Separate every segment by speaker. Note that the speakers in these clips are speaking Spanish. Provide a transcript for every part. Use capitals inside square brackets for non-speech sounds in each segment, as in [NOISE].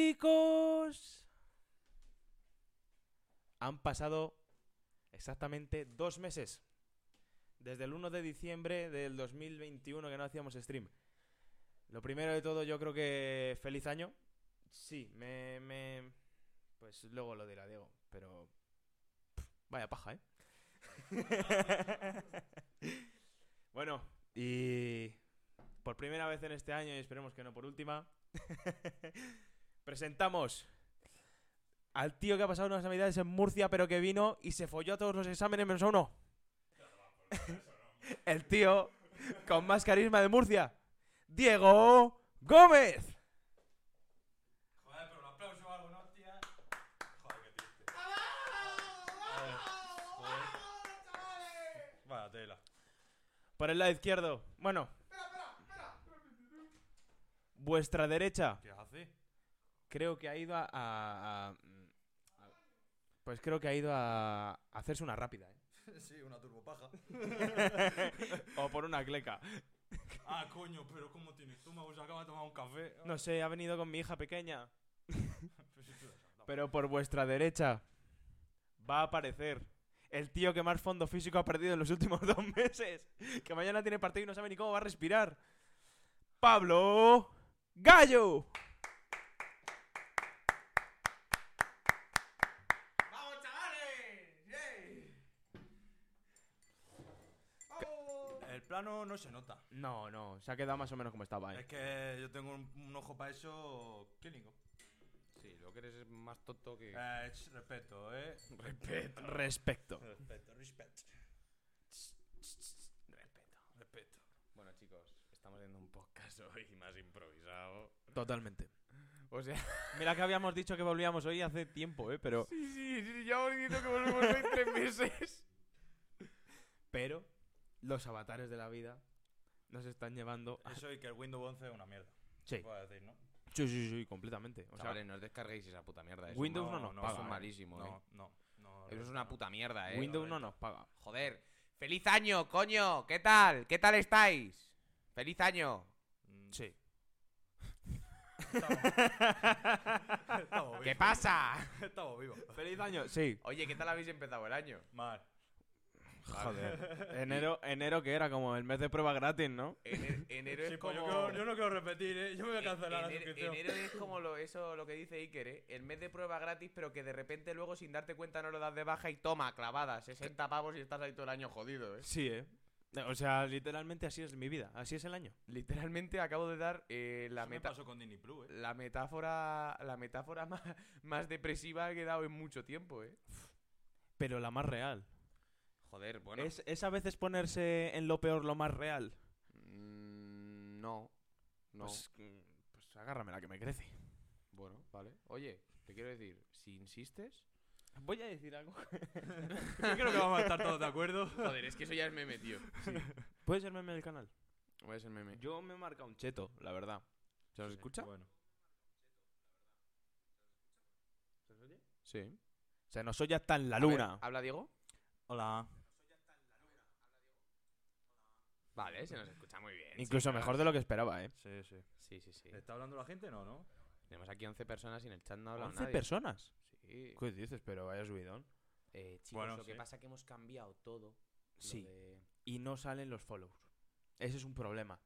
Speaker 1: Chicos, han pasado exactamente dos meses. Desde el 1 de diciembre del 2021 que no hacíamos stream. Lo primero de todo, yo creo que feliz año. Sí, me... me- Pues luego lo dirá Diego, pero... pf, vaya paja, ¿eh? [LAUGHS] bueno, y... Por primera vez en este año, y esperemos que no por última, presentamos al tío que ha pasado unas navidades en Murcia, pero que vino y se folló a todos los exámenes menos a uno. [LAUGHS] El tío con más carisma de Murcia, Diego Gómez.
Speaker 2: Joder, pero un aplauso o algo, ¿no, tía? Joder, qué triste. Joder. Vaya tela.
Speaker 1: Por el lado izquierdo, bueno, vuestra derecha,
Speaker 2: ¿Qué hace?
Speaker 1: creo que ha ido a. a- a- a- pues creo que ha ido a, a hacerse una rápida, ¿eh?
Speaker 2: [LAUGHS] Sí, una turbopaja.
Speaker 1: [LAUGHS] o por una cleca.
Speaker 2: ah, coño, pero ¿cómo tiene estómago? Se acaba de tomar un café.
Speaker 1: No sé, ha venido con mi hija pequeña.
Speaker 2: Pero sí, tú la has dado.
Speaker 1: Pero por vuestra derecha va a aparecer el tío que más fondo físico ha perdido en los últimos [LAUGHS] dos meses. Que mañana tiene partido y no sabe ni cómo va a respirar. Pablo Gallo.
Speaker 2: El plano no se nota.
Speaker 1: No, no, se ha quedado más o menos como estaba.
Speaker 2: Es
Speaker 1: ¿eh?
Speaker 2: que yo tengo un, un ojo para eso clínico.
Speaker 3: Sí, lo que eres es más tonto que. [LAUGHS]
Speaker 2: Eh, ch, respeto, eh.
Speaker 1: Respeto. Respecto.
Speaker 2: Respeto, respeto. Respeto.
Speaker 3: Bueno, chicos, estamos haciendo un podcast [LAUGHS] hoy más improvisado.
Speaker 1: Totalmente.
Speaker 3: O
Speaker 1: [LAUGHS]
Speaker 3: sea,
Speaker 1: Mira que habíamos dicho que volvíamos hoy hace tiempo, ¿eh? Pero...
Speaker 3: sí, sí, sí, ya hemos dicho que volvemos en tres [LAUGHS] meses.
Speaker 1: Pero los avatares de la vida nos están llevando... a-
Speaker 2: Eso y que el Windows 11 es una mierda.
Speaker 1: Sí,
Speaker 2: Puedo decir, ¿no?
Speaker 1: sí, sí, sí, completamente. O
Speaker 3: O
Speaker 1: sea,
Speaker 3: sea, no os descarguéis esa puta mierda. eso
Speaker 1: Windows no
Speaker 3: no
Speaker 1: nos
Speaker 3: no,
Speaker 1: paga,
Speaker 3: Eso es
Speaker 1: eh.
Speaker 3: malísimo,
Speaker 2: No,
Speaker 3: eh.
Speaker 2: no, no.
Speaker 3: Eso es
Speaker 2: respeto,
Speaker 3: una
Speaker 2: no.
Speaker 3: puta mierda, eh.
Speaker 1: Windows no nos paga.
Speaker 3: Joder. ¡Feliz año, coño! ¿Qué tal? ¿Qué tal estáis? ¡Feliz año!
Speaker 2: Mm,
Speaker 1: Sí.
Speaker 2: [LAUGHS] Estamos
Speaker 3: [LAUGHS] ¿Qué
Speaker 2: vivos.
Speaker 3: pasa?
Speaker 2: Estamos vivos.
Speaker 1: Feliz año. Sí.
Speaker 3: Oye, ¿qué tal habéis empezado el [LAUGHS] año?
Speaker 2: Mal.
Speaker 1: Joder. Enero, enero que era como el mes de prueba gratis, ¿no?
Speaker 3: Ene- enero es
Speaker 2: Sí,
Speaker 3: como...
Speaker 2: pues yo, quiero- yo no quiero repetir, ¿eh? Yo me voy a
Speaker 3: En- er-
Speaker 2: cancelar la
Speaker 3: ener-
Speaker 2: suscripción.
Speaker 3: enero es como lo, eso, lo que dice Iker, ¿eh? El mes de prueba gratis, pero que de repente luego sin darte cuenta no lo das de baja y toma, clavada, 60 pavos y estás ahí todo el año jodido, ¿eh?
Speaker 1: Sí, ¿eh? O sea, literalmente así es mi vida, así es el año.
Speaker 3: Literalmente acabo de dar eh, la,
Speaker 2: Eso me
Speaker 3: meta
Speaker 2: pasó con Disney Plus, ¿eh?
Speaker 3: [LAUGHS] la metáfora la metáfora más, más depresiva que he dado en mucho tiempo, ¿eh?
Speaker 1: Pero la más real.
Speaker 3: Joder, bueno.
Speaker 1: Es, es a veces ponerse en lo peor lo más real.
Speaker 3: Mm, no. No.
Speaker 1: Pues, mm, pues agárrame la que me crece.
Speaker 3: Bueno, vale. Oye, te quiero decir, si insistes...
Speaker 1: Voy a decir algo.
Speaker 2: Yo creo que vamos a estar todos de acuerdo.
Speaker 3: Joder, es que eso ya es meme, [LAUGHS] tío.
Speaker 1: ¿Puedes ser meme del canal?
Speaker 3: Voy a ser meme.
Speaker 1: Eh. Yo me he marcado un cheto, la verdad. ¿Se nos escucha?
Speaker 2: Bueno.
Speaker 3: Sí.
Speaker 1: Se nos oye hasta en la
Speaker 3: A ver,
Speaker 1: luna.
Speaker 3: ¿Habla Diego?
Speaker 2: Hola.
Speaker 3: Vale, se nos escucha muy bien.
Speaker 1: Incluso
Speaker 3: chicos.
Speaker 1: mejor de lo que esperaba, ¿eh?
Speaker 2: Sí, sí.
Speaker 3: Sí, sí, sí.
Speaker 2: ¿Está hablando la gente? No, ¿no?
Speaker 3: Tenemos aquí 11 personas y en el chat no habla
Speaker 1: 11
Speaker 3: nadie.
Speaker 1: personas.
Speaker 3: Sí.
Speaker 1: ¿Qué dices? Pero vaya subidón.
Speaker 3: Eh, chicos,
Speaker 2: Bueno,
Speaker 3: lo que
Speaker 2: sí.
Speaker 3: pasa es que hemos cambiado todo. lo
Speaker 1: Sí.
Speaker 3: de-
Speaker 1: y no salen los follows. Ese es un problema.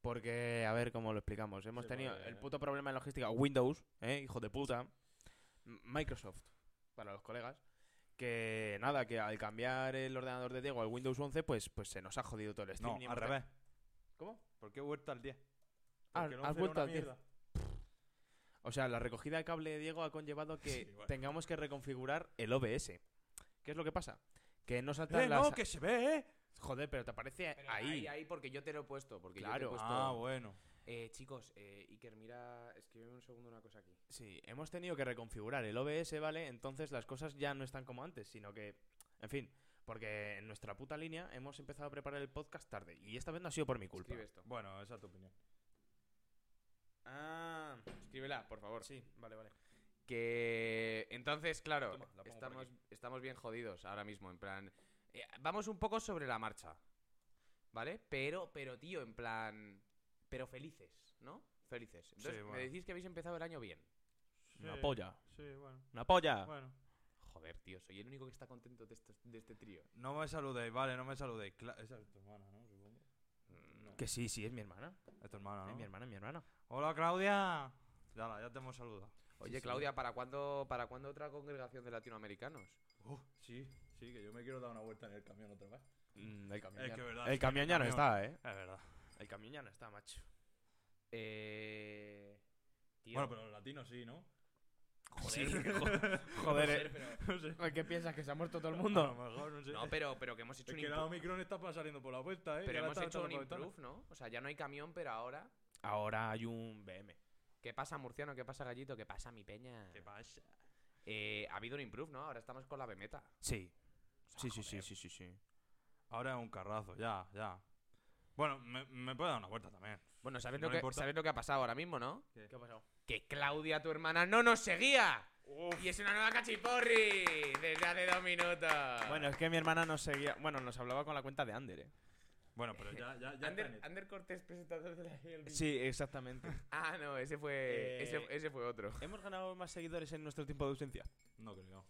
Speaker 1: Porque, a ver cómo lo explicamos. Hemos
Speaker 2: Sí,
Speaker 1: tenido
Speaker 2: porque-
Speaker 1: el puto problema de logística. Windows, ¿eh? hijo de puta. M- Microsoft, para los colegas. Que nada, que al cambiar el ordenador de Diego al Windows 11, pues, pues se nos ha jodido todo el stream.
Speaker 2: No,
Speaker 1: y
Speaker 2: al
Speaker 1: hemos te-
Speaker 2: revés.
Speaker 1: ¿Cómo?
Speaker 2: ¿Por qué he vuelto al 10?
Speaker 1: Ah,
Speaker 2: Porque
Speaker 1: has
Speaker 2: el 11 era
Speaker 1: vuelto
Speaker 2: una
Speaker 1: al 10.
Speaker 2: mierda.
Speaker 1: O sea, la recogida de cable de Diego ha conllevado que
Speaker 2: Sí, bueno.
Speaker 1: tengamos que reconfigurar el OBS. ¿Qué es lo que pasa? Que no saltan
Speaker 2: ¡Eh,
Speaker 1: las...
Speaker 2: no! ¡Que se ve, eh!
Speaker 1: Joder, pero te aparece
Speaker 3: Pero
Speaker 1: ahí.
Speaker 3: ahí, ahí, porque yo te lo he puesto. Porque yo te he
Speaker 1: Claro.
Speaker 3: puesto...
Speaker 2: Ah, bueno.
Speaker 3: Eh, chicos, eh, Iker, mira, escríbeme un segundo una cosa aquí.
Speaker 1: Sí, hemos tenido que reconfigurar el OBS, ¿vale? Entonces las cosas ya no están como antes, sino que, en fin, porque en nuestra puta línea hemos empezado a preparar el podcast tarde y esta vez no ha sido por mi culpa.
Speaker 3: Escribe esto.
Speaker 2: Bueno, esa es tu opinión.
Speaker 1: Ah,
Speaker 3: Escríbela, por favor.
Speaker 1: sí, vale, vale.
Speaker 3: Que entonces, claro,
Speaker 2: Toma, la pongo por
Speaker 3: estamos, estamos bien jodidos ahora mismo, en plan. eh, vamos un poco sobre la marcha. ¿Vale? Pero, pero, tío, en plan. Pero felices, ¿no? felices. Entonces,
Speaker 2: bueno.
Speaker 3: me decís que habéis empezado el año bien.
Speaker 1: Una
Speaker 2: Sí,
Speaker 1: polla.
Speaker 2: Sí, bueno.
Speaker 1: Una
Speaker 3: Ah.
Speaker 1: polla.
Speaker 2: Bueno.
Speaker 3: Joder, tío, soy el único que está contento de, estos- de este trío.
Speaker 2: No me saludéis, vale, no me saludéis. Cla- Esa es tu hermana, ¿no? Supongo. No.
Speaker 1: Que sí, sí, es mi hermana.
Speaker 2: Es tu hermana, ¿no?
Speaker 1: Es mi hermana, es mi hermana.
Speaker 2: Hola, Claudia. Ya, la- ya te hemos saludado.
Speaker 3: Oye, Claudia, ¿para cuándo, ¿para cuándo otra congregación de latinoamericanos?
Speaker 2: Oh, sí, sí, que yo me quiero dar una vuelta en el camión otra vez.
Speaker 1: Mm, el
Speaker 2: Es que
Speaker 1: camión,
Speaker 2: verdad.
Speaker 1: ya,
Speaker 2: sí,
Speaker 1: no está, ¿eh?
Speaker 2: Es verdad.
Speaker 1: El camión ya no está, macho.
Speaker 3: Eh... Tío.
Speaker 2: Bueno, pero los latinos sí, ¿no?
Speaker 3: joder,
Speaker 1: sí,
Speaker 2: [LAUGHS]
Speaker 3: jo-
Speaker 1: [LAUGHS] Joder,
Speaker 3: joder,
Speaker 1: eh. Ah,
Speaker 3: pero-
Speaker 2: No sé.
Speaker 1: ¿qué piensas? ¿Que se ha muerto todo el
Speaker 2: A
Speaker 1: mundo?
Speaker 2: lo mejor, no sé.
Speaker 3: No, pero, pero
Speaker 2: [LAUGHS]
Speaker 3: que hemos hecho
Speaker 2: es
Speaker 3: un
Speaker 2: que
Speaker 3: impro-
Speaker 2: la Omicron está pa- saliendo por la puerta, ¿eh? Ya
Speaker 3: Pero
Speaker 2: la
Speaker 3: hemos
Speaker 2: está
Speaker 3: hecho un
Speaker 2: echando por la
Speaker 3: improve, ¿no? O sea, ya no hay camión, pero ahora...
Speaker 1: Ahora hay un BM.
Speaker 3: ¿Qué pasa, Murciano? ¿Qué pasa, Gallito? ¿Qué pasa, mi peña?
Speaker 2: ventana. ¿Qué pasa?
Speaker 3: Eh, ha habido un improve, ¿no? Ahora estamos con la bemeta.
Speaker 1: Sí.
Speaker 3: O sea,
Speaker 1: Sí, sí, sí,
Speaker 3: joder.
Speaker 1: sí, sí, sí.
Speaker 2: Ahora es un carrazo, ya, ya. Bueno, me, me puede dar una vuelta también.
Speaker 3: Bueno, ¿sabes,
Speaker 2: No le
Speaker 3: lo que,
Speaker 2: importa.
Speaker 3: ¿sabes lo que ha pasado ahora mismo, no?
Speaker 1: ¿Qué ha pasado?
Speaker 3: Que Claudia, tu hermana, no nos seguía. Y es una nueva cachiporri desde hace dos minutos.
Speaker 1: Bueno, es que mi hermana nos seguía. Bueno, nos hablaba con la cuenta de Ander, ¿eh?
Speaker 2: Bueno, pero ya, ya, ya. está en
Speaker 3: Ander,
Speaker 2: el-
Speaker 3: Ander Cortés, presentador de la GLB.
Speaker 1: [LAUGHS] Sí, exactamente.
Speaker 3: Ah, no, ese fue,
Speaker 1: Eh,
Speaker 3: ese, ese fue otro.
Speaker 1: ¿Hemos ganado más seguidores en nuestro tiempo de ausencia?
Speaker 2: No creo.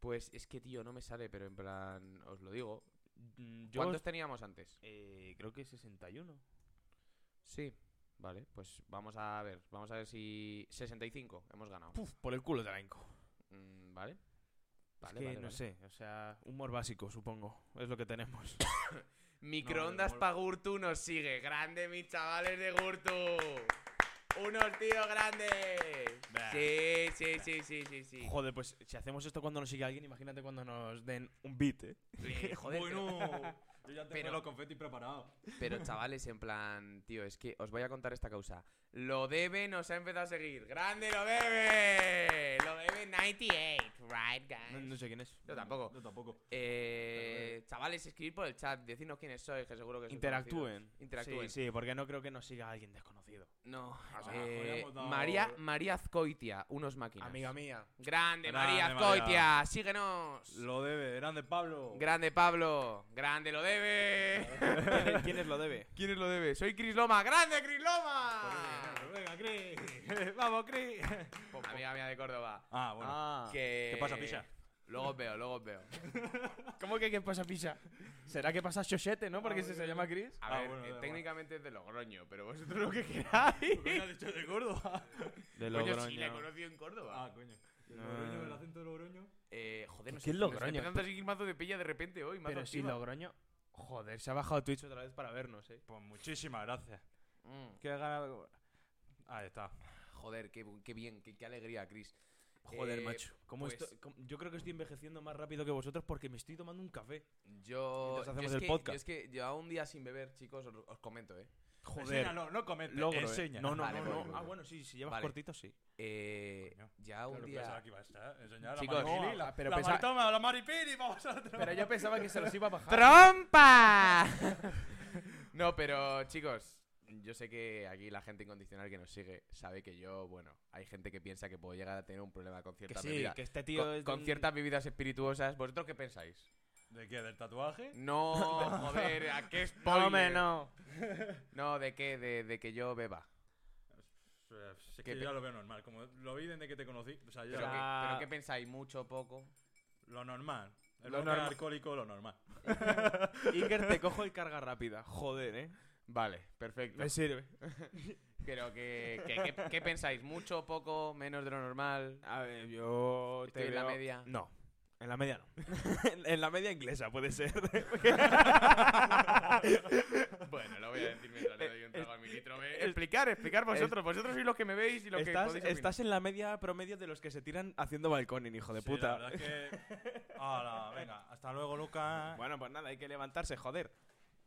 Speaker 3: Pues es que, tío, no me sale, pero en plan, os lo digo.
Speaker 1: Mm, Yo.
Speaker 3: ¿Cuántos teníamos antes?
Speaker 1: Eh, creo que 61.
Speaker 3: Sí. Vale, pues vamos a ver. Vamos a ver si... 65 hemos ganado.
Speaker 1: Puf, por el culo de la Inco.
Speaker 3: Mm, vale.
Speaker 1: es que no sé, o sea, humor básico, supongo. Es lo que tenemos.
Speaker 3: Microondas
Speaker 2: No,
Speaker 3: pa' Gurtu nos sigue. Grande, mis chavales de Gurtu. Unos tíos grandes.
Speaker 2: Bah.
Speaker 3: Sí, sí, sí, sí, sí, sí.
Speaker 1: [LAUGHS] Joder, pues si hacemos esto cuando nos sigue alguien, imagínate cuando nos den un beat, ¿eh?
Speaker 2: [LAUGHS]
Speaker 3: Eh, joder,
Speaker 2: bueno, yo ya tengo
Speaker 3: pero-
Speaker 2: los confetis preparados.
Speaker 3: pero, pero, chavales, en plan, tío, es que os voy a contar esta causa. Lo debe nos ha empezado a seguir. Grande, lo debe. Lo debe 98, right, guys.
Speaker 1: No, no sé quién Ah, es.
Speaker 3: Yo tampoco.
Speaker 2: Yo tampoco.
Speaker 3: Eh, chavales, escribid por el chat, decidnos quiénes sois, que seguro que sois
Speaker 1: pues Interactúen.
Speaker 3: conocidos. Interactúen.
Speaker 1: Sí, sí, porque no creo que nos siga alguien desconocido.
Speaker 3: No.
Speaker 2: sea,
Speaker 3: eh,
Speaker 2: podríamos dar-
Speaker 3: María, María Azcoitia, unos máquinas.
Speaker 1: Amiga [LAUGHS] mía.
Speaker 3: Grande,
Speaker 2: Grande,
Speaker 3: María
Speaker 2: María.
Speaker 3: Azcoitia, síguenos.
Speaker 2: Lo debe, grande Pablo.
Speaker 3: Grande Pablo, grande lo debe.
Speaker 1: ¿Quién- ¿Quién lo debe?
Speaker 3: ¿Quiénes lo debe? Soy Cris Loma, grande Cris Loma.
Speaker 2: Venga, Cris. Vamos, Cris.
Speaker 3: Amiga mía de Córdoba.
Speaker 2: Ah, bueno. [LAUGHS]
Speaker 1: Ah.
Speaker 3: Que...
Speaker 2: ¿Qué pasa, pisa?
Speaker 3: Luego os veo, luego os veo.
Speaker 1: ¿Cómo que qué pasa, Pisa? ¿Será que pasa Xochete, no? Porque
Speaker 2: Ah,
Speaker 1: si se
Speaker 2: bueno.
Speaker 1: llama Chris.
Speaker 3: A
Speaker 2: Ah,
Speaker 3: ver,
Speaker 2: bueno,
Speaker 3: eh,
Speaker 2: da igual.
Speaker 3: técnicamente es de Logroño, pero vosotros lo que queráis.
Speaker 2: ¿Qué has dicho de [LAUGHS] Córdoba?
Speaker 1: De
Speaker 3: Coño, sí, la he conocido en Córdoba.
Speaker 2: Ah, coño. ¿El
Speaker 1: No.
Speaker 2: Logroño, el acento de Logroño?
Speaker 3: Eh, joder, no
Speaker 1: ¿Qué
Speaker 3: sé.
Speaker 1: es
Speaker 3: nos
Speaker 1: Logroño?
Speaker 3: está empezando a seguir mazo de pilla de repente hoy, mazo
Speaker 1: Pero si
Speaker 3: activa.
Speaker 1: Logroño. Joder, se ha bajado Twitch otra vez para vernos, eh.
Speaker 2: Pues muchísimas gracias.
Speaker 3: Mm.
Speaker 1: Qué gana-
Speaker 2: Ahí está.
Speaker 3: Joder, qué, bu- qué bien, qué, qué alegría, Chris.
Speaker 1: Joder,
Speaker 3: Eh,
Speaker 1: macho. ¿Cómo
Speaker 3: pues-
Speaker 1: esto- cómo- yo creo que estoy envejeciendo más rápido que vosotros porque me estoy tomando un café.
Speaker 3: Yo,
Speaker 1: Mientras
Speaker 3: yo
Speaker 1: hacemos
Speaker 3: es
Speaker 1: el
Speaker 3: que,
Speaker 1: podcast.
Speaker 3: yo es que llevaba un día sin beber, chicos, os, os comento, ¿eh?
Speaker 1: Joder.
Speaker 2: Enséñalo, no comentes.
Speaker 1: Logro, eh.
Speaker 2: Enseña. pues,
Speaker 1: No, no,
Speaker 3: Vale,
Speaker 1: no,
Speaker 3: voy,
Speaker 1: no.
Speaker 3: voy,
Speaker 1: Ah,
Speaker 3: voy.
Speaker 1: bueno, sí, si llevas
Speaker 3: Vale.
Speaker 1: cortito, sí.
Speaker 3: eh
Speaker 2: Coño.
Speaker 3: ya un
Speaker 2: Claro, pensaba
Speaker 3: día...
Speaker 2: que iba a estar. eh, Enseñar a
Speaker 3: Chicos,
Speaker 2: la Maripili,
Speaker 1: no,
Speaker 2: la,
Speaker 1: pero
Speaker 2: la
Speaker 1: pensaba-
Speaker 2: Maritoma, la Maripili, vamos a otra.
Speaker 1: yo pensaba [LAUGHS] que se los iba a bajar.
Speaker 3: ¡Trompa! [LAUGHS] no, pero chicos, yo sé que aquí la gente incondicional que nos sigue sabe que yo, bueno, hay gente que piensa que puedo llegar a tener un problema con
Speaker 1: Que
Speaker 3: ciertas
Speaker 1: sí,
Speaker 3: bebidas.
Speaker 1: que este
Speaker 3: Co-
Speaker 1: tío
Speaker 3: con,
Speaker 1: es un- [LAUGHS]
Speaker 3: ciertas bebidas espirituosas. ¿Vosotros qué pensáis?
Speaker 2: ¿De qué? ¿Del tatuaje?
Speaker 3: No, joder, ¿a qué
Speaker 1: No,
Speaker 3: spoiler?
Speaker 1: hombre, no.
Speaker 3: No, ¿de qué? De, de que yo beba.
Speaker 2: Eh, Es
Speaker 3: Que
Speaker 2: que yo
Speaker 3: pe-
Speaker 2: ya lo veo normal. Como lo vi desde que te conocí. O sea, yo
Speaker 3: Pero,
Speaker 1: Ya.
Speaker 3: que-
Speaker 2: ya-
Speaker 3: pero ¿qué pensáis? ¿Mucho poco?
Speaker 2: lo normal. El
Speaker 1: Lo
Speaker 2: lo
Speaker 1: norma-
Speaker 2: alcohólico, lo normal.
Speaker 1: Iker, [LAUGHS] te cojo el carga rápida. Joder, eh.
Speaker 3: Vale, perfecto.
Speaker 1: Me sirve.
Speaker 3: Pero que, que- que- ¿qué pensáis? ¿Mucho, poco, menos de lo [LAUGHS] normal?
Speaker 1: A ver, yo te
Speaker 3: Estoy en la
Speaker 1: veo-
Speaker 3: media.
Speaker 1: No, en la [LAUGHS] media no. en, en la media inglesa puede ser. [LAUGHS]
Speaker 3: Bueno, lo voy a decir mientras le doy un trago a mi litro. B.
Speaker 1: es-
Speaker 3: Explicar, explicar vosotros. Vosotros sois los que me veis y los que
Speaker 1: estás,
Speaker 3: podéis opinar.
Speaker 1: estás en la media promedio de los que se tiran haciendo balconing, hijo de
Speaker 2: Sí,
Speaker 1: puta.
Speaker 2: La verdad es que. Hala, venga. Hasta luego, Lucas.
Speaker 1: Bueno, pues nada, hay que levantarse, joder.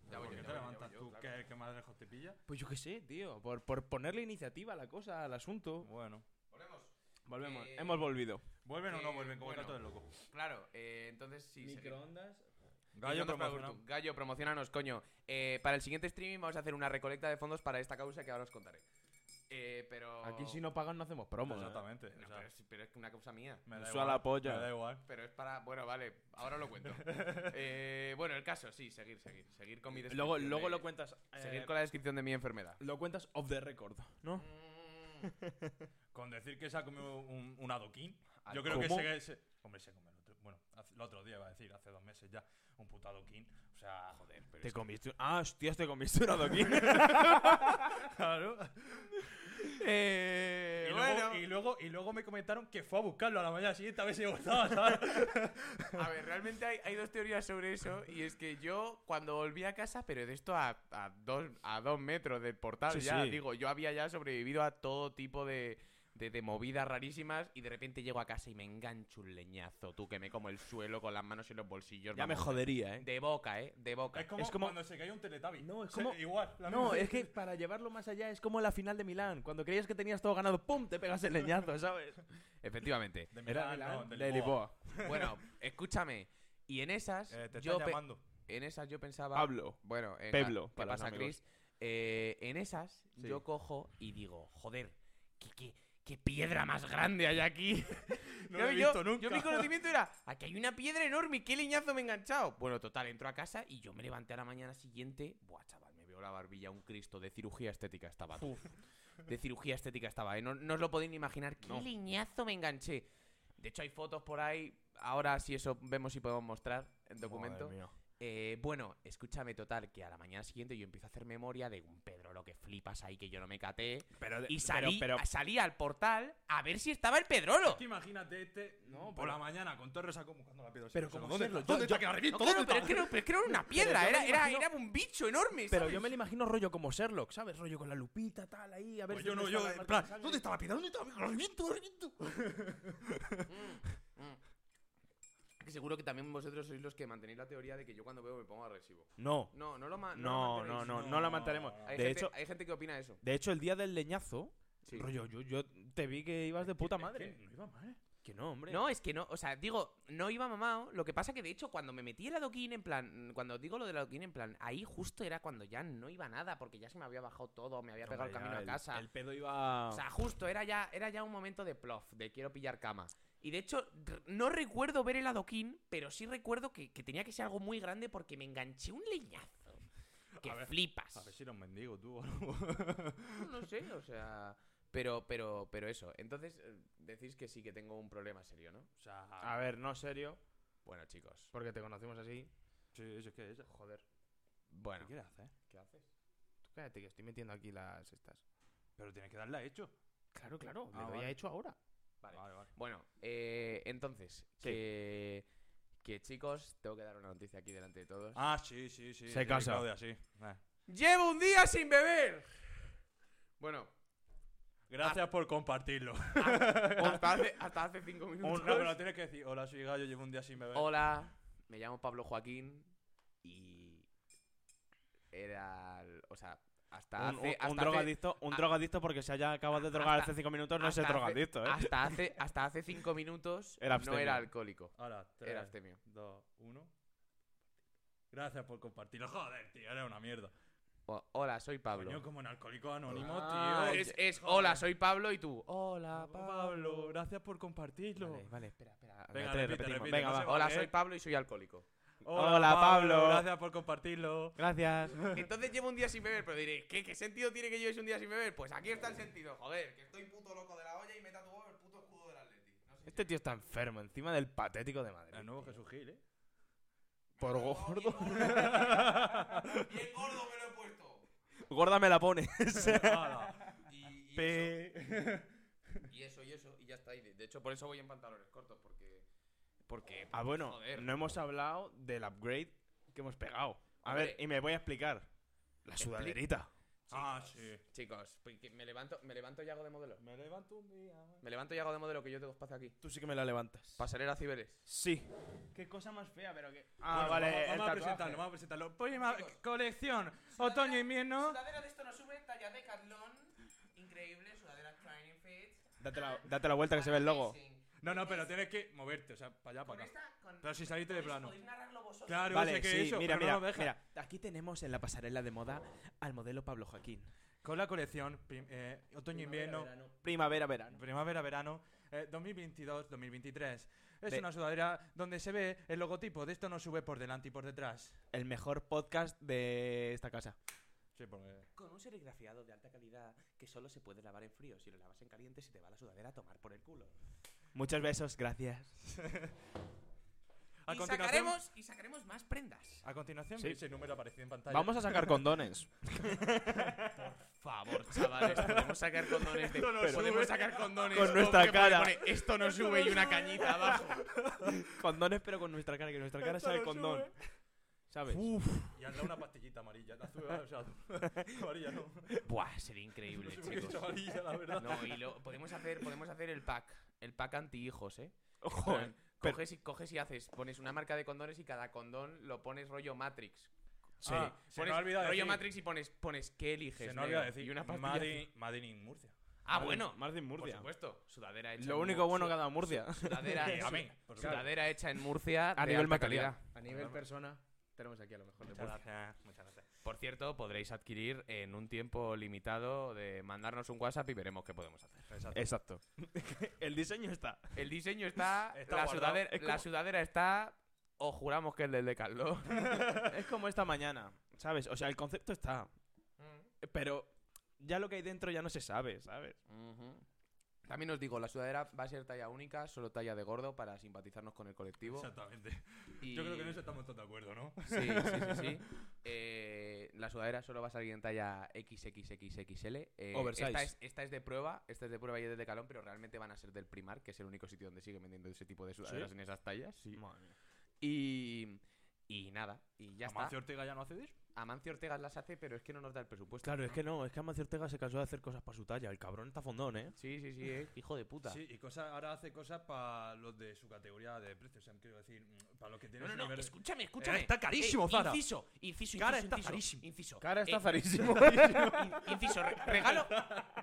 Speaker 3: Ya
Speaker 2: ¿Por
Speaker 3: voy yo,
Speaker 2: qué
Speaker 3: ya
Speaker 2: te
Speaker 3: voy yo,
Speaker 2: levantas
Speaker 3: ya voy
Speaker 2: tú?
Speaker 3: yo,
Speaker 2: ¿Qué es
Speaker 3: claro.
Speaker 2: el que más lejos te pilla?
Speaker 1: Pues yo qué sé, tío, por, por ponerle iniciativa a la cosa, al asunto.
Speaker 2: Bueno.
Speaker 3: Volvemos.
Speaker 1: Volvemos,
Speaker 3: Eh,
Speaker 1: hemos volvido.
Speaker 2: ¿Vuelven o
Speaker 3: Eh,
Speaker 2: no vuelven? Como el
Speaker 3: bueno.
Speaker 2: gato del loco.
Speaker 3: Claro, eh, entonces sí. seguimos.
Speaker 2: Gallo
Speaker 3: Microondas para
Speaker 2: promocionado.
Speaker 3: Gurtu. Gallo, promocionanos, coño. Eh, para el siguiente streaming vamos a hacer una recolecta de fondos para esta causa que ahora os contaré. Eh, pero.
Speaker 1: Aquí si no pagan no hacemos promo. ¿eh?
Speaker 2: Exactamente.
Speaker 3: No,
Speaker 2: o sea,
Speaker 3: pero, es, pero es una cosa mía.
Speaker 2: pues, me da
Speaker 4: Suda
Speaker 2: igual,
Speaker 4: la polla.
Speaker 2: Me da igual.
Speaker 3: Pero es para. Bueno, vale, ahora lo cuento. Eh, bueno, el caso, sí, seguir, seguir. Seguir con mi descripción.
Speaker 1: Luego, luego
Speaker 3: de-
Speaker 1: lo cuentas. eh,
Speaker 3: Seguir con la descripción de mi enfermedad.
Speaker 1: Lo cuentas off the record, ¿no?
Speaker 2: Con decir que se ha comido un, un adoquín. Yo
Speaker 3: Al-
Speaker 2: creo que
Speaker 1: ¿Cómo?
Speaker 2: se, se- Hombre, se come el otro. Bueno, hace- el otro día iba a decir, hace dos meses ya. Un puto adoquín. O sea, joder. Pero
Speaker 1: Te
Speaker 2: es que-
Speaker 1: comiste. un- Ah, hostias, te comiste un [LAUGHS] adoquín.
Speaker 2: [LAUGHS] Claro. Y,
Speaker 3: [LAUGHS] Eh, bueno,
Speaker 2: luego, y, luego, y luego me comentaron que fue a buscarlo a la mañana siguiente a ver si gustaba, [LAUGHS] ¿sabes?
Speaker 3: a ver, realmente hay, hay dos teorías sobre eso. Y es que yo, cuando volví a casa, pero de esto a, a dos, a dos metros del portal,
Speaker 1: Sí,
Speaker 3: ya
Speaker 1: sí.
Speaker 3: digo, yo había ya sobrevivido a todo tipo de, de, de movidas rarísimas. Y de repente llego a casa y me engancho un leñazo, tú, que me como el suelo con las manos en los bolsillos.
Speaker 4: Ya me
Speaker 3: vamos.
Speaker 4: jodería, ¿eh?
Speaker 3: De boca, ¿eh? De boca.
Speaker 2: Es como,
Speaker 1: Es como-
Speaker 2: cuando se cae un teletabi.
Speaker 1: No, es
Speaker 2: O sea,
Speaker 1: como-
Speaker 2: igual. la
Speaker 1: No,
Speaker 2: misma-
Speaker 1: es que para llevarlo más allá es como la final de Milán. Cuando creías que tenías todo ganado, ¡pum! Te pegas el leñazo, ¿sabes?
Speaker 3: Efectivamente.
Speaker 2: De
Speaker 1: Era
Speaker 2: Milán, no,
Speaker 1: Milán,
Speaker 2: de
Speaker 1: de
Speaker 2: Lisboa.
Speaker 1: Lisboa.
Speaker 3: Bueno, escúchame. Y en esas,
Speaker 2: Eh, te
Speaker 3: yo
Speaker 2: están
Speaker 3: pe-
Speaker 2: llamando.
Speaker 3: en esas yo pensaba.
Speaker 4: Pablo.
Speaker 3: Bueno, en
Speaker 4: Peblo,
Speaker 3: la- ¿qué
Speaker 4: para los
Speaker 3: pasa,
Speaker 4: amigos.
Speaker 3: Chris? Eh, en esas
Speaker 4: Sí.
Speaker 3: yo cojo y digo, joder, ¿qué, qué, qué piedra más grande
Speaker 2: [LAUGHS]
Speaker 3: hay aquí?
Speaker 2: No lo he
Speaker 3: Yo-
Speaker 2: visto
Speaker 3: yo-
Speaker 2: nunca.
Speaker 3: Yo mi conocimiento era, aquí hay una piedra enorme, qué leñazo me he enganchado. Bueno, total, entro a casa y yo me levanté a la mañana siguiente. Buah, chaval, me veo la barbilla un Cristo de cirugía estética estaba. tú. De cirugía estética estaba, ¿eh? No, no os lo podéis ni imaginar. Qué leñazo me enganché. De hecho, hay fotos por ahí. Ahora, si eso vemos si podemos mostrar el documento. Eh, bueno, escúchame, total, que a la mañana siguiente yo empiezo a hacer memoria de un Pedro, lo que flipas ahí, que yo no me caté.
Speaker 1: Pero,
Speaker 3: Y salí, a- salí al portal a ver si estaba el
Speaker 2: Es
Speaker 3: Pedrolo.
Speaker 2: que imagínate este
Speaker 1: No,
Speaker 2: por
Speaker 1: pero-
Speaker 2: la mañana con todo el resaco buscando la piedra.
Speaker 1: Pero
Speaker 2: Sí, o sea,
Speaker 1: como
Speaker 2: ¿Dónde
Speaker 1: serlo,
Speaker 2: está?
Speaker 1: yo-
Speaker 2: ¿Dónde está?
Speaker 1: yo-
Speaker 2: Que la
Speaker 3: No,
Speaker 2: reviento,
Speaker 3: claro,
Speaker 2: ¿dónde
Speaker 3: pero,
Speaker 2: está?
Speaker 3: es que no- pero es que era una [LAUGHS] piedra,
Speaker 1: yo
Speaker 3: era,
Speaker 1: me
Speaker 3: era,
Speaker 1: imagino-
Speaker 3: era un bicho enorme.
Speaker 1: Pero
Speaker 3: ¿sabes?
Speaker 1: yo me lo imagino rollo como Sherlock, ¿sabes? Rollo con la lupita, tal, ahí, a ver
Speaker 2: Pues
Speaker 1: si
Speaker 2: yo no,
Speaker 1: dónde está
Speaker 2: yo,
Speaker 1: la
Speaker 2: en
Speaker 1: marca de
Speaker 2: plan,
Speaker 1: sangre.
Speaker 2: ¿dónde está la piedra? ¿Dónde está la piedra? La reviento, la reviento.
Speaker 3: Mm, mm. Que Seguro que también vosotros sois los que mantenéis la teoría de que yo cuando veo me pongo agresivo.
Speaker 1: No,
Speaker 3: No, Ah, no lo ma-
Speaker 1: no,
Speaker 3: lo
Speaker 1: no,
Speaker 3: mantenéis.
Speaker 1: no, no la mantenemos.
Speaker 2: No.
Speaker 3: Hay,
Speaker 1: De
Speaker 3: gente,
Speaker 1: hecho,
Speaker 3: hay gente que opina eso.
Speaker 1: de hecho, el día del leñazo,
Speaker 3: Sí.
Speaker 1: rollo, yo, yo te vi que ibas de puta madre.
Speaker 2: Es que No iba mal.
Speaker 1: Que no, hombre.
Speaker 3: No, es que no, o sea, digo, no iba mamado. Lo que pasa que de hecho, cuando me metí el adoquín, en plan, cuando digo lo del adoquín, en plan, ahí justo era cuando ya no iba nada, porque ya se me había bajado todo, me había pegado el camino a casa.
Speaker 1: El pedo iba.
Speaker 3: O sea, justo era ya, era ya un momento de plof, de quiero pillar cama. Y de hecho, r- no recuerdo ver el adoquín, pero sí recuerdo que, que tenía que ser algo muy grande porque me enganché un leñazo. Que
Speaker 2: A ver,
Speaker 3: flipas.
Speaker 2: A ver si era un mendigo tú. [LAUGHS]
Speaker 3: No sé, o sea. Pero, pero, pero eso. Entonces, eh, decís que sí que tengo un problema serio, ¿no?
Speaker 2: O sea,
Speaker 1: a ver, no serio,
Speaker 3: Bueno, chicos.
Speaker 1: porque te conocimos así.
Speaker 2: Sí, eso es que es. Joder. ¿Qué
Speaker 3: Bueno.
Speaker 2: quieres hacer?
Speaker 3: ¿Qué haces? Tú cállate, que estoy metiendo aquí las estas.
Speaker 2: Pero tienes que darle a hecho.
Speaker 1: Claro, claro,
Speaker 2: Ah,
Speaker 1: lo había
Speaker 2: vale.
Speaker 1: hecho ahora.
Speaker 3: Vale.
Speaker 2: Vale, vale.
Speaker 3: Bueno, eh, entonces,
Speaker 1: Sí.
Speaker 3: que, que chicos, tengo que dar una noticia aquí delante de todos.
Speaker 2: Ah, sí, sí, sí.
Speaker 1: Se
Speaker 2: sí,
Speaker 1: casa.
Speaker 2: Claudia, sí. Vale.
Speaker 3: ¡Llevo un día sin beber! Bueno,
Speaker 2: Gracias por [LAUGHS] compartirlo.
Speaker 3: hasta hace, hasta hace cinco minutos.
Speaker 2: Un- eh. no, pero tienes que decir, hola, soy Gallo, llevo un día sin beber.
Speaker 3: Hola, me llamo Pablo Joaquín y era, el- o sea, hasta
Speaker 1: un,
Speaker 3: hace,
Speaker 1: un- un
Speaker 3: hasta hace-
Speaker 1: drogadicto, un
Speaker 3: a-
Speaker 1: drogadicto porque se haya acabado de drogar
Speaker 3: hasta-
Speaker 1: hace cinco minutos no es
Speaker 3: hasta hace-
Speaker 1: drogadicto, ¿eh?
Speaker 3: Hasta hace, hasta hace cinco minutos
Speaker 1: Era
Speaker 3: no
Speaker 1: abstemio.
Speaker 3: era alcohólico,
Speaker 2: Ahora, tres,
Speaker 3: era abstemio.
Speaker 2: dos, uno. Gracias por compartirlo. Joder, tío, eres una mierda.
Speaker 3: O- Hola, soy Pablo.
Speaker 2: Coño, como en Alcohólicos Anónimos,
Speaker 3: Ah,
Speaker 2: tío.
Speaker 3: es, es, hola, soy Pablo y tú. Oh, Hola,
Speaker 2: Pablo, gracias por compartirlo.
Speaker 1: Vale, vale, espera.
Speaker 3: Espera, espera.
Speaker 2: Venga, eh.
Speaker 1: Espérate,
Speaker 2: repite,
Speaker 1: repetimos.
Speaker 2: repite,
Speaker 1: Venga,
Speaker 2: no
Speaker 1: va.
Speaker 2: se va.
Speaker 3: Hola,
Speaker 2: vale.
Speaker 3: soy Pablo y soy alcohólico.
Speaker 1: Hola, Pablo.
Speaker 2: Gracias por compartirlo.
Speaker 1: Gracias.
Speaker 3: Entonces llevo un día sin beber, pero diré, ¿qué, qué sentido tiene que lleves un día sin beber? Pues aquí está el sentido, joder, que estoy puto loco de la olla y me he tatuado el puto escudo del Atleti. No sé si-
Speaker 1: Este tío está enfermo, encima del patético de Madrid.
Speaker 2: El nuevo Jesús Gil, [LAUGHS] eh.
Speaker 1: Por gordo.
Speaker 3: Bien gordo me lo he puesto.
Speaker 1: Gorda me la [LAUGHS] pones.
Speaker 2: Hala.
Speaker 3: Y, y eso,
Speaker 1: Pe-
Speaker 3: y eso, y eso, y ya está. Y de de hecho, por eso voy en pantalones cortos, porque... Porque...
Speaker 1: ah, bueno,
Speaker 3: Joder.
Speaker 1: no hemos hablado del upgrade que hemos pegado. A
Speaker 3: Hombre.
Speaker 1: ver, y me voy a explicar. La sudaderita.
Speaker 2: [LAUGHS] Ah,
Speaker 3: Chicos,
Speaker 2: sí.
Speaker 3: Chicos, porque me levanto, me levanto y hago de modelo.
Speaker 2: Me levanto un día.
Speaker 3: Me levanto y hago de modelo que yo tengo espacio aquí.
Speaker 1: Tú sí que me la levantas.
Speaker 3: Pasarela Cibeles.
Speaker 1: Sí. Qué cosa más fea, pero que.
Speaker 2: Ah,
Speaker 1: Ah,
Speaker 2: vale,
Speaker 1: vale. el
Speaker 2: vamos a
Speaker 1: tatuaje.
Speaker 2: presentarlo, vamos a presentarlo. Prima
Speaker 3: Chicos.
Speaker 2: colección, otoño invierno.
Speaker 3: Sudadera de esto no sube, talla de Catlón. Increíble, sudadera Training Fit.
Speaker 1: Date la, date la vuelta que se ve el logo.
Speaker 2: No, no, pero tienes que moverte, o sea, para allá,
Speaker 3: Con
Speaker 2: para acá.
Speaker 3: esta, con...
Speaker 2: Pero si saliste de
Speaker 3: podéis-
Speaker 2: plano.
Speaker 3: podéis narrarlo vosotros.
Speaker 2: Claro, yo
Speaker 1: Vale,
Speaker 2: sé que
Speaker 1: sí,
Speaker 2: eso,
Speaker 1: mira,
Speaker 2: pero
Speaker 1: mira,
Speaker 2: no lo deja.
Speaker 1: mira. Aquí tenemos en la pasarela de moda al modelo Pablo Joaquín.
Speaker 2: Con la colección prim- eh, otoño-invierno,
Speaker 1: Primavera, verano.
Speaker 2: primavera-verano, eh, 2022-2023. Es
Speaker 1: De-
Speaker 2: una sudadera donde se ve el logotipo de esto no sube por delante y por detrás.
Speaker 1: El mejor podcast de esta casa.
Speaker 2: Sí, porque...
Speaker 3: Con un serigrafiado de alta calidad que solo se puede lavar en frío. Si lo lavas en caliente, se te va la sudadera a tomar por el culo.
Speaker 1: Muchos besos, gracias.
Speaker 2: A
Speaker 3: y,
Speaker 2: continuación-
Speaker 3: sacaremos, y sacaremos más prendas.
Speaker 2: A continuación,
Speaker 1: Sí.
Speaker 2: veis el número aparecido en pantalla.
Speaker 1: Vamos a sacar condones.
Speaker 3: favor, chavales, podemos sacar condones [LAUGHS] de... podemos sacar condones
Speaker 1: Con nuestra
Speaker 3: que pone-
Speaker 1: cara.
Speaker 3: pone, Esto no sube y una cañita [LAUGHS] abajo.
Speaker 1: [LAUGHS] condones, pero con nuestra cara, que nuestra cara sea el condón. ¿Sabes?
Speaker 2: Y han dado una pastillita amarilla. Azul, o sea, [LAUGHS] amarilla no.
Speaker 3: Buah, sería
Speaker 2: No
Speaker 3: increíble,
Speaker 2: sé por qué es
Speaker 3: chicos.
Speaker 2: amarilla, la verdad.
Speaker 3: No, y lo, podemos hacer, podemos hacer el pack, el pack anti hijos, ¿eh? En
Speaker 1: Ojo,
Speaker 3: plan,
Speaker 1: pero-
Speaker 3: coges y coges y haces, pones una marca de condones y cada condón lo pones rollo Matrix.
Speaker 1: sí.
Speaker 2: Ah, se
Speaker 3: Pones
Speaker 2: me ha olvidado
Speaker 3: rollo
Speaker 2: decir.
Speaker 3: Matrix y pones, pones qué eliges.
Speaker 2: Se me ha olvidado
Speaker 3: negro?
Speaker 2: decir.
Speaker 3: Y una pastilla.
Speaker 2: Madin, Madin in Murcia.
Speaker 3: Ah, bueno,
Speaker 1: Martín
Speaker 3: por
Speaker 1: Murcia.
Speaker 3: supuesto, sudadera hecha.
Speaker 1: Lo
Speaker 3: en
Speaker 1: único
Speaker 3: Mur-
Speaker 1: bueno
Speaker 3: su-
Speaker 1: que ha dado Murcia. [LAUGHS]
Speaker 3: [LAUGHS] sudadera,
Speaker 2: Eh, a mí, por
Speaker 3: su-
Speaker 2: supuesto.
Speaker 3: sudadera hecha en Murcia
Speaker 1: A
Speaker 3: de
Speaker 1: nivel
Speaker 3: alta
Speaker 1: material.
Speaker 3: calidad. A nivel persona tenemos aquí a lo mejor
Speaker 2: Muchas gracias. Muchas gracias.
Speaker 3: Por cierto, podréis adquirir en un tiempo limitado de mandarnos un WhatsApp y veremos qué podemos hacer.
Speaker 2: Exacto.
Speaker 1: Exacto. el diseño está. [LAUGHS]
Speaker 3: El diseño [LAUGHS] está.
Speaker 2: Está
Speaker 3: la,
Speaker 2: guardado.
Speaker 3: sudadera,
Speaker 1: Es
Speaker 3: la
Speaker 1: como-
Speaker 3: sudadera está. O juramos que es del de Carlos.
Speaker 1: es como esta mañana, ¿sabes? O sea, el concepto está. Pero ya lo que hay dentro ya no se sabe, ¿sabes?
Speaker 3: Ujú. [LAUGHS] También os digo, la sudadera va a ser talla única, solo talla de gordo para simpatizarnos con el colectivo.
Speaker 2: Exactamente.
Speaker 3: Y-
Speaker 2: Yo creo que en eso estamos todos de acuerdo, ¿no?
Speaker 3: Sí, sí, sí.
Speaker 1: [LAUGHS]
Speaker 3: sí. Eh, la sudadera solo va a salir en talla XXXXL. Eh,
Speaker 1: Oversize.
Speaker 3: Esta es, esta es de prueba, esta es de prueba y es de Decalón, pero realmente van a ser del Primar, que es el único sitio donde sigue vendiendo ese tipo de sudaderas en esas tallas. Sí. Y, y nada, y ya
Speaker 2: Amancio Ortega ya no hace disco.
Speaker 3: está. Amancio Ortega las hace, pero es que no nos da el presupuesto.
Speaker 1: Pues Claro, es que no, es que Amancio Ortega se cansó de hacer cosas para su talla. El cabrón está fondón, ¿eh?
Speaker 3: Sí, sí, sí, eh, hijo de puta.
Speaker 2: Sí, y cosa, ahora hace cosas para los de su categoría de precios. O sea, quiero decir, mm, para los que tienen
Speaker 3: No, no,
Speaker 2: su
Speaker 3: no,
Speaker 2: nivel-
Speaker 3: escúchame, escúchame. Eh,
Speaker 2: está carísimo, Zara.
Speaker 3: Inciso, inciso,
Speaker 2: Cara
Speaker 3: inciso,
Speaker 2: está
Speaker 3: inciso,
Speaker 2: carísimo.
Speaker 3: inciso.
Speaker 1: Cara está
Speaker 3: Eh,
Speaker 1: zarísimo.
Speaker 3: in-
Speaker 1: [LAUGHS]
Speaker 3: Inciso, re- regalo,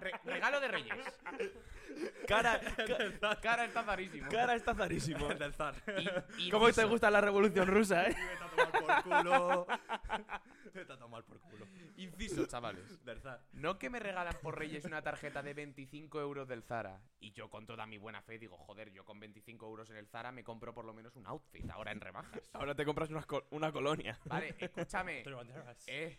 Speaker 3: re- regalo de Reyes.
Speaker 1: [LAUGHS] cara,
Speaker 3: [LAUGHS] Cara está carísimo.
Speaker 1: cara está zarísimo.
Speaker 2: El [LAUGHS] del Zar. [LAUGHS]
Speaker 3: Y-
Speaker 1: ¿Cómo te
Speaker 3: inciso.
Speaker 1: gusta la revolución rusa, eh?
Speaker 2: Vete a tomar por culo. [LAUGHS] Vete a tomar por culo.
Speaker 3: Inciso, chavales.
Speaker 2: Del Zar.
Speaker 3: No que me regalan por Reyes una tarjeta de 25 euros del Zara. Y yo con toda mi buena fe digo, joder, yo con 25 euros en el Zara me compro por lo menos un outfit ahora en rebajas.
Speaker 1: Ahora te compras una, una colonia.
Speaker 3: Vale, escúchame.
Speaker 2: Antonio Banderas.
Speaker 3: Eh,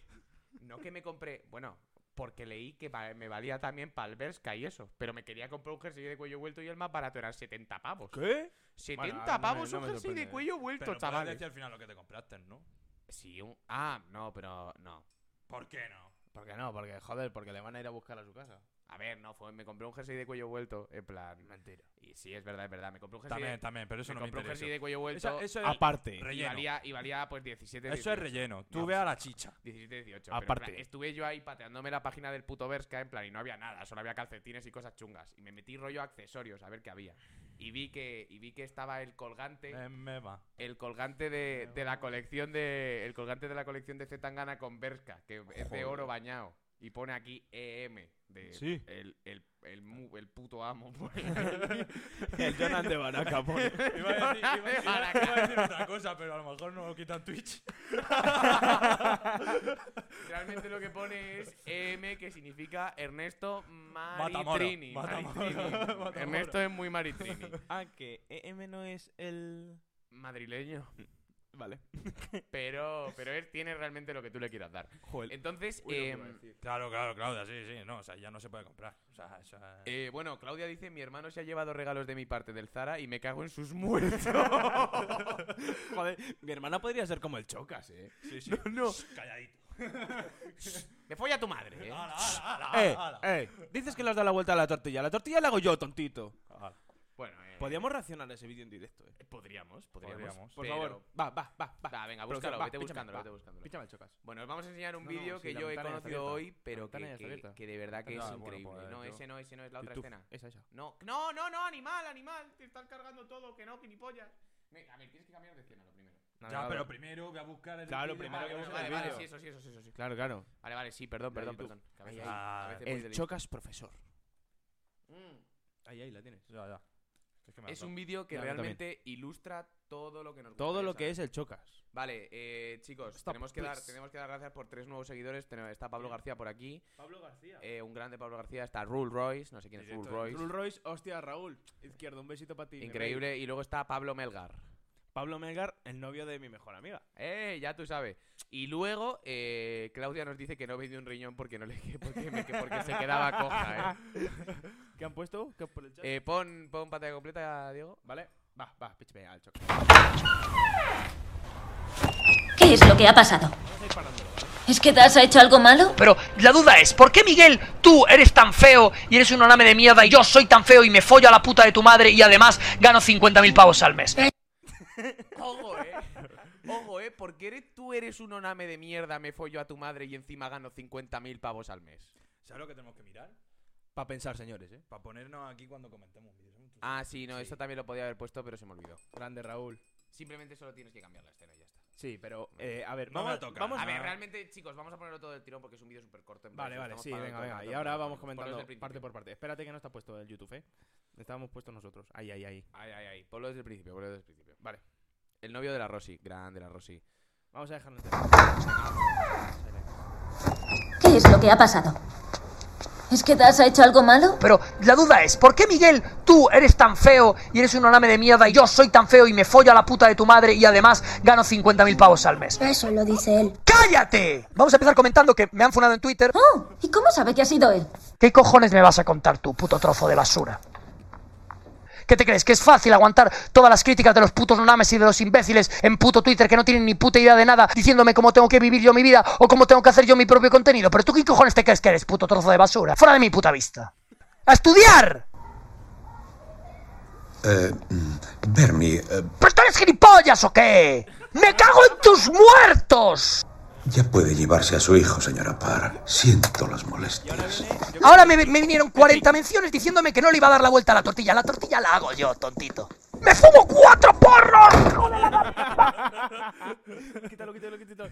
Speaker 3: no que me compré. Bueno, porque leí que va- me valía también Palverska y eso. Pero me quería comprar un jersey de cuello vuelto y el más barato eran 70 pavos.
Speaker 1: ¿Qué?
Speaker 3: 70
Speaker 1: Bueno, no me-
Speaker 3: pavos
Speaker 1: no
Speaker 3: un
Speaker 1: me
Speaker 3: jersey de
Speaker 1: sorprende.
Speaker 3: cuello vuelto,
Speaker 2: Pero puedes
Speaker 3: chavales.
Speaker 2: decir al final lo que te compraste, ¿no?
Speaker 3: Sí, un. Ah, no, pero no.
Speaker 2: ¿Por qué no?
Speaker 1: ¿Por qué no? Porque, joder, porque le van a ir a buscar a su casa.
Speaker 3: A ver, no, fue, me compré un jersey de cuello vuelto. En plan. Mentira. Y sí, es verdad, es verdad. Me compré un jersey.
Speaker 2: También,
Speaker 3: de...
Speaker 2: también, pero eso no
Speaker 3: me
Speaker 2: me
Speaker 3: compré un
Speaker 2: interesa.
Speaker 3: jersey de cuello vuelto.
Speaker 2: Esa- eso es-
Speaker 1: Aparte.
Speaker 3: y,
Speaker 2: Relleno.
Speaker 3: valía, y valía pues 17
Speaker 2: Eso es relleno. Tú
Speaker 3: No,
Speaker 2: ve a la chicha.
Speaker 3: 17, 18. pero en
Speaker 1: Aparte.
Speaker 3: plan, estuve yo ahí pateándome la página del puto Berska, en plan, y no había nada, solo había calcetines y cosas chungas. Y me metí rollo accesorios a ver qué había. Y vi que, y vi que estaba el colgante,
Speaker 2: Eh, me
Speaker 3: [LAUGHS]
Speaker 2: va.
Speaker 3: el colgante de, de la colección de. El colgante de la colección de Zetangana con Berska, que es de
Speaker 1: Joder.
Speaker 3: oro bañado. Y pone aquí EM. De
Speaker 1: Sí.
Speaker 3: el, el, el, mu- el puto amo.
Speaker 2: [LAUGHS]
Speaker 3: [LAUGHS] pues.
Speaker 1: El Jonathan de Baraka, [LAUGHS] pone.
Speaker 2: Iba a decir, iba-
Speaker 3: De
Speaker 2: iba-
Speaker 3: Baraka.
Speaker 2: iba a decir otra cosa, pero a lo mejor no lo quitan Twitch.
Speaker 3: Realmente lo que pone es EM, que significa Ernesto
Speaker 2: Matamoro,
Speaker 3: Maritrini.
Speaker 2: Matamoro,
Speaker 3: Maritrini.
Speaker 2: Matamoro.
Speaker 3: Ernesto es muy Maritrini.
Speaker 1: Ah, que EM no es el...
Speaker 3: Madrileño.
Speaker 1: Vale.
Speaker 3: Pero, pero él tiene realmente lo que tú le quieras dar.
Speaker 1: Joder.
Speaker 3: Entonces, em,
Speaker 2: Claro, claro, Claudia, sí, sí. No, o sea, ya no se puede comprar. O sea, eso es-
Speaker 3: eh, bueno, Claudia dice, mi hermano se ha llevado regalos de mi parte del Zara y me cago en
Speaker 2: [LAUGHS]
Speaker 3: sus muertos.
Speaker 1: Joder, mi hermana podría ser como el Chocas, eh.
Speaker 2: Sí, sí.
Speaker 1: no.
Speaker 2: Shh, Ah. Calladito.
Speaker 3: me folla tu madre, ¿eh?
Speaker 2: Ala, ala, ala,
Speaker 1: Eh,
Speaker 2: ala,
Speaker 1: eh. Dices que le has dado la vuelta a la tortilla. La tortilla la hago yo, tontito.
Speaker 2: ala.
Speaker 3: Bueno, eh,
Speaker 1: Podríamos reaccionar a ese vídeo en directo, eh.
Speaker 3: podríamos, podríamos.
Speaker 2: Podríamos.
Speaker 1: Por
Speaker 3: pero-
Speaker 1: favor. Va, va, va, va.
Speaker 3: Va, venga,
Speaker 1: Producción,
Speaker 3: búscalo,
Speaker 1: va,
Speaker 3: vete
Speaker 1: píchame,
Speaker 3: buscándolo,
Speaker 1: va.
Speaker 3: vete buscándolo.
Speaker 1: Píchame el Chocas.
Speaker 3: Bueno, os vamos a enseñar un
Speaker 1: No, no,
Speaker 3: vídeo
Speaker 1: sí,
Speaker 3: que
Speaker 1: la
Speaker 3: yo he
Speaker 1: ventana ya está
Speaker 3: conocido
Speaker 1: abierta.
Speaker 3: hoy, pero
Speaker 1: La ventana ya
Speaker 3: que,
Speaker 1: está
Speaker 3: que-
Speaker 1: abierta.
Speaker 3: que de verdad
Speaker 2: Ah,
Speaker 3: que es
Speaker 2: bueno,
Speaker 3: increíble.
Speaker 2: pues,
Speaker 3: no,
Speaker 2: yo-
Speaker 3: ese no, ese no, es la otra
Speaker 1: YouTube.
Speaker 3: escena.
Speaker 1: Esa, esa.
Speaker 3: No, no, no, no, animal, animal, te estás cargando todo, que no, que ni pollas. Venga, a ver, tienes que cambiar de escena lo primero.
Speaker 2: Ya, pero primero voy a buscar el.
Speaker 1: Claro,
Speaker 2: vídeo.
Speaker 1: primero
Speaker 2: Vale,
Speaker 1: que
Speaker 2: vale,
Speaker 1: busque
Speaker 3: vale,
Speaker 2: vale,
Speaker 1: el
Speaker 3: vale,
Speaker 1: vídeo.
Speaker 3: sí, eso sí, eso sí, eso sí.
Speaker 1: Claro, claro.
Speaker 3: Vale, vale, sí, perdón,
Speaker 1: La de
Speaker 3: perdón,
Speaker 1: YouTube.
Speaker 3: perdón. que a
Speaker 1: Ahí,
Speaker 3: veces-
Speaker 2: ahí.
Speaker 3: a veces voy
Speaker 1: El
Speaker 3: del-
Speaker 1: Chocas profesor.
Speaker 3: Mm.
Speaker 1: Ahí, ahí la tienes.
Speaker 2: Ya, ya. Es, que me
Speaker 3: Es
Speaker 2: ato-
Speaker 3: un vídeo que
Speaker 1: Ya, a mí también.
Speaker 3: realmente ilustra todo lo que nos
Speaker 1: Todo lo
Speaker 3: interesa.
Speaker 1: que es el chocas.
Speaker 3: Vale, eh, chicos,
Speaker 1: Stop,
Speaker 3: tenemos que, dar,
Speaker 1: please.
Speaker 3: tenemos que dar gracias por tres nuevos seguidores. Tenemos- Está Pablo García por aquí,
Speaker 1: Pablo García.
Speaker 3: eh, un grande Pablo García, está Rule Royce, no sé quién es Rule Royce,
Speaker 1: Rule Royce, hostia, Raúl. Izquierdo, un besito para ti. mi rey.
Speaker 3: increíble, y luego está Pablo Melgar.
Speaker 1: Pablo Melgar, el novio de mi mejor amiga.
Speaker 3: Eh, ya tú sabes. Y luego eh, Claudia nos dice que no vendió un riñón porque no le [LAUGHS] porque, me- que porque se quedaba coja. Eh.
Speaker 1: ¿Qué han puesto? ¿Qué por el chat?
Speaker 3: Eh, pon, pon pantalla completa, Diego.
Speaker 1: vale. Va, va, pichame al choque.
Speaker 4: ¿Qué es lo que ha pasado?
Speaker 1: Vamos a ir parándolo, ¿vale?
Speaker 4: ¿Es que Das ha hecho algo malo?
Speaker 5: Pero la duda es, ¿por qué Miguel, tú eres tan feo y eres un oname de mierda y yo soy tan feo y me follo a la puta de tu madre y además gano 50.000 pavos al mes?
Speaker 3: Ojo,
Speaker 1: [LAUGHS]
Speaker 3: eh. Ojo, eh, porque eres, tú eres un oname de mierda, me follo a tu madre y encima gano 50.000 pavos al mes.
Speaker 2: ¿Sabes lo que tenemos que mirar?
Speaker 1: Para pensar, señores, ¿eh?
Speaker 2: Para ponernos aquí cuando comentemos un vídeo. Somos tus-
Speaker 3: Ah, sí, no, eso también lo podía haber puesto, pero se me olvidó.
Speaker 1: Grande Raúl.
Speaker 3: Simplemente solo tienes que cambiar la escena y ya está.
Speaker 1: Sí, pero, eh, a ver,
Speaker 2: No me
Speaker 1: vamos,
Speaker 2: la toca.
Speaker 1: vamos
Speaker 2: Pues
Speaker 3: a ver,
Speaker 2: nada.
Speaker 3: realmente, chicos, vamos a ponerlo todo del tirón porque es un vídeo súper corto.
Speaker 1: Vale, vale, sí, venga, venga. Y ahora vamos comentando parte por parte. Espérate que no está puesto el YouTube, ¿eh? Estábamos puestos nosotros. Ahí, ahí, ahí.
Speaker 3: Ay, ay, ay. Ponlo desde el principio, ponlo desde el principio. Vale. El novio de la Rosy. Grande la Rosy.
Speaker 1: Vamos a dejarlo en
Speaker 4: ¿Qué es lo que ha pasado? ¿Es que Das ha hecho algo malo?
Speaker 5: Pero la duda es, ¿por qué Miguel, tú eres tan feo y eres un oname de mierda y yo soy tan feo y me follo a la puta de tu madre y además gano 50.000 pavos al mes?
Speaker 4: Eso lo dice él.
Speaker 5: ¡Cállate! Vamos a empezar comentando que me han funado en Twitter.
Speaker 4: Oh, ¿y cómo sabe que ha sido él?
Speaker 5: ¿Qué cojones me vas a contar tú, puto trozo de basura? ¿Qué te crees? ¿Que es fácil aguantar todas las críticas de los putos nonames y de los imbéciles en puto Twitter que no tienen ni puta idea de nada diciéndome cómo tengo que vivir yo mi vida o cómo tengo que hacer yo mi propio contenido? ¿Pero tú qué cojones te crees que eres, puto trozo de basura? ¡Fuera de mi puta vista! ¡A estudiar!
Speaker 6: Eh, mm, Bernie, eh,
Speaker 5: ¿Pero tú eres gilipollas o qué? ¡Me cago en tus muertos!
Speaker 6: ya puede llevarse a su hijo, señora Parr. Siento las molestias.
Speaker 5: Ahora me, me vinieron 40 menciones diciéndome que no le iba a dar la vuelta a la tortilla. La tortilla la hago yo, tontito. ¡Me fumo cuatro porros!
Speaker 1: directo. quítalo, quítalo, quítalo.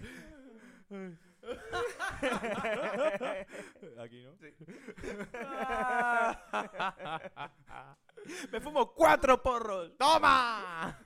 Speaker 1: Aquí, ¿no? Me fumo cuatro porros.
Speaker 3: ¡Toma!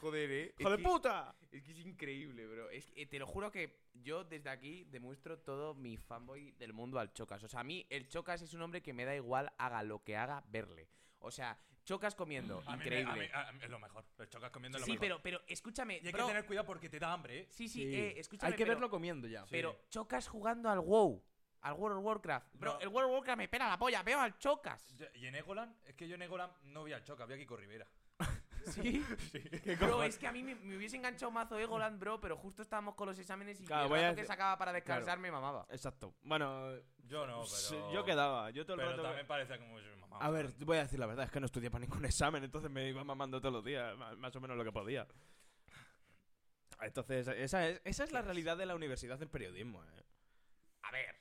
Speaker 3: Joder, eh.
Speaker 1: ¡Hijo de
Speaker 3: Es que-
Speaker 1: puta!
Speaker 3: Es que es increíble, bro. Es que, eh, te lo juro que yo desde aquí demuestro todo mi fanboy del mundo al Chocas. O sea, a mí el Chocas es un hombre que me da igual haga lo que haga verle. O sea, Chocas comiendo,
Speaker 2: A mí me-
Speaker 3: increíble.
Speaker 2: a mí- a mí- es lo mejor. Los chocas comiendo es lo
Speaker 3: sí,
Speaker 2: mejor.
Speaker 3: pero, pero escúchame,
Speaker 2: Y hay
Speaker 3: bro.
Speaker 2: que tener cuidado porque te da hambre, ¿eh?
Speaker 3: Sí, sí,
Speaker 1: Sí.
Speaker 3: eh, escúchame.
Speaker 1: Hay que
Speaker 3: pero-
Speaker 1: verlo comiendo ya.
Speaker 3: Pero Chocas jugando al WoW, al World of Warcraft. Bro,
Speaker 2: No.
Speaker 3: el World of Warcraft me pela la polla, veo al Chocas.
Speaker 1: [LAUGHS]
Speaker 2: Yo- Y en Egoland, es que yo en Egoland no vi al choca, vi a Kiko Rivera.
Speaker 3: [LAUGHS]
Speaker 1: [LAUGHS]
Speaker 3: Sí.
Speaker 2: Sí.
Speaker 3: Bro, es que a mí me, me hubiese enganchado mazo Egoland, bro, pero justo estábamos con los exámenes y
Speaker 1: Claro,
Speaker 3: el
Speaker 1: voy a
Speaker 3: rato que
Speaker 1: decir-
Speaker 3: sacaba para
Speaker 1: claro.
Speaker 3: descansar me mamaba.
Speaker 1: Exacto. Bueno,
Speaker 2: Yo no,
Speaker 1: sí,
Speaker 2: pero.
Speaker 1: yo quedaba. Yo todo el
Speaker 2: Pero
Speaker 1: rato.
Speaker 2: también parecía como si me mamaba.
Speaker 1: A ver, voy a decir la verdad, es que no estudié para ningún [LAUGHS] examen, entonces me iba mamando todos los días, ma- más o menos lo que podía. Entonces, esa es, esa es la realidad de la universidad en periodismo, eh.
Speaker 3: A ver,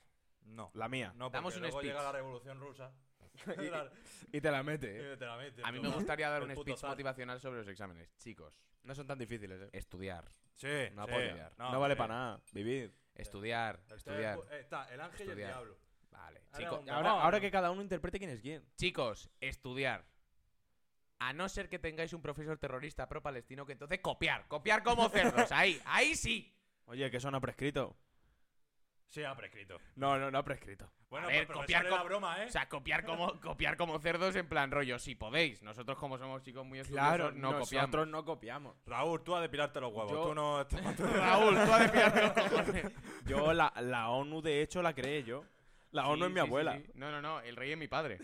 Speaker 2: No.
Speaker 1: La mía.
Speaker 2: No, porque
Speaker 3: Damos un
Speaker 2: luego
Speaker 3: speech.
Speaker 2: llega la revolución
Speaker 3: [LAUGHS]
Speaker 2: rusa. [LAUGHS] y,
Speaker 1: Y te la mete, eh.
Speaker 2: te la mete,
Speaker 3: a mí me
Speaker 2: todo.
Speaker 3: gustaría dar
Speaker 2: El
Speaker 3: un
Speaker 2: puto
Speaker 3: speech
Speaker 2: zar.
Speaker 3: motivacional sobre los exámenes. Chicos,
Speaker 1: No son tan difíciles, eh.
Speaker 3: estudiar,
Speaker 2: Sí,
Speaker 3: No
Speaker 2: sí,
Speaker 3: apoyar.
Speaker 1: No, vale
Speaker 2: sí.
Speaker 1: para nada, vivir.
Speaker 3: estudiar,
Speaker 2: Está el
Speaker 3: estudiar.
Speaker 2: pu- eh, Está el ángel y
Speaker 3: Estudiar.
Speaker 2: el diablo.
Speaker 3: Vale,
Speaker 2: Ahora
Speaker 3: chicos,
Speaker 2: un-
Speaker 1: Ahora,
Speaker 2: no,
Speaker 1: ahora
Speaker 2: no.
Speaker 1: que cada uno interprete quién es quién.
Speaker 3: chicos, estudiar. A no ser que tengáis un profesor terrorista pro-palestino, que entonces copiar, copiar
Speaker 1: [LAUGHS]
Speaker 3: como cerdos. Ahí, ahí sí.
Speaker 1: Oye, que eso no ha prescrito.
Speaker 2: Sí, ha prescrito.
Speaker 1: No, no, no ha prescrito.
Speaker 2: Bueno,
Speaker 3: a ver,
Speaker 2: pues,
Speaker 3: copiar
Speaker 2: copiar la
Speaker 3: co-
Speaker 2: broma, ¿eh?
Speaker 3: O sea, copiar como, copiar como cerdos en plan rollo, si podéis. Nosotros como somos chicos muy estudiosos,
Speaker 1: Claro,
Speaker 3: no
Speaker 1: nosotros
Speaker 3: copiamos.
Speaker 1: no copiamos.
Speaker 2: Raúl, tú has de pirarte los huevos.
Speaker 1: Yo-
Speaker 2: Tú no [LAUGHS]
Speaker 3: [LAUGHS]
Speaker 2: estás- tú-
Speaker 3: Raúl, tú has de pillarte
Speaker 1: [LAUGHS]
Speaker 3: los cojones.
Speaker 1: Yo, la, la ONU, de hecho, la creé yo. La
Speaker 3: Sí,
Speaker 1: ONU es mi
Speaker 3: sí, sí,
Speaker 1: abuela.
Speaker 3: sí. No, no, no, el rey es mi padre.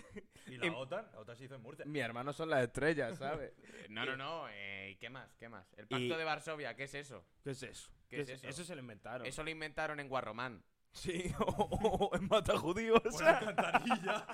Speaker 2: ¿Y
Speaker 3: Em-
Speaker 2: la OTAN? La OTAN se hizo en Murcia.
Speaker 1: Mi hermano son las estrellas, ¿sabes?
Speaker 3: Eh, No, no, no, eh, ¿qué más? ¿Qué más? El pacto
Speaker 1: Y-
Speaker 3: de Varsovia, ¿qué es eso?
Speaker 1: ¿Qué es eso?
Speaker 3: ¿Qué es eso?
Speaker 1: se lo inventaron.
Speaker 3: Eso lo inventaron en Guarromán.
Speaker 1: Sí, [LAUGHS] o, o- o en Mata Judíos.
Speaker 2: Por [LAUGHS] la alcantarilla.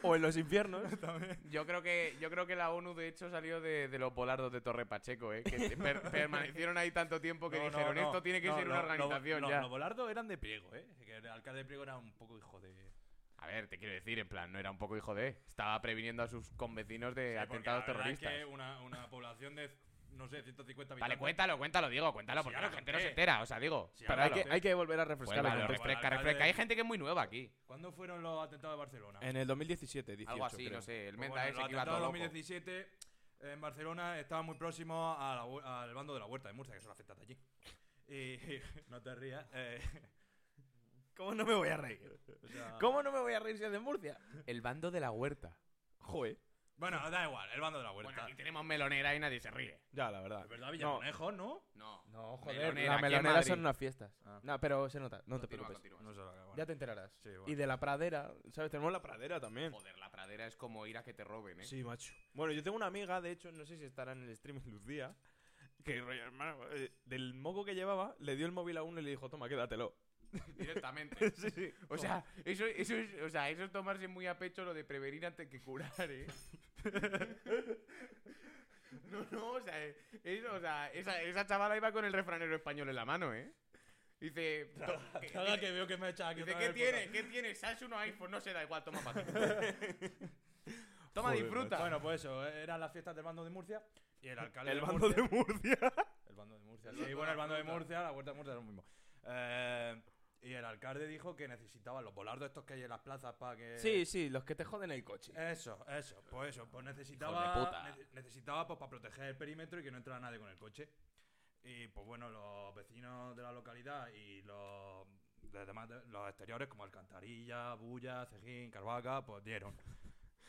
Speaker 1: o en los infiernos.
Speaker 3: [LAUGHS] Yo creo que, yo creo que la ONU, de hecho, salió de, de los volardos de Torre Pacheco, ¿eh?
Speaker 2: [LAUGHS]
Speaker 3: Que per- permanecieron ahí tanto tiempo que
Speaker 2: No, no,
Speaker 3: dijeron,
Speaker 2: no.
Speaker 3: esto tiene que
Speaker 2: No,
Speaker 3: ser una
Speaker 2: lo- lo-
Speaker 3: organización
Speaker 2: lo-
Speaker 3: ya.
Speaker 2: Los Volardo eran de Priego, ¿eh? Que el alcalde de Priego era un poco hijo
Speaker 3: Eh,
Speaker 2: de...
Speaker 3: A ver, te quiero decir, en plan, no era un poco hijo de... Estaba previniendo a sus convecinos de
Speaker 2: Sí, porque
Speaker 3: atentados
Speaker 2: la verdad es que
Speaker 3: terroristas.
Speaker 2: una, una población de no sé, 150
Speaker 3: Vale,
Speaker 2: habitantes.
Speaker 3: cuéntalo, cuéntalo, Diego, cuéntalo,
Speaker 2: Sí,
Speaker 3: porque
Speaker 2: ahora
Speaker 3: la gente no se
Speaker 2: conté.
Speaker 3: entera, o sea, digo.
Speaker 2: Sí,
Speaker 1: Pero
Speaker 2: ahora
Speaker 1: hay
Speaker 2: lo
Speaker 1: que,
Speaker 2: sé.
Speaker 1: hay que volver a
Speaker 3: Pues
Speaker 1: refrescar el
Speaker 3: vale,
Speaker 1: contexto.
Speaker 3: refresca,
Speaker 2: alcalde-
Speaker 3: refresca. Hay gente que es muy nueva aquí.
Speaker 2: ¿Cuándo fueron los atentados de Barcelona?
Speaker 1: En el 2017, 18,
Speaker 3: Algo así,
Speaker 1: creo.
Speaker 3: no sé. El
Speaker 2: Pues
Speaker 3: menta
Speaker 2: bueno,
Speaker 3: ese
Speaker 2: los
Speaker 3: que iba
Speaker 2: atentados
Speaker 3: todo
Speaker 2: de
Speaker 3: eh, loco.
Speaker 2: 2017 eh, en Barcelona estaba muy próximo a la hu- al bando de la huerta de Murcia, que son las fiestas de allí. Y [LAUGHS] no te rías. eh, [LAUGHS]
Speaker 1: ¿Cómo no me voy a reír?
Speaker 2: o
Speaker 3: [LAUGHS]
Speaker 2: sea-
Speaker 1: ¿Cómo no me voy a reír si es de Murcia?
Speaker 3: El bando de la huerta.
Speaker 1: Joder.
Speaker 2: Bueno, da igual, el bando de la huerta.
Speaker 3: Bueno, aquí tenemos melonera y nadie se ríe.
Speaker 1: Ya, la verdad.
Speaker 2: Es verdad, Villaconejos, ¿no?
Speaker 3: No.
Speaker 2: No,
Speaker 3: Melonera,
Speaker 1: Las
Speaker 3: aquí en
Speaker 1: meloneras
Speaker 3: Madrid.
Speaker 1: son unas fiestas.
Speaker 2: Ah.
Speaker 1: No, pero se nota, no te
Speaker 3: Continúa,
Speaker 1: preocupes.
Speaker 3: continúa.
Speaker 2: No se lo acabo.
Speaker 1: Ya te enterarás.
Speaker 2: Sí, bueno.
Speaker 1: Y de la pradera, ¿sabes? Tenemos la pradera también.
Speaker 3: Joder, la pradera es como ir a que te roben, ¿eh?
Speaker 1: Sí, macho. Bueno, yo tengo una amiga, de hecho, no sé si estará en el streaming Lucía, que rollo, hermano, eh, del moco que llevaba, le dio el móvil a uno y le dijo, toma, quédatelo.
Speaker 3: [LAUGHS] Directamente.
Speaker 1: [LAUGHS] Sí, sí.
Speaker 3: O sea, eso, eso es, o sea, eso es tomarse muy a pecho lo de prevenir antes que curar, ¿eh? [LAUGHS] No, no, o sea, eh, es- o sea, esa, esa chavala iba con el refranero español en la mano, ¿eh? Dice, to- que-
Speaker 2: Ahora que veo que me echas aquí
Speaker 3: dice,
Speaker 2: otra
Speaker 3: ¿qué
Speaker 2: vez el
Speaker 3: tiene? ¿Qué tiene? Samsung o iPhone, no se da igual, toma para ti. Toma,
Speaker 1: Joder,
Speaker 3: disfruta.
Speaker 2: portal. Bueno, pues eso, eh, eran las fiestas del bando de Murcia y el alcalde
Speaker 1: [LAUGHS] el
Speaker 2: de
Speaker 1: bando
Speaker 2: Murcia-
Speaker 1: de Murcia.
Speaker 2: El bando de Murcia.
Speaker 3: El
Speaker 2: Sí,
Speaker 3: bando
Speaker 2: bueno,
Speaker 3: de
Speaker 2: el bando de
Speaker 3: Murcia.
Speaker 2: Murcia, la huerta de Murcia es lo mismo. Eh, y el alcalde dijo que necesitaban los volardos estos que hay en las plazas para que.
Speaker 1: Sí, sí, los que te joden el coche.
Speaker 2: Eso, eso, pues eso, pues necesitaba,
Speaker 3: puta.
Speaker 2: nece- necesitaba pues para proteger el perímetro y que no entrara nadie con el coche. Y pues bueno, los vecinos de la localidad y los, los demás de- los exteriores como Alcantarilla, Bulla, Cejín, Carvaca, pues dieron.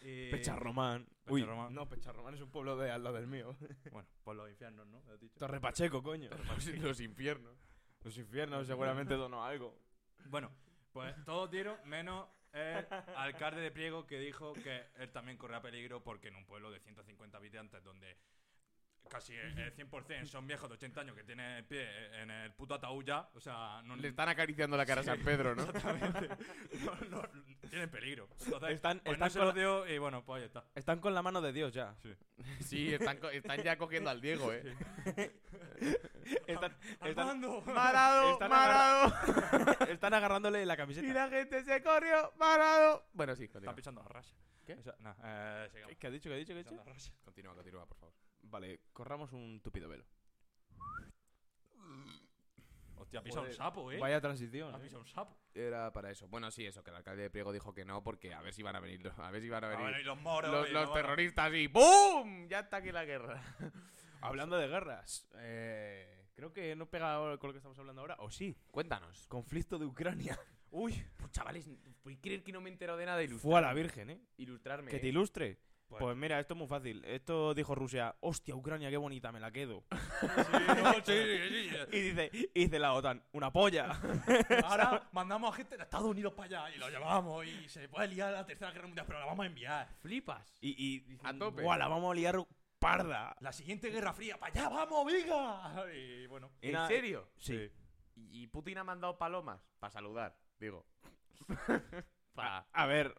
Speaker 2: Y-
Speaker 1: Pecharromán. Eh, Uy,
Speaker 2: Pecharromán.
Speaker 1: no, Pecharromán es un pueblo de al lado del mío.
Speaker 2: Bueno, pues los infiernos, ¿no? Has dicho.
Speaker 1: Torre Pacheco, coño. [LAUGHS]
Speaker 3: los infiernos.
Speaker 1: Los infiernos seguramente donó algo.
Speaker 2: Bueno, pues todos dieron, menos el alcalde de Priego que dijo que él también corría peligro porque en un pueblo de 150 habitantes donde casi el el 100% son viejos de 80 años que tienen el pie en el puto ataúd ya, o sea, no,
Speaker 3: Le están acariciando la cara a San Pedro,
Speaker 1: [LAUGHS]
Speaker 3: ¿no?
Speaker 2: no- no- tienen peligro. Entonces,
Speaker 1: Están-
Speaker 2: pues
Speaker 1: están
Speaker 2: no se
Speaker 1: con
Speaker 2: lo
Speaker 1: la-
Speaker 2: dio y bueno, pues ahí está.
Speaker 1: Están con la mano de Dios ya. [LAUGHS]
Speaker 3: Sí, están, co- están ya cogiendo al Diego, ¿eh?
Speaker 1: [LAUGHS] Están, están,
Speaker 2: ¡Armando!
Speaker 3: Marado,
Speaker 1: Están
Speaker 3: marado.
Speaker 1: [LAUGHS] están agarrándole la camiseta.
Speaker 3: Y la gente se corrió, parado. Bueno, sí,
Speaker 2: Están
Speaker 3: continúa.
Speaker 2: pisando la raya.
Speaker 1: ¿Qué?
Speaker 2: O sea, no, eh, sigamos.
Speaker 1: ¿Qué- ¿Qué ha dicho? ¿Qué ha dicho? ¿Qué ha
Speaker 2: Pisando
Speaker 1: dicho?
Speaker 2: la raya.
Speaker 3: Continúa, continúa, por favor.
Speaker 1: Vale, corramos un tupido velo.
Speaker 2: Hostia, ha pisado un
Speaker 1: Joder.
Speaker 2: sapo, eh.
Speaker 1: Vaya
Speaker 2: Ha
Speaker 1: transición. ¿eh?
Speaker 2: pisado un sapo.
Speaker 3: Era para eso. Bueno, sí, eso, que el alcalde de Priego dijo que no, porque a ver si van a venir, a ver si van a venir
Speaker 2: Ah, bueno, y los moros.
Speaker 3: los,
Speaker 2: y
Speaker 3: los
Speaker 2: los-
Speaker 3: terroristas y ¡BOOM! Ya está aquí la guerra. [LAUGHS]
Speaker 1: Hablando de guerras, eh, creo que no pega ahora con lo que estamos hablando ahora. O sí,
Speaker 3: Cuéntanos.
Speaker 1: conflicto de Ucrania. [LAUGHS] Uy,
Speaker 3: Pues, chavales, voy a creer que no me he enterado de nada de ilustrar-
Speaker 1: fue a la Virgen, ¿eh?
Speaker 3: ilustrarme.
Speaker 1: Que
Speaker 3: ¿eh?
Speaker 1: te ilustre.
Speaker 2: Pues-
Speaker 1: Pues mira, esto es muy fácil. Esto dijo Rusia, hostia, Ucrania, qué bonita, me la quedo. [LAUGHS]
Speaker 2: Sí, sí, sí.
Speaker 1: Y dice, y dice la OTAN, una polla.
Speaker 2: Ahora mandamos a gente de Estados Unidos para allá y lo llevamos y se puede liar la tercera guerra mundial, pero la vamos a enviar.
Speaker 3: Flipas.
Speaker 1: Y, [LAUGHS] y dicen,
Speaker 3: A tope.
Speaker 1: "Buah, la vamos a liar parda.
Speaker 2: La siguiente guerra fría, para allá vamos, venga. Y bueno,
Speaker 1: Y
Speaker 3: ¿En
Speaker 1: nada,
Speaker 3: serio?
Speaker 1: Sí.
Speaker 3: eh, Y y Putin ha mandado palomas para saludar,
Speaker 1: [LAUGHS]
Speaker 3: digo. Pa-
Speaker 1: A ver,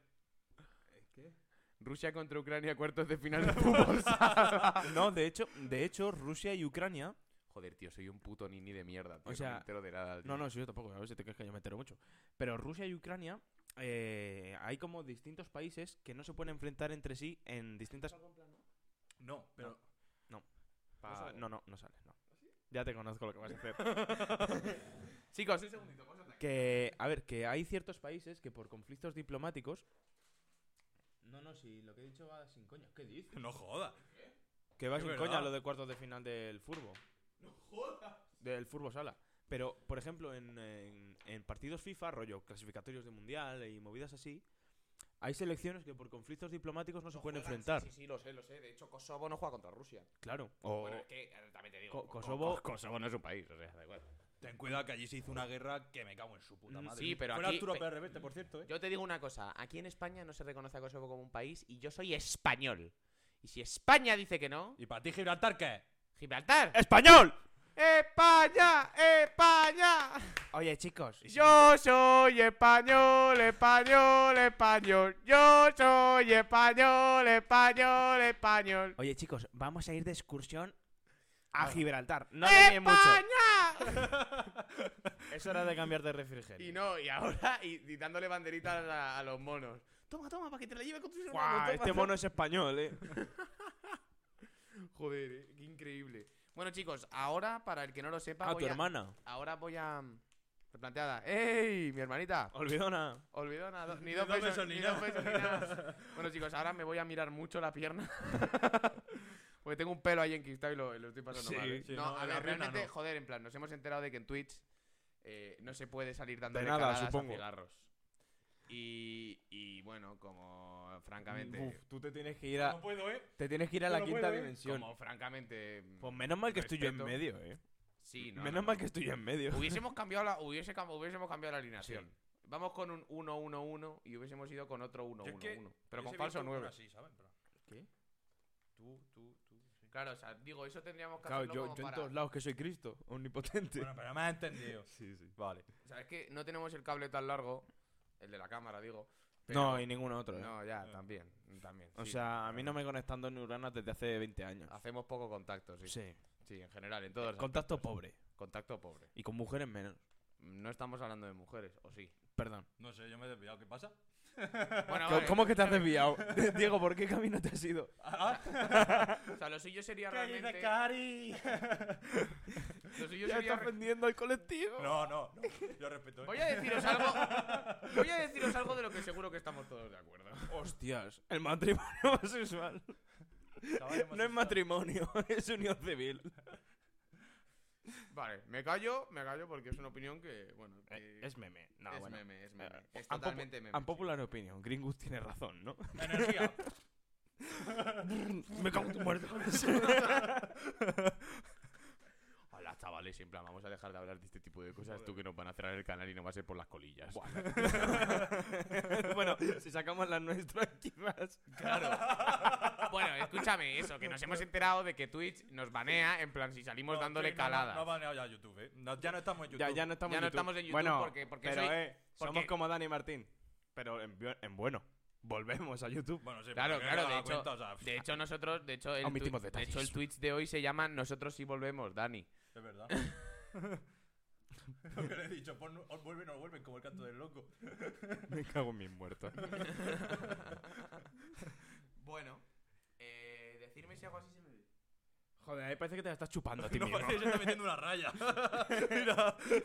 Speaker 3: Rusia contra Ucrania, cuartos de
Speaker 1: [LAUGHS]
Speaker 3: final de fútbol. sala.
Speaker 1: no, de hecho, de hecho, Rusia y Ucrania
Speaker 3: Joder, tío, soy un puto nini de mierda, tío.
Speaker 1: O sea,
Speaker 3: no me entero de nada. tío. [LAUGHS]
Speaker 1: No, no, sí, yo tampoco. A ver si te crees que yo me entero mucho. Pero Rusia y Ucrania, eh, hay como distintos países que no se pueden enfrentar entre sí en distintas.
Speaker 2: no, pero
Speaker 1: Pa- No, no, no sales, no. ¿Ah, Ya te conozco lo que vas a hacer. [LAUGHS]
Speaker 3: Chicos, un segundito, vosotros.
Speaker 1: que, a ver, que hay ciertos países que por conflictos diplomáticos. No, no, si lo que he dicho va sin coña. ¿Qué dices?
Speaker 2: no joda.
Speaker 1: Que va
Speaker 2: Es
Speaker 1: sin
Speaker 2: verdad.
Speaker 1: coña lo de cuartos de final del furbo. Del furbo sala. Pero, por ejemplo, en, en- en partidos FIFA, rollo clasificatorios de mundial y movidas así, hay selecciones que por conflictos diplomáticos no se pueden enfrentar.
Speaker 3: Sí, sí, sí, lo sé, lo sé. De hecho, Kosovo no juega contra Rusia.
Speaker 1: Claro. O
Speaker 3: Bueno, es que eh, también te digo.
Speaker 1: Co-
Speaker 3: Co-
Speaker 1: Kosovo-
Speaker 3: Co- Kosovo no es un país, o sea, da igual.
Speaker 2: Ten cuidado que allí se hizo una guerra que me cago en su puta
Speaker 1: Mm,
Speaker 2: madre.
Speaker 3: sí, pero
Speaker 2: Fuera
Speaker 3: aquí-
Speaker 2: Arturo
Speaker 3: pe-
Speaker 2: Pérez Reverte, por cierto, ¿eh?
Speaker 3: Yo te digo una cosa. Aquí en España no se reconoce a Kosovo como un país y yo soy español. Y si España dice que no,
Speaker 2: ¿Y para ti Gibraltar qué?
Speaker 3: Gibraltar.
Speaker 1: ¡Español!
Speaker 3: ¡España! ¡España!
Speaker 1: Oye, chicos.
Speaker 3: Yo soy español, español, español. Yo soy español, español, español.
Speaker 1: Oye, chicos, vamos a ir de excursión a Gibraltar. No
Speaker 3: ¡España!
Speaker 1: tenéis mucho. Es hora de cambiar de refrigerio.
Speaker 3: Y no, y ahora, y, y dándole banderitas a, a los monos.
Speaker 1: este
Speaker 3: Toma, toma, para que te la lleve con tus hermanos.
Speaker 1: Guau,
Speaker 3: toma,
Speaker 1: este mono es español, eh.
Speaker 3: toma. Joder, eh, qué increíble. Bueno, chicos, ahora, para el que no lo sepa,
Speaker 1: Ah,
Speaker 3: voy
Speaker 1: tu
Speaker 3: a-
Speaker 1: hermana.
Speaker 3: ahora voy a. Replanteada. ¡Ey! Mi hermanita.
Speaker 1: Olvidona.
Speaker 3: Olvidó nada, ni
Speaker 2: Ni
Speaker 3: dos
Speaker 2: dos
Speaker 3: pesos,
Speaker 2: besos,
Speaker 3: ni
Speaker 2: ni
Speaker 3: dos
Speaker 2: nada.
Speaker 3: besos, ni nada. Bueno, chicos, ahora me voy a mirar mucho la pierna. [LAUGHS] Porque tengo un pelo ahí enquistado y lo, lo estoy pasando
Speaker 2: Sí,
Speaker 3: mal. ¿eh?
Speaker 2: sí,
Speaker 3: no,
Speaker 2: no,
Speaker 3: a
Speaker 2: la
Speaker 3: ver,
Speaker 2: rena
Speaker 3: realmente,
Speaker 2: no.
Speaker 3: joder, en plan, nos hemos enterado de que en Twitch eh, no se puede salir dando
Speaker 1: nada,
Speaker 3: caladas
Speaker 1: supongo.
Speaker 3: a cigarros. Y, y bueno, como francamente...
Speaker 1: Uf, tú te tienes que ir a,
Speaker 2: No puedo, ¿eh?
Speaker 1: te tienes que ir a la
Speaker 2: no
Speaker 1: quinta
Speaker 2: puedo, ¿eh?
Speaker 1: dimensión.
Speaker 3: Como francamente...
Speaker 1: Pues menos mal que estoy yo en
Speaker 3: respeto.
Speaker 1: medio, eh.
Speaker 3: Sí, no,
Speaker 1: menos
Speaker 3: no,
Speaker 1: mal
Speaker 3: no.
Speaker 1: que estoy yo en medio.
Speaker 3: Hubiésemos cambiado la, hubiese, cam- hubiésemos cambiado la alineación. Vamos con un 1-1-1 y hubiésemos ido con otro
Speaker 2: Yo es que
Speaker 3: 1-1-1. Pero
Speaker 2: Yo
Speaker 3: con
Speaker 2: hice
Speaker 3: falso
Speaker 2: bien
Speaker 3: 9.
Speaker 2: una así, ¿sabes? Pero-
Speaker 1: ¿Qué?
Speaker 2: Tú, tú, tú. sí.
Speaker 3: Claro, o sea, digo, eso tendríamos que
Speaker 1: Claro,
Speaker 3: hacerlo
Speaker 1: yo,
Speaker 3: como
Speaker 1: yo en
Speaker 3: para-
Speaker 1: todos lados que soy Cristo, [LAUGHS] omnipotente.
Speaker 2: Bueno, pero me has entendido.
Speaker 1: sí, sí. Vale.
Speaker 3: O sea, es que no tenemos el cable tan largo, el de la cámara, digo.
Speaker 1: No,
Speaker 3: pero-
Speaker 1: y ningún otro. eh.
Speaker 3: No, ya, también, también.
Speaker 1: o
Speaker 3: sí,
Speaker 1: sea, a mí
Speaker 3: claro.
Speaker 1: no me conectan dos neuronas desde hace 20 años.
Speaker 3: Hacemos poco contacto, sí. Sí,
Speaker 1: Sí. Eh,
Speaker 3: en general, en todos los
Speaker 1: Contacto
Speaker 3: aspectos.
Speaker 1: pobre.
Speaker 3: Contacto pobre.
Speaker 1: Y con mujeres menos.
Speaker 3: No estamos hablando de mujeres,
Speaker 1: [LAUGHS]
Speaker 3: ¿o sí?
Speaker 1: Perdón.
Speaker 2: No sé, yo me he desviado. ¿Qué
Speaker 3: [LAUGHS]
Speaker 2: pasa? [LAUGHS]
Speaker 3: Bueno,
Speaker 1: ¿Cómo,
Speaker 3: vale,
Speaker 1: cómo que te has [LAUGHS] desviado? Diego, ¿por qué camino te has ido?
Speaker 3: O sea, lo suyo sería
Speaker 2: ¿Qué dice
Speaker 3: realmente...
Speaker 2: Cari?
Speaker 3: Lo suyo
Speaker 1: Ya está
Speaker 3: sería...
Speaker 1: ofendiendo al colectivo.
Speaker 2: No, no, no. Yo respeto. ¿eh?
Speaker 3: Voy a deciros algo... Voy a deciros algo de lo que seguro que estamos todos de acuerdo.
Speaker 1: Hostias, el matrimonio [LAUGHS] homosexual.
Speaker 2: Chavales, hemos
Speaker 1: [LAUGHS] No es
Speaker 2: estado-
Speaker 1: matrimonio, [LAUGHS] es unión civil.
Speaker 3: Vale, me callo, me callo porque es una opinión que, bueno... que-
Speaker 1: Eh, Es meme. No,
Speaker 3: es
Speaker 1: bueno.
Speaker 3: meme, es meme.
Speaker 1: Eh,
Speaker 3: Es
Speaker 1: unpopu-
Speaker 3: totalmente meme. sí.
Speaker 1: Unpopular opinion. Gringus tiene razón, ¿no?
Speaker 2: [LAUGHS] Energía.
Speaker 1: Me cago en tu muerto.
Speaker 3: [LAUGHS] Hola chavales, en plan, vamos a dejar de hablar de este tipo de cosas tú que nos van a cerrar el canal y no va a ser por las colillas.
Speaker 1: [LAUGHS] bueno, si sacamos las nuestras, quizás.
Speaker 3: [LAUGHS] bueno, escúchame eso, que nos hemos enterado de que Twitch nos banea, en plan, si salimos
Speaker 2: No,
Speaker 3: dándole
Speaker 2: sí, no,
Speaker 3: caladas.
Speaker 2: No, no ha baneado ya YouTube, ¿eh? No, ya no estamos en YouTube.
Speaker 1: Ya, ya no estamos,
Speaker 3: Ya
Speaker 1: en,
Speaker 3: no
Speaker 1: YouTube.
Speaker 3: estamos en YouTube
Speaker 1: Bueno,
Speaker 3: porque- porque
Speaker 1: pero,
Speaker 3: soy-
Speaker 1: eh,
Speaker 3: porque-
Speaker 1: somos como Dani Martín. Pero en, bio- en bueno, volvemos a YouTube.
Speaker 2: Bueno, sí,
Speaker 3: Claro,
Speaker 2: porque
Speaker 3: claro,
Speaker 2: no
Speaker 3: de
Speaker 2: da
Speaker 3: hecho,
Speaker 2: cuenta, o sea,
Speaker 3: de hecho nosotros, de hecho, el
Speaker 1: Omitimos
Speaker 3: twi- de
Speaker 1: detalles.
Speaker 3: hecho el Twitch de hoy se llama Nosotros sí volvemos, Dani.
Speaker 2: [LAUGHS] Es verdad. [LAUGHS] Lo que le he dicho, pon, os vuelven o no vuelven, como el canto del loco. [LAUGHS]
Speaker 1: Me cago en mis muertos.
Speaker 3: [LAUGHS] bueno, eh, decirme si hago así se me...
Speaker 1: Joder, ahí parece que te la estás chupando [LAUGHS] a ti
Speaker 2: No,
Speaker 1: mismo.
Speaker 2: parece que se está metiendo una raya. [LAUGHS]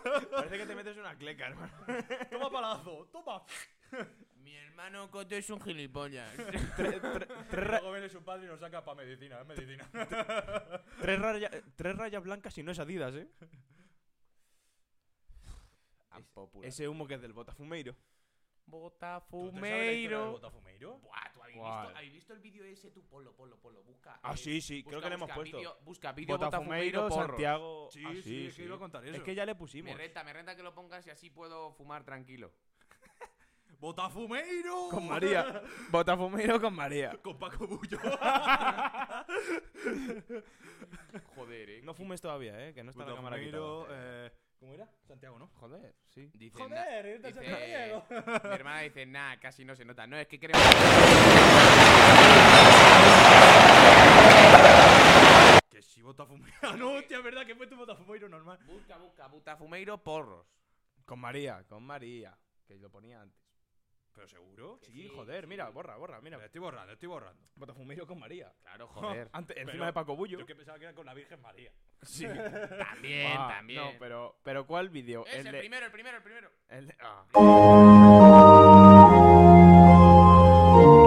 Speaker 1: Parece que te metes una cleca, hermano.
Speaker 2: Toma palazo, toma.
Speaker 3: Mi hermano Coto es un [LAUGHS] gilipollas.
Speaker 1: Tres, tres- tres ra-
Speaker 2: Luego viene su padre y lo saca para medicina, es medicina. [LAUGHS]
Speaker 1: tres raya- tres rayas blancas y no es Adidas, ¿eh?
Speaker 3: Unpopular.
Speaker 1: Ese humo que es del Botafumeiro.
Speaker 3: Botafumeiro.
Speaker 2: ¿Botafumeiro?
Speaker 3: Buah, Ah, ¿tú habéis,
Speaker 1: ¿Cuál?
Speaker 3: visto, habéis visto el vídeo ese? Tú ponlo, ponlo, ponlo, busca.
Speaker 1: Ah,
Speaker 3: eh,
Speaker 1: sí, sí, creo que le hemos
Speaker 3: busca
Speaker 1: puesto.
Speaker 3: vídeo- busca vídeo Botafumeiro, porros.
Speaker 1: Santiago.
Speaker 2: Sí,
Speaker 1: Ah,
Speaker 2: sí, es que iba a contar
Speaker 1: Es
Speaker 2: eso.
Speaker 1: que ya le pusimos.
Speaker 3: Me renta, me renta que lo pongas y así puedo fumar tranquilo.
Speaker 2: ¡Botafumeiro!
Speaker 1: [LAUGHS] Con María. Botafumeiro con María.
Speaker 2: Con Paco
Speaker 1: [LAUGHS]
Speaker 2: Bullo.
Speaker 3: Joder, eh.
Speaker 1: No fumes todavía, ¿eh? Que no está la cámara
Speaker 2: Botafumeiro,
Speaker 1: quitada.
Speaker 2: eh, ¿Cómo era? Santiago, ¿no?
Speaker 1: Joder, sí.
Speaker 3: Dice,
Speaker 2: Joder,
Speaker 3: na-
Speaker 2: irte a
Speaker 3: dice-
Speaker 2: Santiago.
Speaker 3: Mi hermana dice, nah, casi no se nota. No, es
Speaker 1: [LAUGHS]
Speaker 3: que queremos.
Speaker 2: [LAUGHS] Que sí, Botafumeiro. Ah, [LAUGHS] no, hostia, es verdad que fue tu Botafumeiro normal.
Speaker 3: Busca, busca, Botafumeiro, porros.
Speaker 1: Con María, con María. Que lo ponía antes.
Speaker 2: ¿Pero seguro?
Speaker 1: Sí,
Speaker 3: sí,
Speaker 1: joder,
Speaker 3: sí.
Speaker 1: mira, borra, borra, mira.
Speaker 2: Estoy borrando, estoy borrando.
Speaker 1: Botafumeiro con María. [LAUGHS]
Speaker 3: Claro, joder.
Speaker 1: Antes, encima
Speaker 2: Pero
Speaker 1: de Paco Bullo.
Speaker 2: Yo que pensaba que era con la Virgen María.
Speaker 1: Sí.
Speaker 3: [LAUGHS] también,
Speaker 1: Ah,
Speaker 3: también.
Speaker 1: No, pero, pero ¿cuál vídeo?
Speaker 3: Es el,
Speaker 1: de-
Speaker 3: primero, el primero, el primero.
Speaker 1: el de- ah.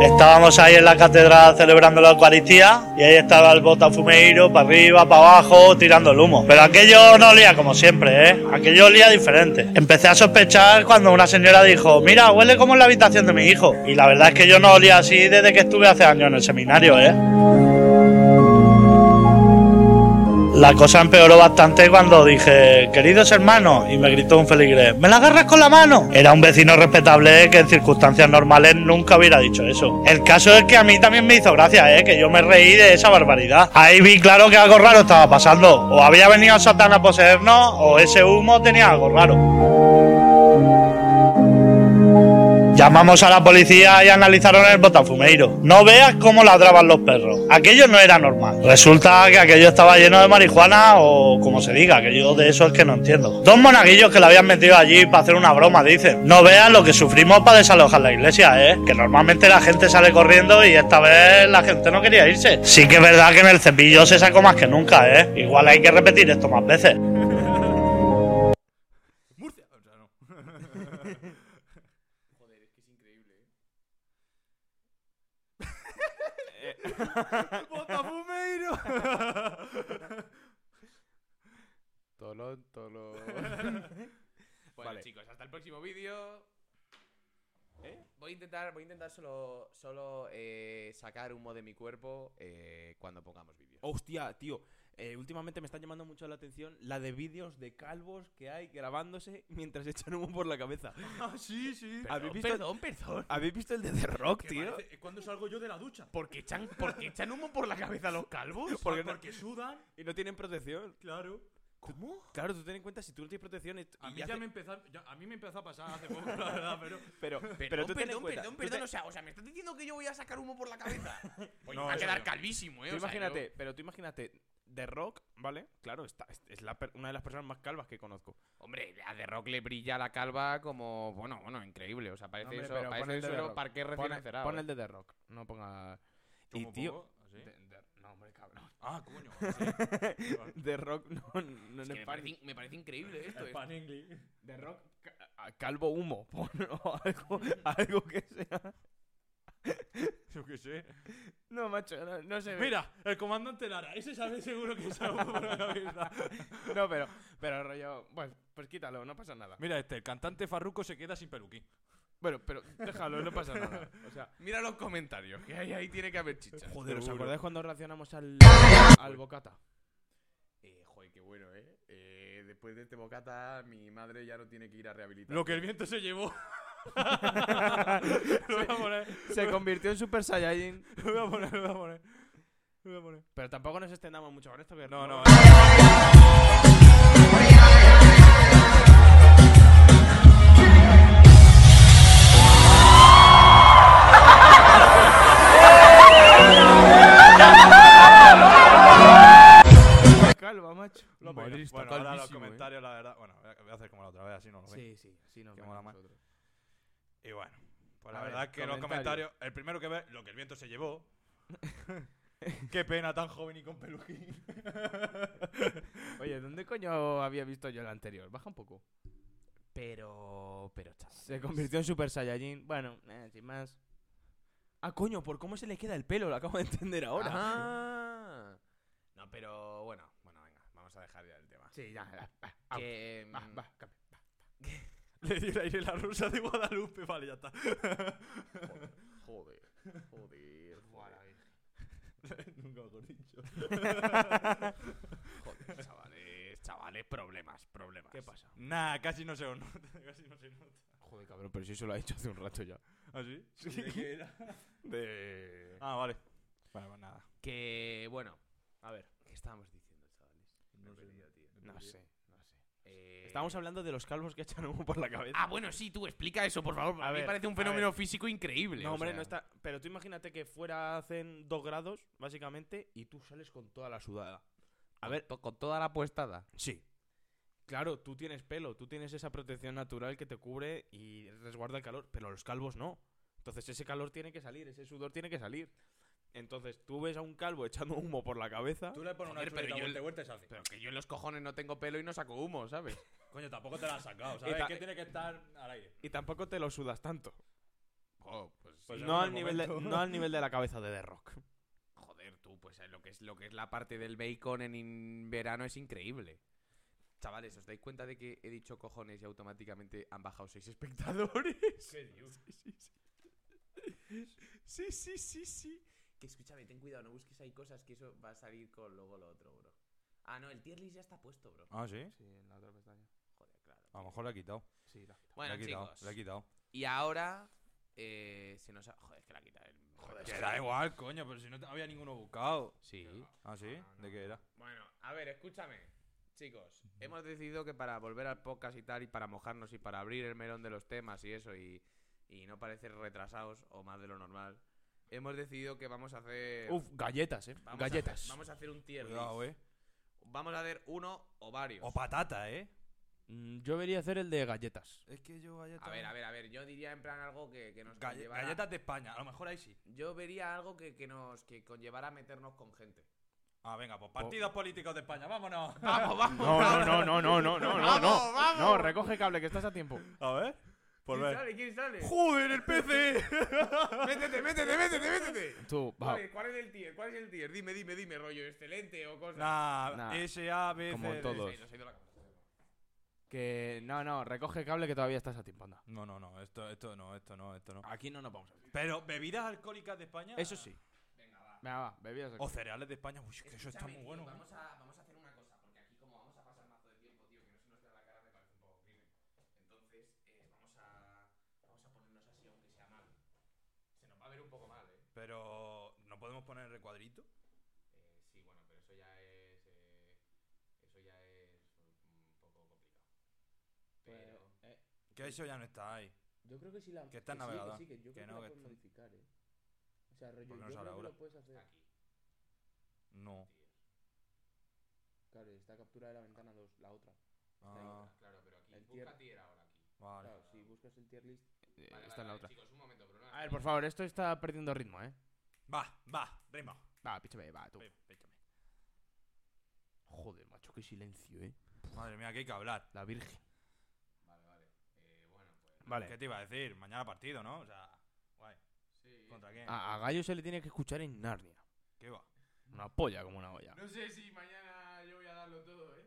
Speaker 7: Estábamos ahí en la catedral celebrando la Eucaristía y ahí estaba el botafumeiro para arriba, para abajo, tirando el humo. Pero aquello no olía como siempre, ¿eh? Aquello olía diferente. Empecé a sospechar cuando una señora dijo, mira, huele como en la habitación de mi hijo. Y la verdad es que yo no olía así desde que estuve hace años en el seminario, ¿eh? La cosa empeoró bastante cuando dije, queridos hermanos, y me gritó un feligrés, ¿me la agarras con la mano? Era un vecino respetable que en circunstancias normales nunca hubiera dicho eso. El caso es que a mí también me hizo gracia, ¿eh? que yo me reí de esa barbaridad. Ahí vi claro que algo raro estaba pasando. O había venido Satán a poseernos, o ese humo tenía algo raro. Llamamos a la policía y analizaron el botafumeiro. No veas cómo ladraban los perros. Aquello no era normal. Resulta que aquello estaba lleno de marihuana o como se diga, que yo de eso es que no entiendo. Dos monaguillos que la habían metido allí para hacer una broma, dicen. No veas lo que sufrimos para desalojar la iglesia, ¿eh? Que normalmente la gente sale corriendo y esta vez la gente no quería irse. Sí que es verdad que en el cepillo se sacó más que nunca, ¿eh? Igual hay que repetir esto más veces.
Speaker 2: Murcia. O sea, no. ¡Botafumeiro!
Speaker 1: Tolón, tolón.
Speaker 3: [LAUGHS] Bueno,
Speaker 1: Vale.
Speaker 3: chicos, hasta el próximo vídeo.
Speaker 1: ¿Eh?
Speaker 3: Voy a intentar, voy a intentar solo, solo eh, sacar humo de mi cuerpo eh, cuando pongamos vídeos.
Speaker 1: Hostia, tío. eh, últimamente me está llamando mucho la atención la de vídeos de calvos que hay grabándose mientras echan humo por la cabeza.
Speaker 2: Ah, sí, sí.
Speaker 1: ¿Habéis visto,
Speaker 3: Perdón, perdón.
Speaker 1: ¿habéis visto el de The Rock, tío?
Speaker 2: ¿Cuándo salgo yo de la ducha?
Speaker 3: ¿Por qué echan, por qué echan humo por la cabeza los calvos?
Speaker 1: Porque no-
Speaker 2: sudan,
Speaker 1: Y no tienen protección.
Speaker 2: claro.
Speaker 1: ¿Cómo? Claro, tú ten en cuenta, si tú no tienes protección... y-
Speaker 2: A
Speaker 1: y
Speaker 2: mí ya
Speaker 1: hace-
Speaker 2: me empezó, ya- a mí me empezó a pasar hace poco, la verdad, [LAUGHS] pero...
Speaker 1: Pero,
Speaker 3: [LAUGHS] Perdón,
Speaker 1: pero tú ten en
Speaker 3: perdón,
Speaker 1: cuenta,
Speaker 3: perdón,
Speaker 1: tú te-
Speaker 3: perdón, o sea, o sea, me estás diciendo que yo voy a sacar humo por
Speaker 1: [LAUGHS]
Speaker 3: la cabeza. Oye,
Speaker 2: No,
Speaker 3: me va a
Speaker 2: eso
Speaker 3: quedar
Speaker 2: no.
Speaker 3: calvísimo, eh.
Speaker 1: Tú
Speaker 3: o sea,
Speaker 1: imagínate, pero tú imagínate, The Rock, ¿vale? Claro, está, es, es la per- una de las personas más calvas que conozco.
Speaker 3: yo- hombre, a The Rock le brilla la calva como, bueno, bueno, increíble, o sea, parece
Speaker 1: Hombre,
Speaker 3: eso,
Speaker 1: pero pon
Speaker 3: parece
Speaker 1: el de The
Speaker 3: eso
Speaker 1: Rock.
Speaker 3: parque recién
Speaker 1: Pon,
Speaker 3: encerado.
Speaker 1: pon
Speaker 3: eh.
Speaker 1: el de The Rock, no ponga... Y
Speaker 2: Chupo
Speaker 1: tío,
Speaker 2: poco, así.
Speaker 3: De- de- no, hombre, cabrón.
Speaker 2: Ah, coño.
Speaker 1: [LAUGHS]
Speaker 2: sí. Vale.
Speaker 1: The Rock no, no
Speaker 3: Es
Speaker 1: no
Speaker 3: que
Speaker 1: parece-
Speaker 3: me, parece, me parece
Speaker 1: [LAUGHS]
Speaker 3: increíble esto.
Speaker 2: El
Speaker 3: es-
Speaker 2: pan inglés.
Speaker 1: The Rock, ca- a- Ah, calvo humo, [LAUGHS] pon, o algo, algo que sea.
Speaker 2: Yo qué sé.
Speaker 1: No, macho, no, no se ve.
Speaker 2: Mira, el comandante Lara. Ese sabe seguro que es algo [LAUGHS] por la cabeza.
Speaker 1: No, pero, pero rollo, pues, pues quítalo, no pasa nada.
Speaker 2: Mira este, el cantante Farruco se queda sin peluquín.
Speaker 1: Bueno, pero déjalo, no pasa nada. O sea,
Speaker 3: Mira los comentarios, que ahí, ahí tiene que haber chicha.
Speaker 1: joder, ¿os acordáis cuando reaccionamos al, [LAUGHS] al bocata?
Speaker 3: Eh, joder, qué bueno, ¿eh? Eh, Después de este bocata, mi madre ya no tiene que ir a rehabilitar.
Speaker 2: Lo que el viento se llevó. lo voy a poner.
Speaker 1: Se convirtió en Super [LAUGHS] Saiyajin.
Speaker 2: Lo voy a poner, lo voy a poner. Lo voy a poner.
Speaker 1: Pero tampoco nos extendamos mucho con esto. Que
Speaker 2: No, no.
Speaker 1: Calva, macho.
Speaker 2: Lo
Speaker 1: Madre,
Speaker 2: pega.
Speaker 1: está
Speaker 2: bueno, ahora los
Speaker 1: calvísimo, ¿eh?
Speaker 2: comentarios, la verdad. Bueno, voy a- voy a hacer como la otra vez, así no lo veis.
Speaker 1: Sí, sí, sí, nos
Speaker 2: Que
Speaker 1: vemos
Speaker 2: mola más.
Speaker 1: nosotros.
Speaker 2: Y bueno, pues
Speaker 1: A
Speaker 2: la
Speaker 1: ver,
Speaker 2: verdad es que los
Speaker 1: comentarios.
Speaker 2: comentarios. El primero que ve, lo que el viento se [LAUGHS] llevó. Qué pena, tan joven y con peluquín.
Speaker 1: Oye, ¿dónde coño había visto yo el anterior? Baja un poco.
Speaker 3: Pero. Pero, chaval.
Speaker 1: Se convirtió en Super Saiyajin. Bueno, eh, sin más. Ah, coño, por cómo se le queda el pelo, lo acabo de entender ahora.
Speaker 3: Ah. No, pero bueno, bueno, venga, vamos a dejar ya el tema.
Speaker 1: Sí, ya. ya, va, au.
Speaker 3: Que,
Speaker 1: Va,
Speaker 3: mm,
Speaker 1: va, cambia.
Speaker 2: Le dio el aire la rusa de Guadalupe. Vale, ya está.
Speaker 1: [LAUGHS]
Speaker 3: Joder, joder, joder,
Speaker 2: [LAUGHS] Nunca mejor dicho.
Speaker 3: joder, chavales, chavales, problemas, problemas.
Speaker 1: ¿Qué pasa?
Speaker 2: [LAUGHS] Nah, casi no se os nota. [LAUGHS] Casi no se nota.
Speaker 1: Joder, cabrón, pero si eso lo ha hecho hace un rato ya.
Speaker 2: ¿Ah, sí? ¿De qué era?
Speaker 1: De...
Speaker 2: Ah, vale. Bueno, pues nada.
Speaker 3: Que, bueno, a ver, ¿qué estábamos diciendo, chavales? Me he perdido, tío.
Speaker 1: No sé, no sé.
Speaker 3: Eh,
Speaker 1: Estábamos hablando de los calvos que echan humo por la cabeza.
Speaker 3: Ah, bueno, sí, tú explica eso, por favor. A,
Speaker 1: A
Speaker 3: mí
Speaker 1: ver,
Speaker 3: parece un
Speaker 1: a
Speaker 3: fenómeno físico increíble.
Speaker 1: No,
Speaker 3: o
Speaker 1: hombre,
Speaker 3: sea.
Speaker 1: no está. Pero tú imagínate que fuera hacen dos grados, básicamente, y tú sales con toda la sudada. A ver,
Speaker 3: To- con toda la puestada.
Speaker 1: sí. Claro, tú tienes pelo, tú tienes esa protección natural que te cubre y resguarda el calor, pero los calvos no. Entonces ese calor tiene que salir, ese sudor tiene que salir. Entonces tú ves a un calvo echando humo por la cabeza.
Speaker 2: Tú le pones
Speaker 3: Joder,
Speaker 2: una
Speaker 3: pero
Speaker 2: chuleta
Speaker 3: yo-
Speaker 2: vuelta y vuelta y se hace.
Speaker 3: Pero que yo en los cojones no tengo pelo y no saco humo, ¿sabes?
Speaker 2: Coño, tampoco te la has sacado,
Speaker 1: Y
Speaker 2: ¿sabes?
Speaker 1: ta-
Speaker 2: Que tiene que estar al aire.
Speaker 1: Y tampoco te lo sudas tanto.
Speaker 3: Oh, pues sí.
Speaker 2: Pues
Speaker 1: no,
Speaker 2: en
Speaker 1: al
Speaker 2: un
Speaker 1: nivel de,
Speaker 2: momento.
Speaker 1: no al nivel de la cabeza de The Rock.
Speaker 3: [LAUGHS] Joder, tú, pues eh, lo que es lo que es la parte del bacon en in- verano es increíble. Chavales, ¿os dais cuenta de que he dicho cojones y automáticamente han bajado seis espectadores? [LAUGHS] Sí, sí, sí, sí. Que escúchame, ten cuidado, no busques ahí cosas que eso va a salir con luego lo otro, bro. Ah, no, el tier list ya está puesto, bro.
Speaker 2: Ah, sí.
Speaker 1: Sí, en la otra pestaña. Ah,
Speaker 3: Joder, claro.
Speaker 2: A lo mejor la he quitado.
Speaker 1: Sí, la-
Speaker 3: Bueno,
Speaker 2: la he quitado.
Speaker 3: chicos.
Speaker 2: La he quitado.
Speaker 3: Y ahora eh, se nos ha... Joder, es que la quita el... Joder,
Speaker 2: Que da igual, coño, pero si no te- había ninguno buscado.
Speaker 3: Sí.
Speaker 2: ¿Ah, sí? ¿De qué era?
Speaker 3: Bueno, a ver, escúchame. Chicos, hemos decidido que para volver al podcast y tal, y para mojarnos y para abrir el melón de los temas y eso, y, y y no parecer retrasados o más de lo normal, hemos decidido que vamos a hacer.
Speaker 1: Uf, galletas, eh.
Speaker 3: vamos a hacer-
Speaker 1: galletas.
Speaker 3: vamos a hacer un tier list.
Speaker 2: Cuidado, eh.
Speaker 3: Vamos a hacer uno o varios.
Speaker 2: O patata, eh.
Speaker 1: Mm, Yo debería hacer el de galletas.
Speaker 2: Es que yo
Speaker 3: A ver, a ver, a ver. Yo diría en plan algo que, que nos
Speaker 2: Galle-
Speaker 3: conllevara-
Speaker 2: galletas de España, a lo mejor ahí sí.
Speaker 3: Yo vería algo que, que nos que conllevara meternos con gente.
Speaker 2: Ah, venga, pues partidos políticos de España, [LAUGHS] vámonos.
Speaker 3: Vamos, vamos.
Speaker 1: No,
Speaker 3: [LAUGHS]
Speaker 1: no, no, no, no, no, no, no, no.
Speaker 3: Vamos, vamos.
Speaker 1: No, recoge cable, que estás a tiempo.
Speaker 2: A ver, por
Speaker 3: ¿Quién
Speaker 2: ver.
Speaker 3: sale? ¿Quién sale?
Speaker 2: ¡Joder, el [LAUGHS] PC!
Speaker 3: métete, métete, métete, métete.
Speaker 1: Tú, va.
Speaker 3: ¿Cuál es, cuál es el tier? ¿Cuál es el tier? Dime, dime, dime, rollo excelente o cosa.
Speaker 2: nah,
Speaker 1: Nah.
Speaker 2: S, A, B,
Speaker 1: Como
Speaker 2: C, D. E.
Speaker 1: todos.
Speaker 3: Se nos ha ido la cabeza.
Speaker 1: Que no, no, recoge cable que todavía estás a tiempo, anda.
Speaker 2: No, no, no, esto, esto no, esto no, esto no.
Speaker 1: Aquí no nos vamos a
Speaker 2: Pero bebidas alcohólicas de España.
Speaker 1: Eso sí. Venga, va, bebidas.
Speaker 2: O cereales de España. Uy, que eso está
Speaker 3: Escúchame,
Speaker 2: muy
Speaker 3: tío,
Speaker 2: bueno. ¿eh?
Speaker 1: ¿eh?
Speaker 3: Vamos a, vamos a hacer una cosa, porque aquí como vamos a pasar mazo de tiempo, tío, que no se nos vea la cara me parece un poco crimen. Entonces, eh, vamos a vamos a ponernos así aunque sea mal. Se nos va a ver un poco mal, eh.
Speaker 2: Pero no podemos poner el recuadrito.
Speaker 3: Eh, sí, bueno, pero eso ya es eh, eso ya es un poco complicado. Pero
Speaker 2: Que eso ya no está ahí.
Speaker 8: Yo creo que sí la.
Speaker 2: Que está
Speaker 8: sí,
Speaker 2: navegada.
Speaker 8: sí, que yo
Speaker 2: Que
Speaker 8: creo que
Speaker 2: no,
Speaker 8: la
Speaker 2: que
Speaker 8: puedes
Speaker 2: está-
Speaker 8: modificar, eh. O sea, rollo,
Speaker 2: Porque no
Speaker 8: yo
Speaker 2: sale
Speaker 8: creo que
Speaker 2: ahora.
Speaker 8: lo puedes hacer.
Speaker 3: aquí.
Speaker 2: No.
Speaker 8: Claro, está captura de la ventana 2, la otra.
Speaker 2: Ah,
Speaker 3: Claro, pero aquí
Speaker 8: El
Speaker 3: busca
Speaker 8: tier-
Speaker 3: tier ahora aquí.
Speaker 2: vale.
Speaker 8: Claro, si buscas el tier list.
Speaker 1: Eh,
Speaker 3: Vale,
Speaker 1: Esta
Speaker 3: vale,
Speaker 1: es la
Speaker 3: vale,
Speaker 1: otra.
Speaker 3: Chicos, un momento, Bruno.
Speaker 1: A ver, por favor, esto está perdiendo ritmo, eh.
Speaker 2: Va, va, rima.
Speaker 1: Va, píchame, va, tú.
Speaker 2: Ve, échame.
Speaker 1: Joder, macho, qué silencio, eh.
Speaker 2: Madre mía, que hay que hablar.
Speaker 1: La Virgen.
Speaker 3: Vale, vale. Eh, bueno, pues
Speaker 2: ¿Qué
Speaker 1: Vale.
Speaker 2: te iba a decir? Mañana partido, ¿no? O sea, guay.
Speaker 3: sí.
Speaker 2: ¿Contra quién?
Speaker 1: A, a Gallo se le tiene que escuchar en Narnia.
Speaker 2: ¿Qué va?
Speaker 1: Una polla como una olla.
Speaker 3: No sé si mañana yo voy a darlo todo, eh.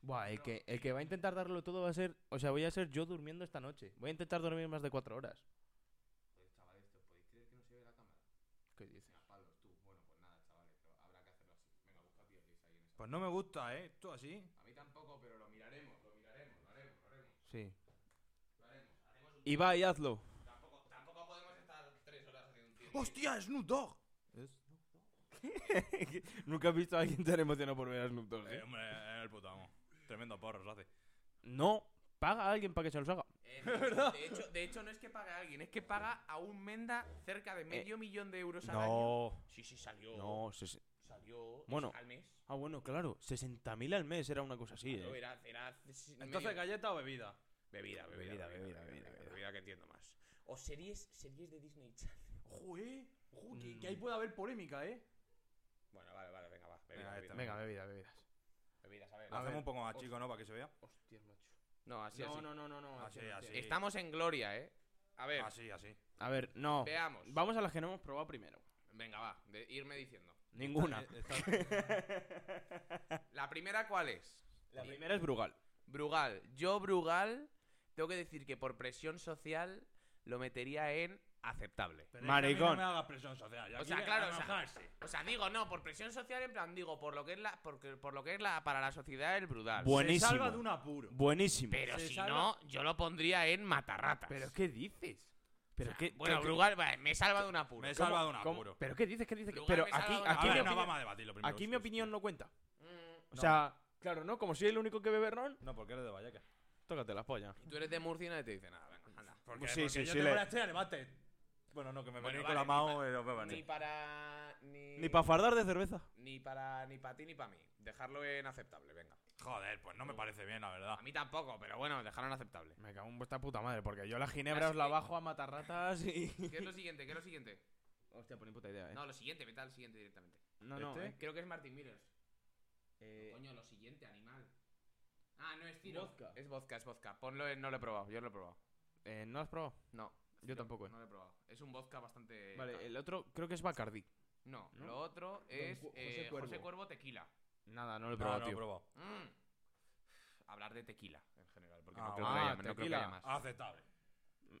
Speaker 1: Buah, el que, el que va a intentar darlo todo va a ser. O sea, voy a ser yo durmiendo esta noche. Voy a intentar dormir más de cuatro horas.
Speaker 3: Pues chavales, ¿te podéis creer que no se ve la cámara?
Speaker 1: ¿Qué dices?
Speaker 3: A palos, tú. Bueno, pues nada, chavales, pero habrá que hacerlo así. Venga, busca tier list ahí en esa.
Speaker 2: Pues no me gusta, ¿eh? Tú así.
Speaker 3: A mí tampoco, pero lo miraremos, lo miraremos, lo haremos, lo haremos.
Speaker 1: Sí. Y va y hazlo.
Speaker 3: Tampoco, tampoco podemos estar tres horas haciendo un tier list.
Speaker 2: ¡Hostia,
Speaker 1: [LAUGHS]
Speaker 2: Snoop Dogg!
Speaker 1: [LAUGHS] Nunca he visto a alguien tan emocionado por ver a Snoop Dogg.
Speaker 2: Eh,
Speaker 1: ¿eh?
Speaker 2: hombre, es el puto amo. Tremendo porro, lo hace.
Speaker 1: No, paga a alguien para que se los haga.
Speaker 3: Eh, de, hecho, de, hecho, de hecho, no es que pague a alguien, es que paga a un Menda cerca de medio millón de euros al año. Sí, sí, salió.
Speaker 1: no, ses-
Speaker 3: Salió
Speaker 1: Bueno.
Speaker 3: al mes.
Speaker 1: ah, bueno, claro, 60.000 al mes era una cosa así.
Speaker 3: Claro,
Speaker 1: ¿eh?
Speaker 3: era, era medio-
Speaker 2: Entonces, galleta o bebida.
Speaker 3: Bebida, bebida, bebida, bebida, bebida, que entiendo más. O series, series de Disney Channel. [LAUGHS]
Speaker 2: Ojo, ¿eh? Ojo, que,
Speaker 1: Mm.
Speaker 2: que ahí puede haber polémica, ¿eh?
Speaker 3: Bueno, vale, vale, venga, va. Bebida,
Speaker 2: Venga,
Speaker 3: bebida,
Speaker 2: esta.
Speaker 1: Venga, bebida, bebidas.
Speaker 3: bebidas, a ver.
Speaker 2: Lo hacemos un poco más chico, ¿no? Para que se vea.
Speaker 8: Hostia, macho.
Speaker 3: No, así,
Speaker 8: no,
Speaker 3: así.
Speaker 8: no, no, no, no.
Speaker 1: Ah,
Speaker 2: Así,
Speaker 8: hostia,
Speaker 2: así.
Speaker 8: hostia.
Speaker 3: Estamos en gloria, eh. A ver,
Speaker 2: Así, así.
Speaker 1: A ver, no.
Speaker 3: veamos.
Speaker 1: Vamos a las que no hemos probado primero.
Speaker 3: Venga, va, de- irme diciendo.
Speaker 1: Ninguna.
Speaker 2: Eh, está-
Speaker 3: La primera, ¿cuál es?
Speaker 1: La primera es Brugal.
Speaker 3: Brugal. Yo, Brugal, tengo que decir que por presión social lo metería en aceptable.
Speaker 2: Pero es que a mí
Speaker 1: Maricón.
Speaker 2: No me hagas presión social.
Speaker 3: O sea, claro, o sea, o sea, digo, no, por presión social, en plan, digo, por lo que es la, porque, por lo que es la, para la sociedad, el Brugal.
Speaker 1: Bueno.
Speaker 2: Se salva
Speaker 1: Buenísimo.
Speaker 2: de un apuro.
Speaker 1: Buenísimo.
Speaker 3: Pero
Speaker 2: Se
Speaker 3: si
Speaker 2: salva-
Speaker 3: no, yo lo pondría en matarratas.
Speaker 1: ¿Pero qué dices? Pero
Speaker 3: O sea,
Speaker 1: qué.
Speaker 3: bueno,
Speaker 1: qué-
Speaker 3: Brugal, vale, me salva de un apuro.
Speaker 2: Me he salvado de un
Speaker 1: cómo-
Speaker 2: apuro.
Speaker 1: ¿Pero qué dices? ¿Qué dices?
Speaker 3: Brugal
Speaker 1: Pero
Speaker 3: me
Speaker 1: aquí,
Speaker 3: salva de una-
Speaker 1: aquí,
Speaker 2: a
Speaker 1: mi,
Speaker 2: ver, no,
Speaker 1: opinión,
Speaker 2: vamos a debatirlo primero.
Speaker 1: aquí mi
Speaker 2: Hostia.
Speaker 1: opinión no cuenta.
Speaker 3: Mm,
Speaker 1: O sea, claro, ¿no? Como soy el único que bebe ron,
Speaker 2: No, porque eres de Vallecas.
Speaker 1: tócate las pollas.
Speaker 3: tú eres de Murcia y nadie te dice nada, venga, anda.
Speaker 2: Porque,
Speaker 1: Sí,
Speaker 2: porque
Speaker 1: sí,
Speaker 2: yo
Speaker 1: sí,
Speaker 2: tengo
Speaker 1: le-
Speaker 2: la estrella de mate. Bueno, no, que me
Speaker 3: Bueno,
Speaker 2: venía
Speaker 3: vale,
Speaker 2: con la
Speaker 3: ni
Speaker 2: mano
Speaker 3: pa-
Speaker 2: y los beban.
Speaker 3: Ni para. Ni,
Speaker 1: Ni para fardar de cerveza.
Speaker 3: Ni para ni pa ti ni para mí. Dejarlo en aceptable, venga.
Speaker 2: Joder, pues no me parece bien, la verdad.
Speaker 3: A mí tampoco, pero bueno, dejarlo en aceptable.
Speaker 1: Me cago en vuestra puta madre, porque yo la ginebra
Speaker 3: Así
Speaker 1: os la
Speaker 3: que-
Speaker 1: bajo a matarratas y.
Speaker 3: ¿Qué es lo siguiente? ¿Qué es lo siguiente?
Speaker 1: Hostia, por ni puta [LAUGHS] idea, eh.
Speaker 3: No, lo siguiente, vete al siguiente directamente.
Speaker 1: No, no.
Speaker 2: ¿Este?
Speaker 1: eh.
Speaker 3: Creo que es Martin Millers.
Speaker 1: Eh,
Speaker 3: Coño, lo siguiente, animal. Ah, no es Ciro.
Speaker 1: Vodka.
Speaker 3: Es vodka, es vodka. Ponlo en. No lo he probado, yo lo he probado.
Speaker 1: eh, ¿No has probado?
Speaker 3: No.
Speaker 1: Yo tampoco, eh.
Speaker 3: No lo he probado. Es un vodka bastante. tal.
Speaker 1: Vale, el otro creo que es Bacardi.
Speaker 3: No,
Speaker 1: ¿No?
Speaker 3: lo otro es
Speaker 8: Cu-
Speaker 3: eh,
Speaker 8: José
Speaker 3: José, Cuervo.
Speaker 8: Cuervo.
Speaker 3: Tequila.
Speaker 1: Nada, no lo he
Speaker 2: No,
Speaker 1: probado,
Speaker 2: no, he
Speaker 1: tío.
Speaker 2: probado.
Speaker 3: Mm. Hablar de tequila en general, porque
Speaker 2: Ah,
Speaker 3: no, creo que
Speaker 1: ah,
Speaker 3: haya, no creo que
Speaker 1: tequila.
Speaker 3: haya más.
Speaker 2: Aceptable.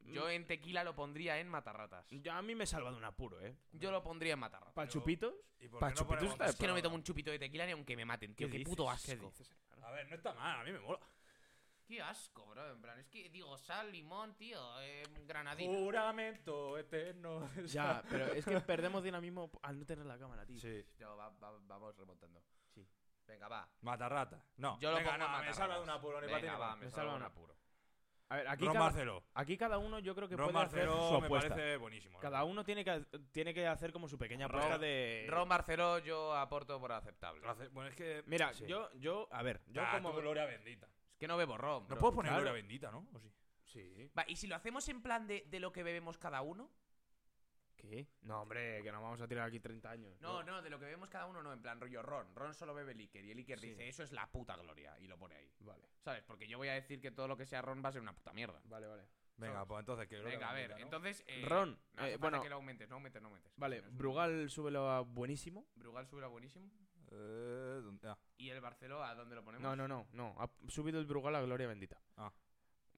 Speaker 3: Yo en tequila lo pondría en matarratas.
Speaker 1: Yo- a mí me he salvado un apuro, eh.
Speaker 3: Yo lo pondría en matarratas.
Speaker 1: ¿Para chupitos?
Speaker 2: ¿Y por
Speaker 1: Pa'
Speaker 2: qué no
Speaker 1: chupitos
Speaker 2: ponemos
Speaker 1: está de
Speaker 3: Es que no me
Speaker 2: Barcelona?
Speaker 3: tomo un chupito de tequila ni aunque me maten, tío. Qué,
Speaker 1: dices?
Speaker 3: puto asco.
Speaker 1: ¿Qué
Speaker 3: Qué,
Speaker 1: dices, hermano?
Speaker 2: A ver, no está mal, a mí me mola.
Speaker 3: asco, bro. En plan, es que digo sal, limón, tío. Eh, granadina.
Speaker 2: Juramento eterno.
Speaker 1: Ya, pero es que perdemos dinamismo al no tener la cámara, tío.
Speaker 2: [LAUGHS] Sí.
Speaker 3: Yo, va- va- vamos remontando.
Speaker 1: Sí.
Speaker 3: Venga, va.
Speaker 2: Matarrata. No.
Speaker 3: Yo lo
Speaker 2: Venga,
Speaker 3: pongo
Speaker 2: no,
Speaker 3: en
Speaker 2: me salva de
Speaker 3: matarratas.
Speaker 2: un apuro, ni
Speaker 3: Venga,
Speaker 2: para ti ni
Speaker 3: va,
Speaker 2: para mí.
Speaker 3: me
Speaker 1: Me
Speaker 3: salva
Speaker 1: salva
Speaker 3: un
Speaker 1: una.
Speaker 3: apuro.
Speaker 1: A ver, aquí,
Speaker 2: Ron
Speaker 1: cada,
Speaker 2: Barceló.
Speaker 1: aquí cada uno yo creo que
Speaker 2: Ron
Speaker 1: puede hacer su
Speaker 2: Barceló me
Speaker 1: apuesta.
Speaker 2: parece buenísimo. ¿eh?
Speaker 1: Cada uno tiene que, tiene que hacer como su pequeña apuesta
Speaker 2: Eh.
Speaker 1: de...
Speaker 3: Ron Barceló yo aporto por aceptable.
Speaker 2: Lo hace- Bueno, es que.
Speaker 1: Mira,
Speaker 2: sí.
Speaker 1: yo, yo, a ver, yo
Speaker 2: Ah,
Speaker 1: como...
Speaker 2: tú, gloria bendita.
Speaker 3: Es que no bebo ron.
Speaker 2: No
Speaker 3: bro.
Speaker 2: puedo poner
Speaker 1: claro.
Speaker 2: gloria bendita, ¿no? ¿O sí?
Speaker 1: Sí.
Speaker 3: Va, y si lo hacemos en plan de, de lo que bebemos cada uno.
Speaker 1: ¿Qué? No, hombre, que nos vamos a tirar aquí 30 años.
Speaker 3: No, no, de lo que bebemos cada uno no, en plan rollo ron. Ron solo bebe líquido y el líquido
Speaker 1: Sí.
Speaker 3: dice, eso es la puta gloria. Y lo pone ahí.
Speaker 1: Vale,
Speaker 3: ¿Sabes? Porque yo voy a decir que todo lo que sea ron va a ser una puta mierda.
Speaker 1: vale, vale.
Speaker 2: Venga, pues entonces que gloria
Speaker 3: Venga, a ver,
Speaker 2: bendita, ¿no?
Speaker 3: entonces. eh,
Speaker 1: Ron,
Speaker 3: no hace
Speaker 1: eh,
Speaker 3: falta
Speaker 1: bueno.
Speaker 3: que lo aumentes, no aumentes, no aumentes.
Speaker 1: Vale,
Speaker 3: Si no es-
Speaker 1: Brugal súbelo a buenísimo.
Speaker 3: Brugal sube a buenísimo.
Speaker 2: Eh, ¿dónde- ah,
Speaker 3: ¿Y el Barceló a dónde lo ponemos?
Speaker 1: No, no, no, no. Ha subido el Brugal a Gloria Bendita.
Speaker 2: Ah.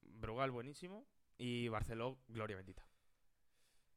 Speaker 1: Brugal buenísimo y Barceló Gloria Bendita.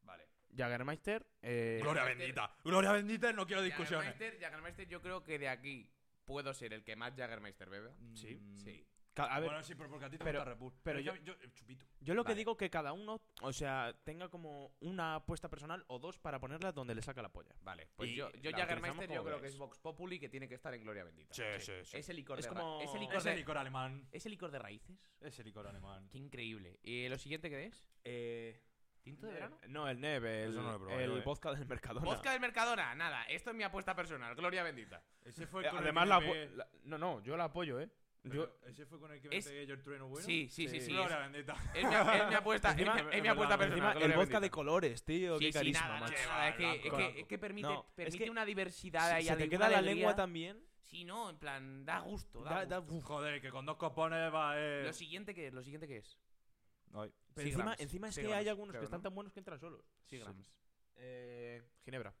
Speaker 3: Vale.
Speaker 1: Jagermeister, eh,
Speaker 2: Gloria
Speaker 3: Meister-
Speaker 2: bendita. Gloria bendita, no quiero discusiones.
Speaker 3: Jagermeister, Jagermeister, yo creo que de aquí puedo ser el que más Jagermeister bebe.
Speaker 1: Sí.
Speaker 2: Mm,
Speaker 3: Sí.
Speaker 1: ca- a ver,
Speaker 2: bueno, sí, pero porque a ti te
Speaker 1: pero-
Speaker 2: gusta Red Bull.
Speaker 1: pero
Speaker 2: Es que
Speaker 1: yo-
Speaker 2: a mí- yo- eh, Chupito.
Speaker 1: yo lo que
Speaker 3: vale.
Speaker 1: digo que cada uno, o sea, tenga como una apuesta personal o dos para ponerla donde le saca la polla.
Speaker 3: Vale, pues
Speaker 1: Y
Speaker 3: yo, yo
Speaker 1: la utilizamos
Speaker 3: Jagermeister
Speaker 1: como
Speaker 3: yo creo que
Speaker 1: queráis.
Speaker 3: es Vox Populi que tiene que estar en Gloria Bendita.
Speaker 2: Sí, sí, sí.
Speaker 3: Ese licor
Speaker 1: Es
Speaker 3: de ra-
Speaker 1: como-
Speaker 3: ese licor
Speaker 2: Ese
Speaker 3: de-
Speaker 2: licor alemán.
Speaker 3: ese licor de raíces.
Speaker 2: Ese licor alemán.
Speaker 3: Qué increíble. ¿Y lo siguiente qué es?
Speaker 1: Eh,
Speaker 3: ¿Tinto de verano?
Speaker 1: No, el Neve, el,
Speaker 2: Eso no lo he probado
Speaker 1: el
Speaker 2: yo, eh.
Speaker 1: vodka del Mercadona.
Speaker 3: Mosca del Mercadona, nada, esto es mi apuesta personal, Gloria Bendita.
Speaker 2: Ese fue
Speaker 1: Eh,
Speaker 2: con el
Speaker 1: además
Speaker 2: que
Speaker 1: la,
Speaker 2: me
Speaker 1: apo-
Speaker 2: pegué-
Speaker 1: la- no, no, yo la apoyo, ¿eh? Yo
Speaker 2: pero Ese fue con el que
Speaker 3: Es-
Speaker 2: me pegué yo el trueno bueno.
Speaker 3: Sí, sí, sí, sí. es-
Speaker 2: Gloria bendita.
Speaker 3: Es, mi, es mi apuesta, es mi-
Speaker 1: Encima-
Speaker 3: es mi, apuesta personal.
Speaker 1: encima el
Speaker 3: Gloria
Speaker 1: vodka de
Speaker 3: Bendita.
Speaker 1: colores, tío,
Speaker 3: Sí,
Speaker 1: qué
Speaker 3: sí,
Speaker 1: carisma,
Speaker 3: nada,
Speaker 1: macho.
Speaker 3: nada, nada, es que,
Speaker 2: Blanco,
Speaker 3: es que-
Speaker 2: blanco.
Speaker 3: es que permite,
Speaker 1: No, es
Speaker 3: permite
Speaker 1: que
Speaker 3: una diversidad ahí
Speaker 1: Si se te
Speaker 3: alguna
Speaker 1: queda la
Speaker 3: alegría.
Speaker 1: lengua también.
Speaker 3: Sí, no, en plan, da gusto, da,
Speaker 1: Da, da-
Speaker 3: gusto.
Speaker 1: uf.
Speaker 2: Joder, que con dos copones va. Eh...
Speaker 3: Lo siguiente que es, lo siguiente que es.
Speaker 2: Ay.
Speaker 1: Pero
Speaker 3: Sigrams,
Speaker 1: encima, encima es que
Speaker 3: Sigrams,
Speaker 1: hay algunos
Speaker 3: creo,
Speaker 1: que están
Speaker 3: ¿no?
Speaker 1: tan buenos que entran solos.
Speaker 3: Sigrams.
Speaker 1: Eh, Ginebra.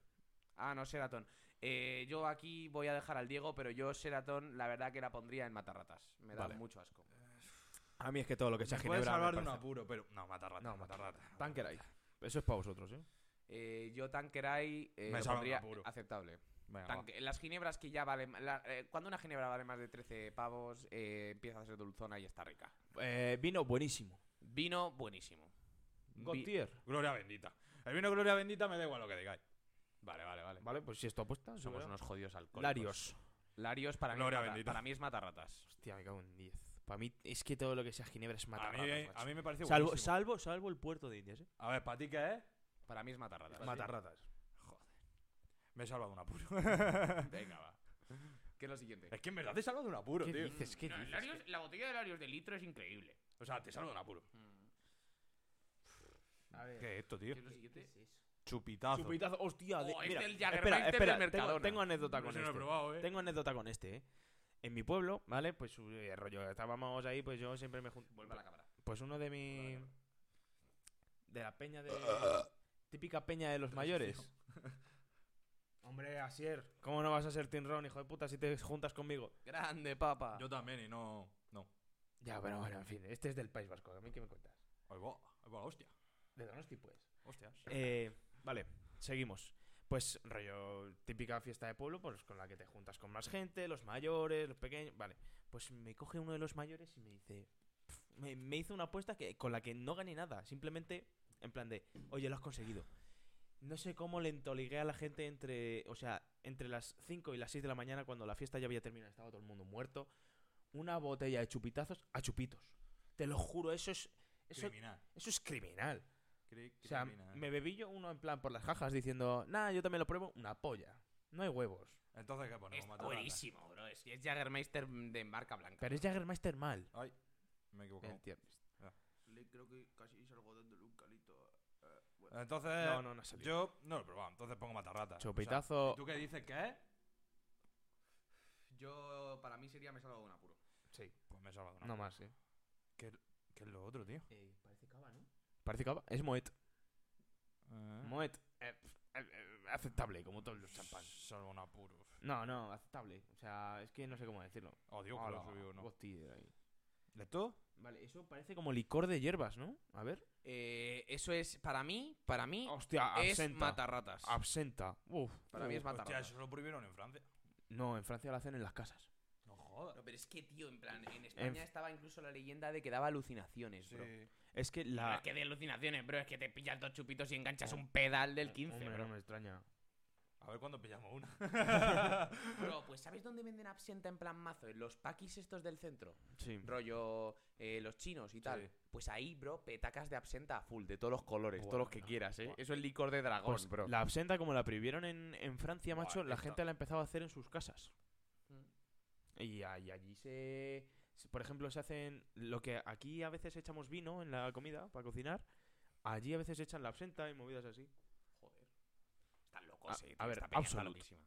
Speaker 3: Ah, no, Seratón. Eh, yo aquí voy a dejar al Diego, pero yo Seratón, la verdad que la pondría en Matarratas. Me da
Speaker 1: Vale.
Speaker 3: mucho asco.
Speaker 1: A mí es que todo lo que sea
Speaker 2: Me puedes
Speaker 1: Ginebra.
Speaker 2: salvar de un apuro, pero. No, matar rata.
Speaker 1: No,
Speaker 2: matar rata.
Speaker 1: Tanqueray. Eso es para vosotros, ¿eh?
Speaker 3: Eh, yo Tanqueray eh,
Speaker 2: Me
Speaker 3: lo
Speaker 2: salva un
Speaker 3: pondría
Speaker 2: apuro.
Speaker 3: aceptable.
Speaker 2: Venga, va.
Speaker 3: Tanque- las ginebras que ya valen... la- eh, cuando una ginebra vale más de 13 pavos, eh, empieza a ser dulzona y está rica.
Speaker 1: Eh, vino buenísimo.
Speaker 3: Vino, buenísimo. Vi-
Speaker 1: Gautier.
Speaker 2: Gloria bendita. El vino Gloria bendita me da igual lo que digáis. Vale, vale, vale.
Speaker 1: Vale, pues si esto apuesta,
Speaker 3: Somos
Speaker 1: seguro.
Speaker 3: unos jodidos alcohólicos.
Speaker 1: Larios.
Speaker 3: Larios para mí,
Speaker 2: Gloria
Speaker 3: es mata-
Speaker 2: bendita.
Speaker 3: para mí es Matarratas.
Speaker 1: Hostia, me cago en 10. Para mí es que todo lo que sea Ginebra es
Speaker 2: A
Speaker 1: matar
Speaker 2: mí,
Speaker 1: ratas,
Speaker 2: a
Speaker 1: macho.
Speaker 2: mí me parece
Speaker 1: salvo,
Speaker 2: buenísimo.
Speaker 1: salvo, salvo el puerto de Indias, ¿eh?
Speaker 2: A ver, ¿para ti qué es?
Speaker 3: Para mí es Matarratas.
Speaker 1: Matar ratas.
Speaker 2: Me he salvado de un apuro.
Speaker 3: Venga, va. ¿Qué es lo siguiente?
Speaker 2: es que en verdad te he salvado de un apuro,
Speaker 1: ¿Qué
Speaker 2: tío.
Speaker 1: dices? ¿Qué
Speaker 3: No, el
Speaker 1: dices?
Speaker 3: Larios- la botella de Larios de litro es increíble.
Speaker 2: O sea, te he salvado de un apuro.
Speaker 1: Mm. A ver.
Speaker 2: ¿Qué es esto, tío?
Speaker 3: ¿Qué es lo siguiente?
Speaker 2: Chupitazo.
Speaker 1: Chupitazo. Hostia, de-
Speaker 3: Oh,
Speaker 1: mira,
Speaker 3: este es el
Speaker 1: espera,
Speaker 3: Jagermeister
Speaker 1: espera,
Speaker 3: del
Speaker 1: tengo,
Speaker 3: Mercadona.
Speaker 1: tengo anécdota
Speaker 2: No
Speaker 1: con
Speaker 2: se lo he
Speaker 1: este.
Speaker 2: probado, eh.
Speaker 1: Tengo anécdota con este, ¿eh? En mi pueblo, ¿vale? Pues eh, rollo, estábamos ahí, pues yo siempre me junto.
Speaker 3: Vuelve a la cámara.
Speaker 1: Pues uno de mi. De la peña de. Típica peña de los mayores. [LAUGHS] Hombre, Asier. ¿Cómo no vas a ser Team Ron, hijo de puta, si te juntas conmigo?
Speaker 3: Grande, papa.
Speaker 2: Yo también y no... No.
Speaker 1: Ya, pero bueno, en fin, este es del País Vasco, a mí que me cuentas.
Speaker 2: Ahí va. Ahí va, hostia.
Speaker 1: De Donosti, pues.
Speaker 2: Hostias.
Speaker 1: Eh, vale, seguimos. Pues rollo, típica fiesta de pueblo, pues con la que te juntas con más gente, los mayores, los pequeños, vale. Pues me coge uno de los mayores y me dice, "Pf", me, me hizo una apuesta que, con la que no gané nada, simplemente en plan de, oye, lo has conseguido. No sé cómo le entoligué a la gente entre, o sea, entre las 5 y las 6 de la mañana cuando la fiesta ya había terminado, estaba todo el mundo muerto, una botella de chupitazos a chupitos. Te lo juro, eso es, eso,
Speaker 2: Criminal.
Speaker 1: eso es criminal.
Speaker 2: Cri-
Speaker 1: O sea,
Speaker 2: criminal.
Speaker 1: me bebí yo uno en plan por las jajas diciendo, nah, yo también lo pruebo, una polla. No hay huevos.
Speaker 2: Entonces, ¿qué ponemos?
Speaker 3: Es
Speaker 2: Matar ratas.
Speaker 3: buenísimo, bro. Es, es Jagermeister de marca blanca.
Speaker 1: Pero es Jagermeister mal.
Speaker 2: Ay, me he equivocado.
Speaker 9: Creo que casi salgo dándole un calito.
Speaker 2: Entonces,
Speaker 1: No, no, no ha salido.
Speaker 2: Eh, yo no lo he probado. Entonces pongo matarrata.
Speaker 1: Chupitazo.
Speaker 2: ¿Tú qué dices que es?
Speaker 3: Yo, para mí sería me salgo de un apuro.
Speaker 1: sí,
Speaker 2: Pues me he salvado de un
Speaker 1: no
Speaker 2: apuro.
Speaker 1: más, eh.
Speaker 2: ¿Qué es lo otro, tío?
Speaker 1: parece cava, ¿no? Parece cava. Es Moet. Moet. Eh, pf, eh, eh, aceptable, como todos los champán.
Speaker 2: Salvo un apuro.
Speaker 1: No, no, aceptable. O sea, es que no sé cómo decirlo.
Speaker 2: Oh, digo que lo he
Speaker 1: Hola,
Speaker 2: subido, ¿no?
Speaker 1: hostia, ahí.
Speaker 2: ¿Esto?
Speaker 1: Vale, eso parece como licor de hierbas, ¿no? A ver.
Speaker 3: Eh, eso es, para mí, para mí,
Speaker 1: Hostia,
Speaker 3: es
Speaker 1: absenta.
Speaker 3: Matarratas.
Speaker 1: Absenta. Uf.
Speaker 3: Para mí es
Speaker 2: Hostia,
Speaker 3: Matarratas.
Speaker 2: eso lo prohibieron en Francia.
Speaker 1: No, en Francia la hacen en las casas.
Speaker 2: No jodas.
Speaker 3: No, pero es que, tío, en plan, en España estaba incluso la leyenda de que daba alucinaciones, bro.
Speaker 1: Es que
Speaker 3: Pero
Speaker 1: la...
Speaker 3: es que de alucinaciones, bro, es que te pillas dos chupitos y enganchas un pedal del 15,
Speaker 1: Hombre,
Speaker 3: bro.
Speaker 1: no me extraña.
Speaker 2: A ver cuándo pillamos una.
Speaker 1: [LAUGHS]
Speaker 3: Bro, pues ¿sabes ¿Sabes dónde venden absenta en plan mazo? En los paquis estos del centro.
Speaker 1: Sí.
Speaker 3: Rollo eh, los chinos y tal.
Speaker 1: Sí.
Speaker 3: Pues ahí, bro, petacas de absenta a full, de todos los colores,
Speaker 1: Buah,
Speaker 3: todos los que
Speaker 1: no,
Speaker 3: quieras, ¿eh?
Speaker 1: buah.
Speaker 3: Eso es licor de dragón,
Speaker 1: Pues
Speaker 3: bro.
Speaker 1: La absenta, como la prohibieron en, en Francia,
Speaker 2: Buah,
Speaker 1: macho, la
Speaker 2: esta-
Speaker 1: gente la empezaba a hacer en sus casas.
Speaker 3: Mm.
Speaker 1: Y, a- y allí se. se- Por ejemplo, se hacen. Lo que aquí a veces echamos vino en la comida para cocinar. Allí a veces echan la absenta y movidas así.
Speaker 3: Joder. Están
Speaker 1: A-
Speaker 3: locos, eh.
Speaker 1: a
Speaker 3: tío,
Speaker 1: ver,
Speaker 3: esta peña está
Speaker 1: Absolut.
Speaker 3: loquísima.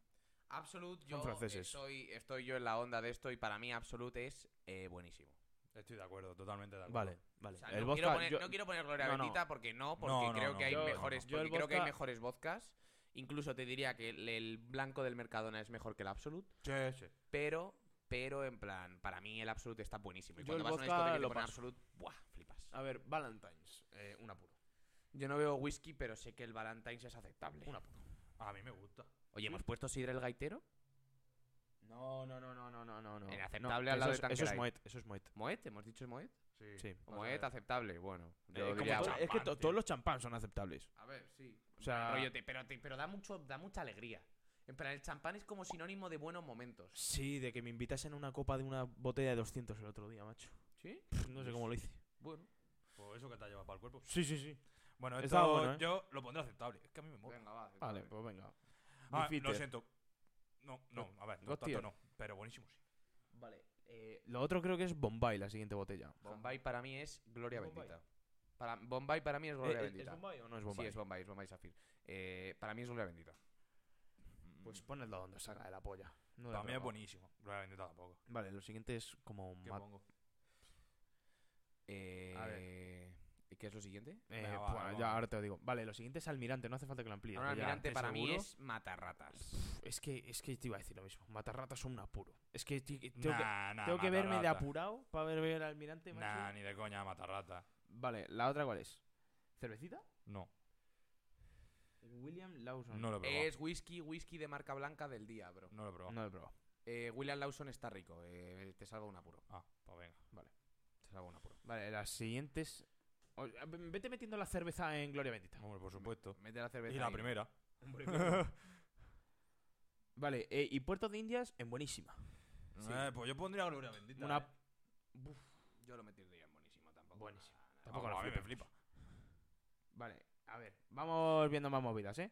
Speaker 3: Absolut, yo
Speaker 1: franceses.
Speaker 3: Estoy, estoy yo en la onda de esto y para mí Absolut es eh, buenísimo.
Speaker 2: Estoy de acuerdo, totalmente de acuerdo.
Speaker 1: Vale, vale.
Speaker 3: O sea,
Speaker 1: el
Speaker 3: no,
Speaker 1: vodka,
Speaker 3: quiero poner,
Speaker 1: yo-
Speaker 3: no quiero poner Gloria
Speaker 1: no, no.
Speaker 3: Bendita porque no, porque
Speaker 2: No, no,
Speaker 3: creo
Speaker 2: no,
Speaker 3: que hay
Speaker 1: yo-
Speaker 3: mejores,
Speaker 1: yo el
Speaker 3: porque creo que hay
Speaker 1: vodka-
Speaker 3: mejores vodkas. Incluso te diría que el, el blanco del Mercadona es mejor que el Absolut,
Speaker 2: Sí, sí.
Speaker 3: pero pero en plan, para mí el Absolut está buenísimo. Y
Speaker 1: Yo el
Speaker 3: cuando vas a una
Speaker 1: vodka
Speaker 3: discoteca y te
Speaker 1: lo
Speaker 3: ponen
Speaker 1: paso.
Speaker 3: Absolut, buah, flipas.
Speaker 1: A ver, Valentine's. Eh, un apuro.
Speaker 3: Yo no veo whisky, pero sé que el Valentine's es aceptable.
Speaker 1: Un apuro.
Speaker 2: A mí me gusta.
Speaker 3: Oye, ¿hemos puesto Sidra el Gaitero?
Speaker 1: No, no, no, no, no, no, no. no.
Speaker 3: Era
Speaker 1: No,
Speaker 3: aceptable al lado
Speaker 1: eso
Speaker 3: de
Speaker 1: es- Eso es
Speaker 3: Tanqueray.
Speaker 1: Moet, eso es Moet.
Speaker 3: ¿Moet? ¿Hemos dicho es Moet?
Speaker 2: Sí.
Speaker 1: Sí.
Speaker 2: Vamos a
Speaker 3: Moet
Speaker 2: ver.
Speaker 3: aceptable, bueno.
Speaker 1: Eh,
Speaker 3: Yo
Speaker 1: como
Speaker 3: diría,
Speaker 1: todo-
Speaker 3: bueno,
Speaker 1: es que Ah.
Speaker 2: champán,
Speaker 1: to-
Speaker 2: tío.
Speaker 1: todos los champán son aceptables.
Speaker 9: A ver, sí.
Speaker 1: O sea,
Speaker 3: rollo, te- pero, te- pero da, mucho, da mucha alegría. En plan, el champán es como sinónimo de buenos momentos.
Speaker 1: sí, de que me invitasen a una copa de una botella de 200 el otro día, macho.
Speaker 3: ¿Sí?
Speaker 1: Pff, no sé cómo lo hice.
Speaker 3: Bueno.
Speaker 2: Pues eso que te ha llevado para el cuerpo.
Speaker 1: Sí, sí, sí.
Speaker 2: Bueno,
Speaker 1: Estaba
Speaker 2: esto
Speaker 1: bueno, ¿eh?
Speaker 2: yo lo pondré aceptable. Es que a mí me mola.
Speaker 9: Venga, va.
Speaker 1: Vale, pues venga.
Speaker 2: Ah,
Speaker 1: Bifitter.
Speaker 2: lo siento. No, no, a ver, no
Speaker 1: Hostia.
Speaker 2: tanto no. Pero buenísimo, sí.
Speaker 1: Vale. eh, lo otro creo que es Bombay, la siguiente botella.
Speaker 3: Bombay para mí es Gloria
Speaker 1: Bombay.
Speaker 3: Bendita. Para, Bombay para mí es Gloria
Speaker 1: Eh, eh,
Speaker 3: Bendita.
Speaker 1: ¿Es Bombay o no es Bombay?
Speaker 3: Sí, es Bombay, es Bombay Safir. Eh, para mí es Gloria Bendita.
Speaker 1: Pues ponedlo donde saca de la polla. No lo he
Speaker 2: Para mí es
Speaker 1: probado.
Speaker 2: buenísimo. Gloria bendita tampoco.
Speaker 1: Vale, lo siguiente es como
Speaker 2: ¿Qué
Speaker 1: ma-
Speaker 2: pongo?
Speaker 3: Eh,
Speaker 2: A ver.
Speaker 3: ¿Qué es lo siguiente?
Speaker 1: eh,
Speaker 2: Venga, va,
Speaker 1: pues,
Speaker 2: va,
Speaker 1: ya
Speaker 2: va.
Speaker 1: ahora te lo digo. Vale, lo siguiente es Almirante, no hace falta que lo amplíes.
Speaker 3: Ahora,
Speaker 1: que ya
Speaker 3: almirante
Speaker 1: te
Speaker 3: para mí
Speaker 1: seguro-
Speaker 3: es Matarratas.
Speaker 1: Pff, Es que, es que te iba a decir lo mismo. Matarratas son un apuro. Es que ti- tengo, que,
Speaker 2: Nah, nah,
Speaker 1: tengo que verme de
Speaker 2: matarrata.
Speaker 1: apurado para ver, ver al Almirante. macho.
Speaker 2: Nah, ni de coña, matarrata.
Speaker 1: Vale, ¿la otra cuál es? ¿Cervecita?
Speaker 2: No,
Speaker 1: William Lawson.
Speaker 2: no lo he probado.
Speaker 3: Es whisky, whisky de marca blanca del día, bro.
Speaker 2: No lo he probado.
Speaker 1: No lo he probado.
Speaker 3: Eh, William Lawson está rico. eh, te salva un apuro.
Speaker 2: Ah, pues venga.
Speaker 3: Te salva un apuro.
Speaker 1: Vale, las siguientes. O- a- Vete metiendo la cerveza en Gloria Bendita.
Speaker 2: Hombre, por supuesto.
Speaker 3: Mete la
Speaker 1: pues
Speaker 3: cerveza.
Speaker 2: Y la
Speaker 3: ahí.
Speaker 2: primera. [LAUGHS]
Speaker 1: Vale, eh, y Puerto de Indias en buenísima.
Speaker 2: Eh, pues yo pondría Gloria Bendita.
Speaker 1: Una-
Speaker 2: eh.
Speaker 3: Yo lo metí en buenísimo tampoco.
Speaker 1: Buenísimo.
Speaker 3: Nah, nah,
Speaker 1: Tampoco
Speaker 2: Ah,
Speaker 1: la
Speaker 2: a mí me
Speaker 1: flipes.
Speaker 2: flipa.
Speaker 1: Vale, a ver, vamos viendo más movidas, ¿eh?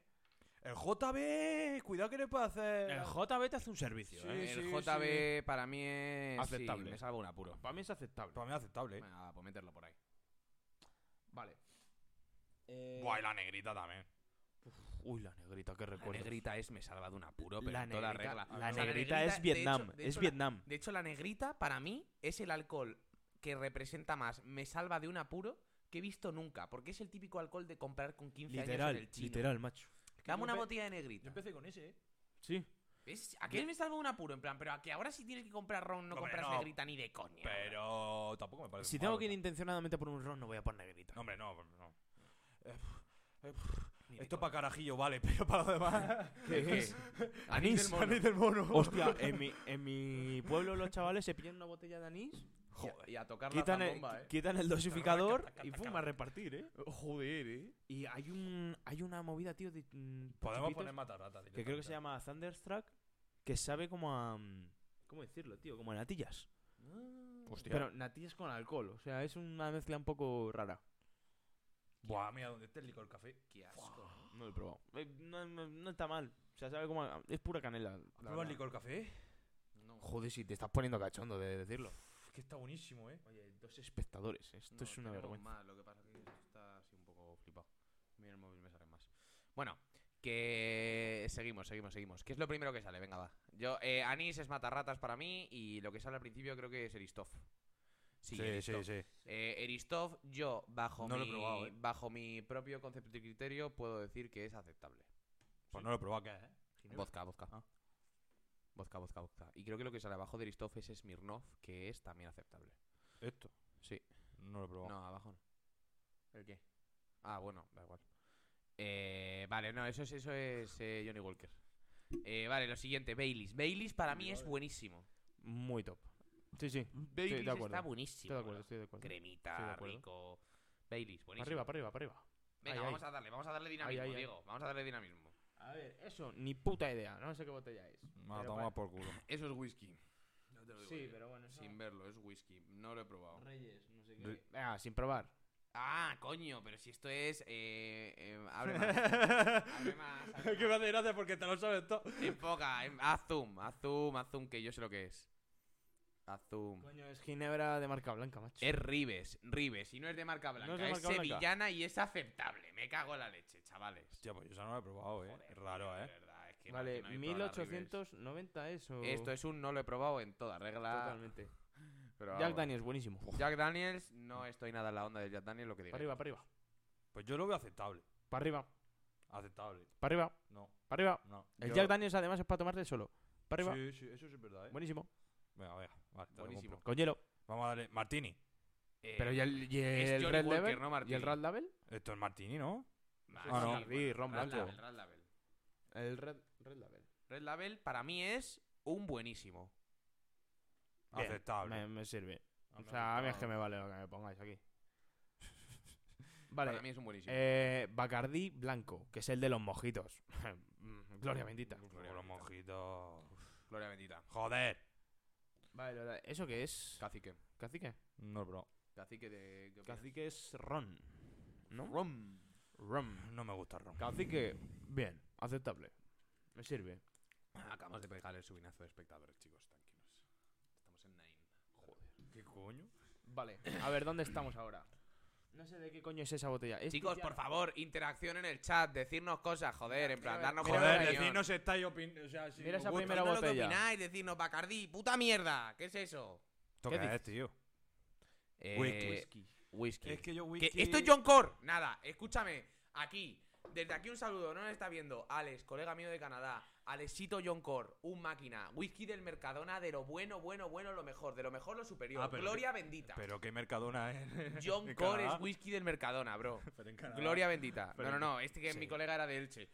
Speaker 2: El JB, cuidado que le puede hacer.
Speaker 1: El JB te hace un servicio,
Speaker 2: Sí,
Speaker 1: ¿eh?
Speaker 3: El JB para mí es.
Speaker 1: Aceptable.
Speaker 3: Sí, me salva un apuro.
Speaker 1: Para mí es aceptable.
Speaker 2: Para mí es aceptable. eh.
Speaker 3: Venga, va, pues meterlo por ahí.
Speaker 1: Vale.
Speaker 2: Buah, y la negrita también.
Speaker 1: Uy, la negrita, qué
Speaker 3: La
Speaker 1: recuerdo.
Speaker 3: negrita es me salva de un apuro, pero
Speaker 1: La
Speaker 3: en toda
Speaker 1: negrita-
Speaker 3: regla.
Speaker 1: la
Speaker 3: O sea,
Speaker 1: negrita
Speaker 3: de
Speaker 1: es
Speaker 3: hecho-
Speaker 1: Vietnam,
Speaker 3: de
Speaker 1: es
Speaker 3: hecho, la-
Speaker 1: Vietnam.
Speaker 3: de hecho, la negrita para mí es el alcohol que representa más me salva de un apuro que he visto nunca. Porque es el típico alcohol de comprar con 15 años en
Speaker 1: Literal,
Speaker 3: el chino.
Speaker 1: literal, macho.
Speaker 3: Dame
Speaker 2: yo
Speaker 3: una
Speaker 2: empe-
Speaker 3: botella de negrita.
Speaker 2: con ese, eh.
Speaker 1: Sí.
Speaker 3: ¿Ves? ¿A qué me salva un apuro? En plan, pero a que ahora si tienes que comprar ron no
Speaker 2: Hombre,
Speaker 3: compras
Speaker 2: no.
Speaker 3: negrita ni de coña.
Speaker 2: Pero tampoco me parece.
Speaker 1: Si
Speaker 2: malo,
Speaker 1: tengo que ir
Speaker 2: ¿no?
Speaker 1: intencionadamente por un ron, Pues no voy a por negrita.
Speaker 2: No, hombre, no, hombre, no. Eh, eh,
Speaker 3: Ni de
Speaker 2: Esto para
Speaker 3: coña.
Speaker 2: carajillo vale, [LAUGHS] pero para lo [LAUGHS] demás.
Speaker 1: ¿Qué?
Speaker 3: Anís del mono.
Speaker 2: anís del mono.
Speaker 1: [LAUGHS] Hostia, en mi, en mi pueblo los chavales se pillan una botella de anís,
Speaker 3: Joder. Y a tocar
Speaker 1: quitan
Speaker 3: la
Speaker 1: el,
Speaker 3: bomba, eh.
Speaker 1: quitan el dosificador y fuma a repartir, ¿eh? Joder, ¿eh? Y hay, un, hay una movida, tío, de... mm,
Speaker 2: Podemos
Speaker 1: chupitos
Speaker 2: poner matarrata.
Speaker 1: Que creo que se llama Thunderstruck, que sabe como a... mm, ¿Cómo decirlo, tío? Como a natillas.
Speaker 2: Hostia.
Speaker 1: Pero natillas con alcohol, o sea, es una mezcla un poco rara.
Speaker 2: Buah, mira, donde está el licor café.
Speaker 3: Qué asco.
Speaker 1: No lo he probado. Eh, No, no- no está mal. O sea, sabe como a- Es pura canela. la
Speaker 2: ¿Prueba el
Speaker 1: verdad.
Speaker 2: licor café?
Speaker 3: No.
Speaker 1: Joder, si te estás poniendo cachondo de decirlo.
Speaker 2: Uf, que está buenísimo, eh.
Speaker 1: Oye, dos espectadores. Esto
Speaker 3: No,
Speaker 1: es una
Speaker 3: tenemos
Speaker 1: vergüenza.
Speaker 3: más, lo que pasa que está así un poco flipado. Mira el móvil, me sale más. Bueno, que seguimos, seguimos, seguimos. ¿Qué es lo primero que sale? Venga, va. Yo, eh, Anís es matarratas para mí y lo que sale al principio creo que es Eristov. Sí, Eristov. Eh, Eristov, yo, bajo,
Speaker 2: No lo he
Speaker 3: mi,
Speaker 2: probado, eh.
Speaker 3: bajo mi propio concepto y criterio, puedo decir que es aceptable.
Speaker 2: Pues no lo he probado acá, eh. Ginebra.
Speaker 3: Vodka, vodka.
Speaker 2: Ah.
Speaker 3: Vodka, vodka, vodka. Y creo que lo que sale abajo de Eristov es Smirnov, que es también aceptable.
Speaker 2: Esto.
Speaker 3: Sí.
Speaker 2: No lo he probado.
Speaker 3: No, abajo no. ¿El qué? Ah, bueno, da igual. Eh, vale, no, eso es, eso es eh, Johnny Walker. Eh, vale, lo siguiente, Baileys. Baileys para mí es buenísimo.
Speaker 1: Muy top. Sí, sí.
Speaker 3: Baileys
Speaker 1: de acuerdo.
Speaker 3: está buenísimo.
Speaker 1: Estoy de acuerdo,
Speaker 3: bro.
Speaker 1: estoy de acuerdo.
Speaker 3: Cremita,
Speaker 1: Estoy de acuerdo.
Speaker 3: rico. Baileys,
Speaker 1: Para
Speaker 3: buenísimo.
Speaker 1: arriba, para arriba, para arriba.
Speaker 3: Venga,
Speaker 1: Ay, ay.
Speaker 3: vamos a darle, vamos a darle dinamismo,
Speaker 1: ay, ay.
Speaker 3: Diego. Vamos a darle dinamismo.
Speaker 1: A A ver, eso, ni puta idea. No sé qué botella es.
Speaker 2: Me la
Speaker 1: Pero
Speaker 2: toma
Speaker 1: pa-
Speaker 2: por culo.
Speaker 3: Eso es whisky.
Speaker 1: Sí, pero bueno, eso...
Speaker 3: Sin verlo, es whisky. No lo he probado.
Speaker 1: Reyes, no sé
Speaker 2: Re-
Speaker 1: qué. Venga, sin probar.
Speaker 3: Ah, coño, pero si esto es. Eh, eh,
Speaker 1: [LAUGHS]
Speaker 3: abre más. abre más.
Speaker 2: [LAUGHS]
Speaker 3: abre
Speaker 2: que me
Speaker 3: más.
Speaker 2: hace gracia porque te lo sabes todo.
Speaker 3: Enfoca, en- em, haz zoom, haz zoom, haz zoom, que yo sé lo que es. Haz zoom.
Speaker 1: Coño, es Ginebra de marca blanca, macho.
Speaker 3: Es Ribes, Ribes, y no es de marca blanca,
Speaker 1: de
Speaker 3: es,
Speaker 1: marca blanca.
Speaker 3: sevillana y es aceptable. Me cago en la leche, chavales.
Speaker 2: Hostia, pues yo esa no la he probado, eh.
Speaker 3: Joder,
Speaker 2: Es raro,
Speaker 3: tío, de
Speaker 2: eh.
Speaker 3: verdad, es que no-
Speaker 1: vale,
Speaker 3: que no habéis probado la Ribes.
Speaker 1: 1890 eso.
Speaker 3: Esto es un no lo he probado en toda regla.
Speaker 1: Totalmente.
Speaker 3: pero
Speaker 1: Jack
Speaker 3: vamos.
Speaker 1: Daniels, buenísimo.
Speaker 3: Jack Daniels, no estoy nada en la onda de Jack Daniels, lo que digo.
Speaker 1: Para arriba, para arriba.
Speaker 2: Pues yo lo veo aceptable.
Speaker 1: Para arriba,
Speaker 2: Aceptable.
Speaker 1: para arriba,
Speaker 2: No,
Speaker 1: para arriba.
Speaker 2: no.
Speaker 1: El
Speaker 2: Yo-
Speaker 1: Jack Daniels además es para tomarte solo. Para arriba,
Speaker 2: Sí, sí, eso sí es verdad, eh.
Speaker 1: buenísimo.
Speaker 2: Venga, venga. Vale, te lo
Speaker 3: Buenísimo.
Speaker 2: compro.
Speaker 1: Con hielo.
Speaker 2: Vamos a darle. Martini.
Speaker 1: Pero ¿y el, y
Speaker 3: Eh, es
Speaker 1: el
Speaker 3: Johnny
Speaker 1: Red
Speaker 3: Walker,
Speaker 1: Label?
Speaker 3: no
Speaker 1: ¿Y el
Speaker 3: Martini.
Speaker 1: Red Label?
Speaker 2: Esto es Martini, ¿no?
Speaker 1: Ah,
Speaker 2: no.
Speaker 1: Sí, ron
Speaker 3: Red
Speaker 1: blanco.
Speaker 3: Label, Red Label.
Speaker 1: El Red, Red Label.
Speaker 3: Red Label para mí es un buenísimo.
Speaker 1: Bien,
Speaker 2: Aceptable.
Speaker 1: Me, me sirve.
Speaker 2: Ah,
Speaker 1: O
Speaker 2: me
Speaker 1: sea, a mí es que
Speaker 2: aceptable.
Speaker 1: me vale lo que me pongáis aquí.
Speaker 3: Para mí
Speaker 1: Vale.
Speaker 3: es un buenísimo.
Speaker 1: Eh, Bacardí blanco, que es el de los mojitos. Mm, Gloria bendita.
Speaker 2: Con Los mojitos.
Speaker 3: Gloria bendita.
Speaker 2: Joder.
Speaker 1: Vale, vale. ¿Eso qué es?
Speaker 3: Cacique.
Speaker 1: ¿Cacique?
Speaker 2: No, bro.
Speaker 3: Cacique de. ¿qué opinas?
Speaker 1: Cacique es ron. ¿No?
Speaker 3: Rum.
Speaker 1: Rum.
Speaker 2: No me gusta el ron.
Speaker 1: Cacique, bien, aceptable. Me sirve.
Speaker 3: Acabamos de pegar el subinazo de espectadores, chicos, tranquilos. Estamos en Nine. Joder.
Speaker 2: ¿Qué coño?
Speaker 1: Vale, a ver, ¿dónde estamos ahora? [CLEARS THROAT] No sé de qué coño es esa botella. Es
Speaker 3: Chicos, por favor, interacción en el chat, decirnos cosas, joder, en plan, darnos
Speaker 2: Joder,
Speaker 3: opinión.
Speaker 2: decirnos estáis opinando. O sea, si
Speaker 1: Mira
Speaker 2: os
Speaker 1: esa
Speaker 2: gusta-
Speaker 1: primera
Speaker 3: Decirnos lo que
Speaker 1: botella.
Speaker 3: opináis, decirnos Bacardí, puta mierda, ¿qué es eso?
Speaker 2: ¿Esto
Speaker 1: ¿Qué
Speaker 2: qué es,
Speaker 1: dices?
Speaker 2: tío?
Speaker 3: Eh,
Speaker 2: Whisky.
Speaker 3: whisky.
Speaker 2: Es que yo
Speaker 3: Que
Speaker 2: whisky...
Speaker 3: esto es John Core. Nada, escúchame. Aquí, desde aquí un saludo, no nos está viendo. Alex, colega mío de Canadá. Alexito John Core, un máquina. Whisky del Mercadona, de lo bueno, bueno, bueno, lo mejor. De lo mejor, lo superior.
Speaker 2: Ah, pero-
Speaker 3: Gloria bendita.
Speaker 2: Pero qué mercadona es.
Speaker 3: John
Speaker 1: [LAUGHS]
Speaker 2: en
Speaker 3: Core
Speaker 2: Canadá.
Speaker 3: es whisky del Mercadona, bro.
Speaker 2: [LAUGHS] Pero en Canadá.
Speaker 3: Gloria bendita.
Speaker 2: Pero-
Speaker 3: No, no, no. Este que es
Speaker 1: Sí.
Speaker 3: mi colega era de Elche.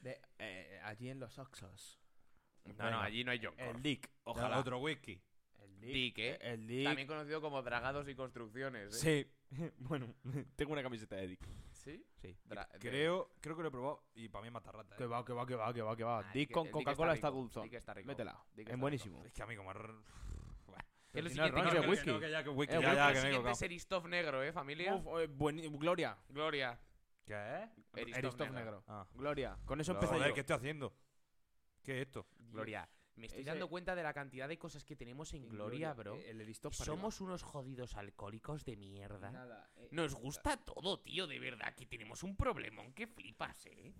Speaker 1: De, eh, allí en los Oxos.
Speaker 3: No, no, allí no hay John
Speaker 1: El
Speaker 3: Core.
Speaker 1: Dick.
Speaker 2: Ojalá. Otro whisky.
Speaker 1: El
Speaker 3: Dick, ¿eh?
Speaker 1: El Dick.
Speaker 3: También conocido como Dragados y Construcciones. ¿eh?
Speaker 1: Sí. bueno, tengo una camiseta de Dick.
Speaker 3: ¿Sí?
Speaker 1: Sí.
Speaker 3: Dra- de-
Speaker 2: Creo, creo que lo he probado y para mí es matarrata. eh.
Speaker 1: Que va, que va, que va, que va, que va.
Speaker 3: Ah,
Speaker 1: Dick
Speaker 3: que-
Speaker 1: con
Speaker 3: el Dick
Speaker 1: Coca-Cola está,
Speaker 3: rico,
Speaker 1: dulzón.
Speaker 3: Dick está rico.
Speaker 1: Métela.
Speaker 3: Dick está
Speaker 1: es
Speaker 3: rico.
Speaker 1: buenísimo.
Speaker 2: Es que a mí como... r-
Speaker 3: ¿Qué es lo
Speaker 1: Si no es ron,
Speaker 3: siguiente? que
Speaker 1: es
Speaker 3: nos-
Speaker 2: que-
Speaker 1: whisky.
Speaker 2: que ya que whisky.
Speaker 1: Eh,
Speaker 2: ya, ya, que me
Speaker 3: el
Speaker 2: he
Speaker 3: siguiente
Speaker 2: colgado.
Speaker 3: es Eristoff Negro, ¿eh, familia?
Speaker 1: Uf, eh, bueni- Gloria.
Speaker 3: Gloria.
Speaker 2: ¿Qué?
Speaker 3: Eristoff
Speaker 1: Eristoff
Speaker 3: Negro.
Speaker 1: negro.
Speaker 2: Ah.
Speaker 1: Gloria. Con eso empecé
Speaker 2: Joder,
Speaker 1: yo.
Speaker 2: ¿qué estoy haciendo? ¿Qué es esto?
Speaker 3: Gloria. Me estoy
Speaker 1: Ese-
Speaker 3: dando cuenta de la cantidad de cosas que tenemos en Gloria, bro.
Speaker 1: eh, El Eristoff para arriba.
Speaker 3: Somos unos jodidos alcohólicos de mierda.
Speaker 1: Nada, eh,
Speaker 3: Nos gusta todo, tío, de verdad, que tenemos un problemón que flipas, ¿eh?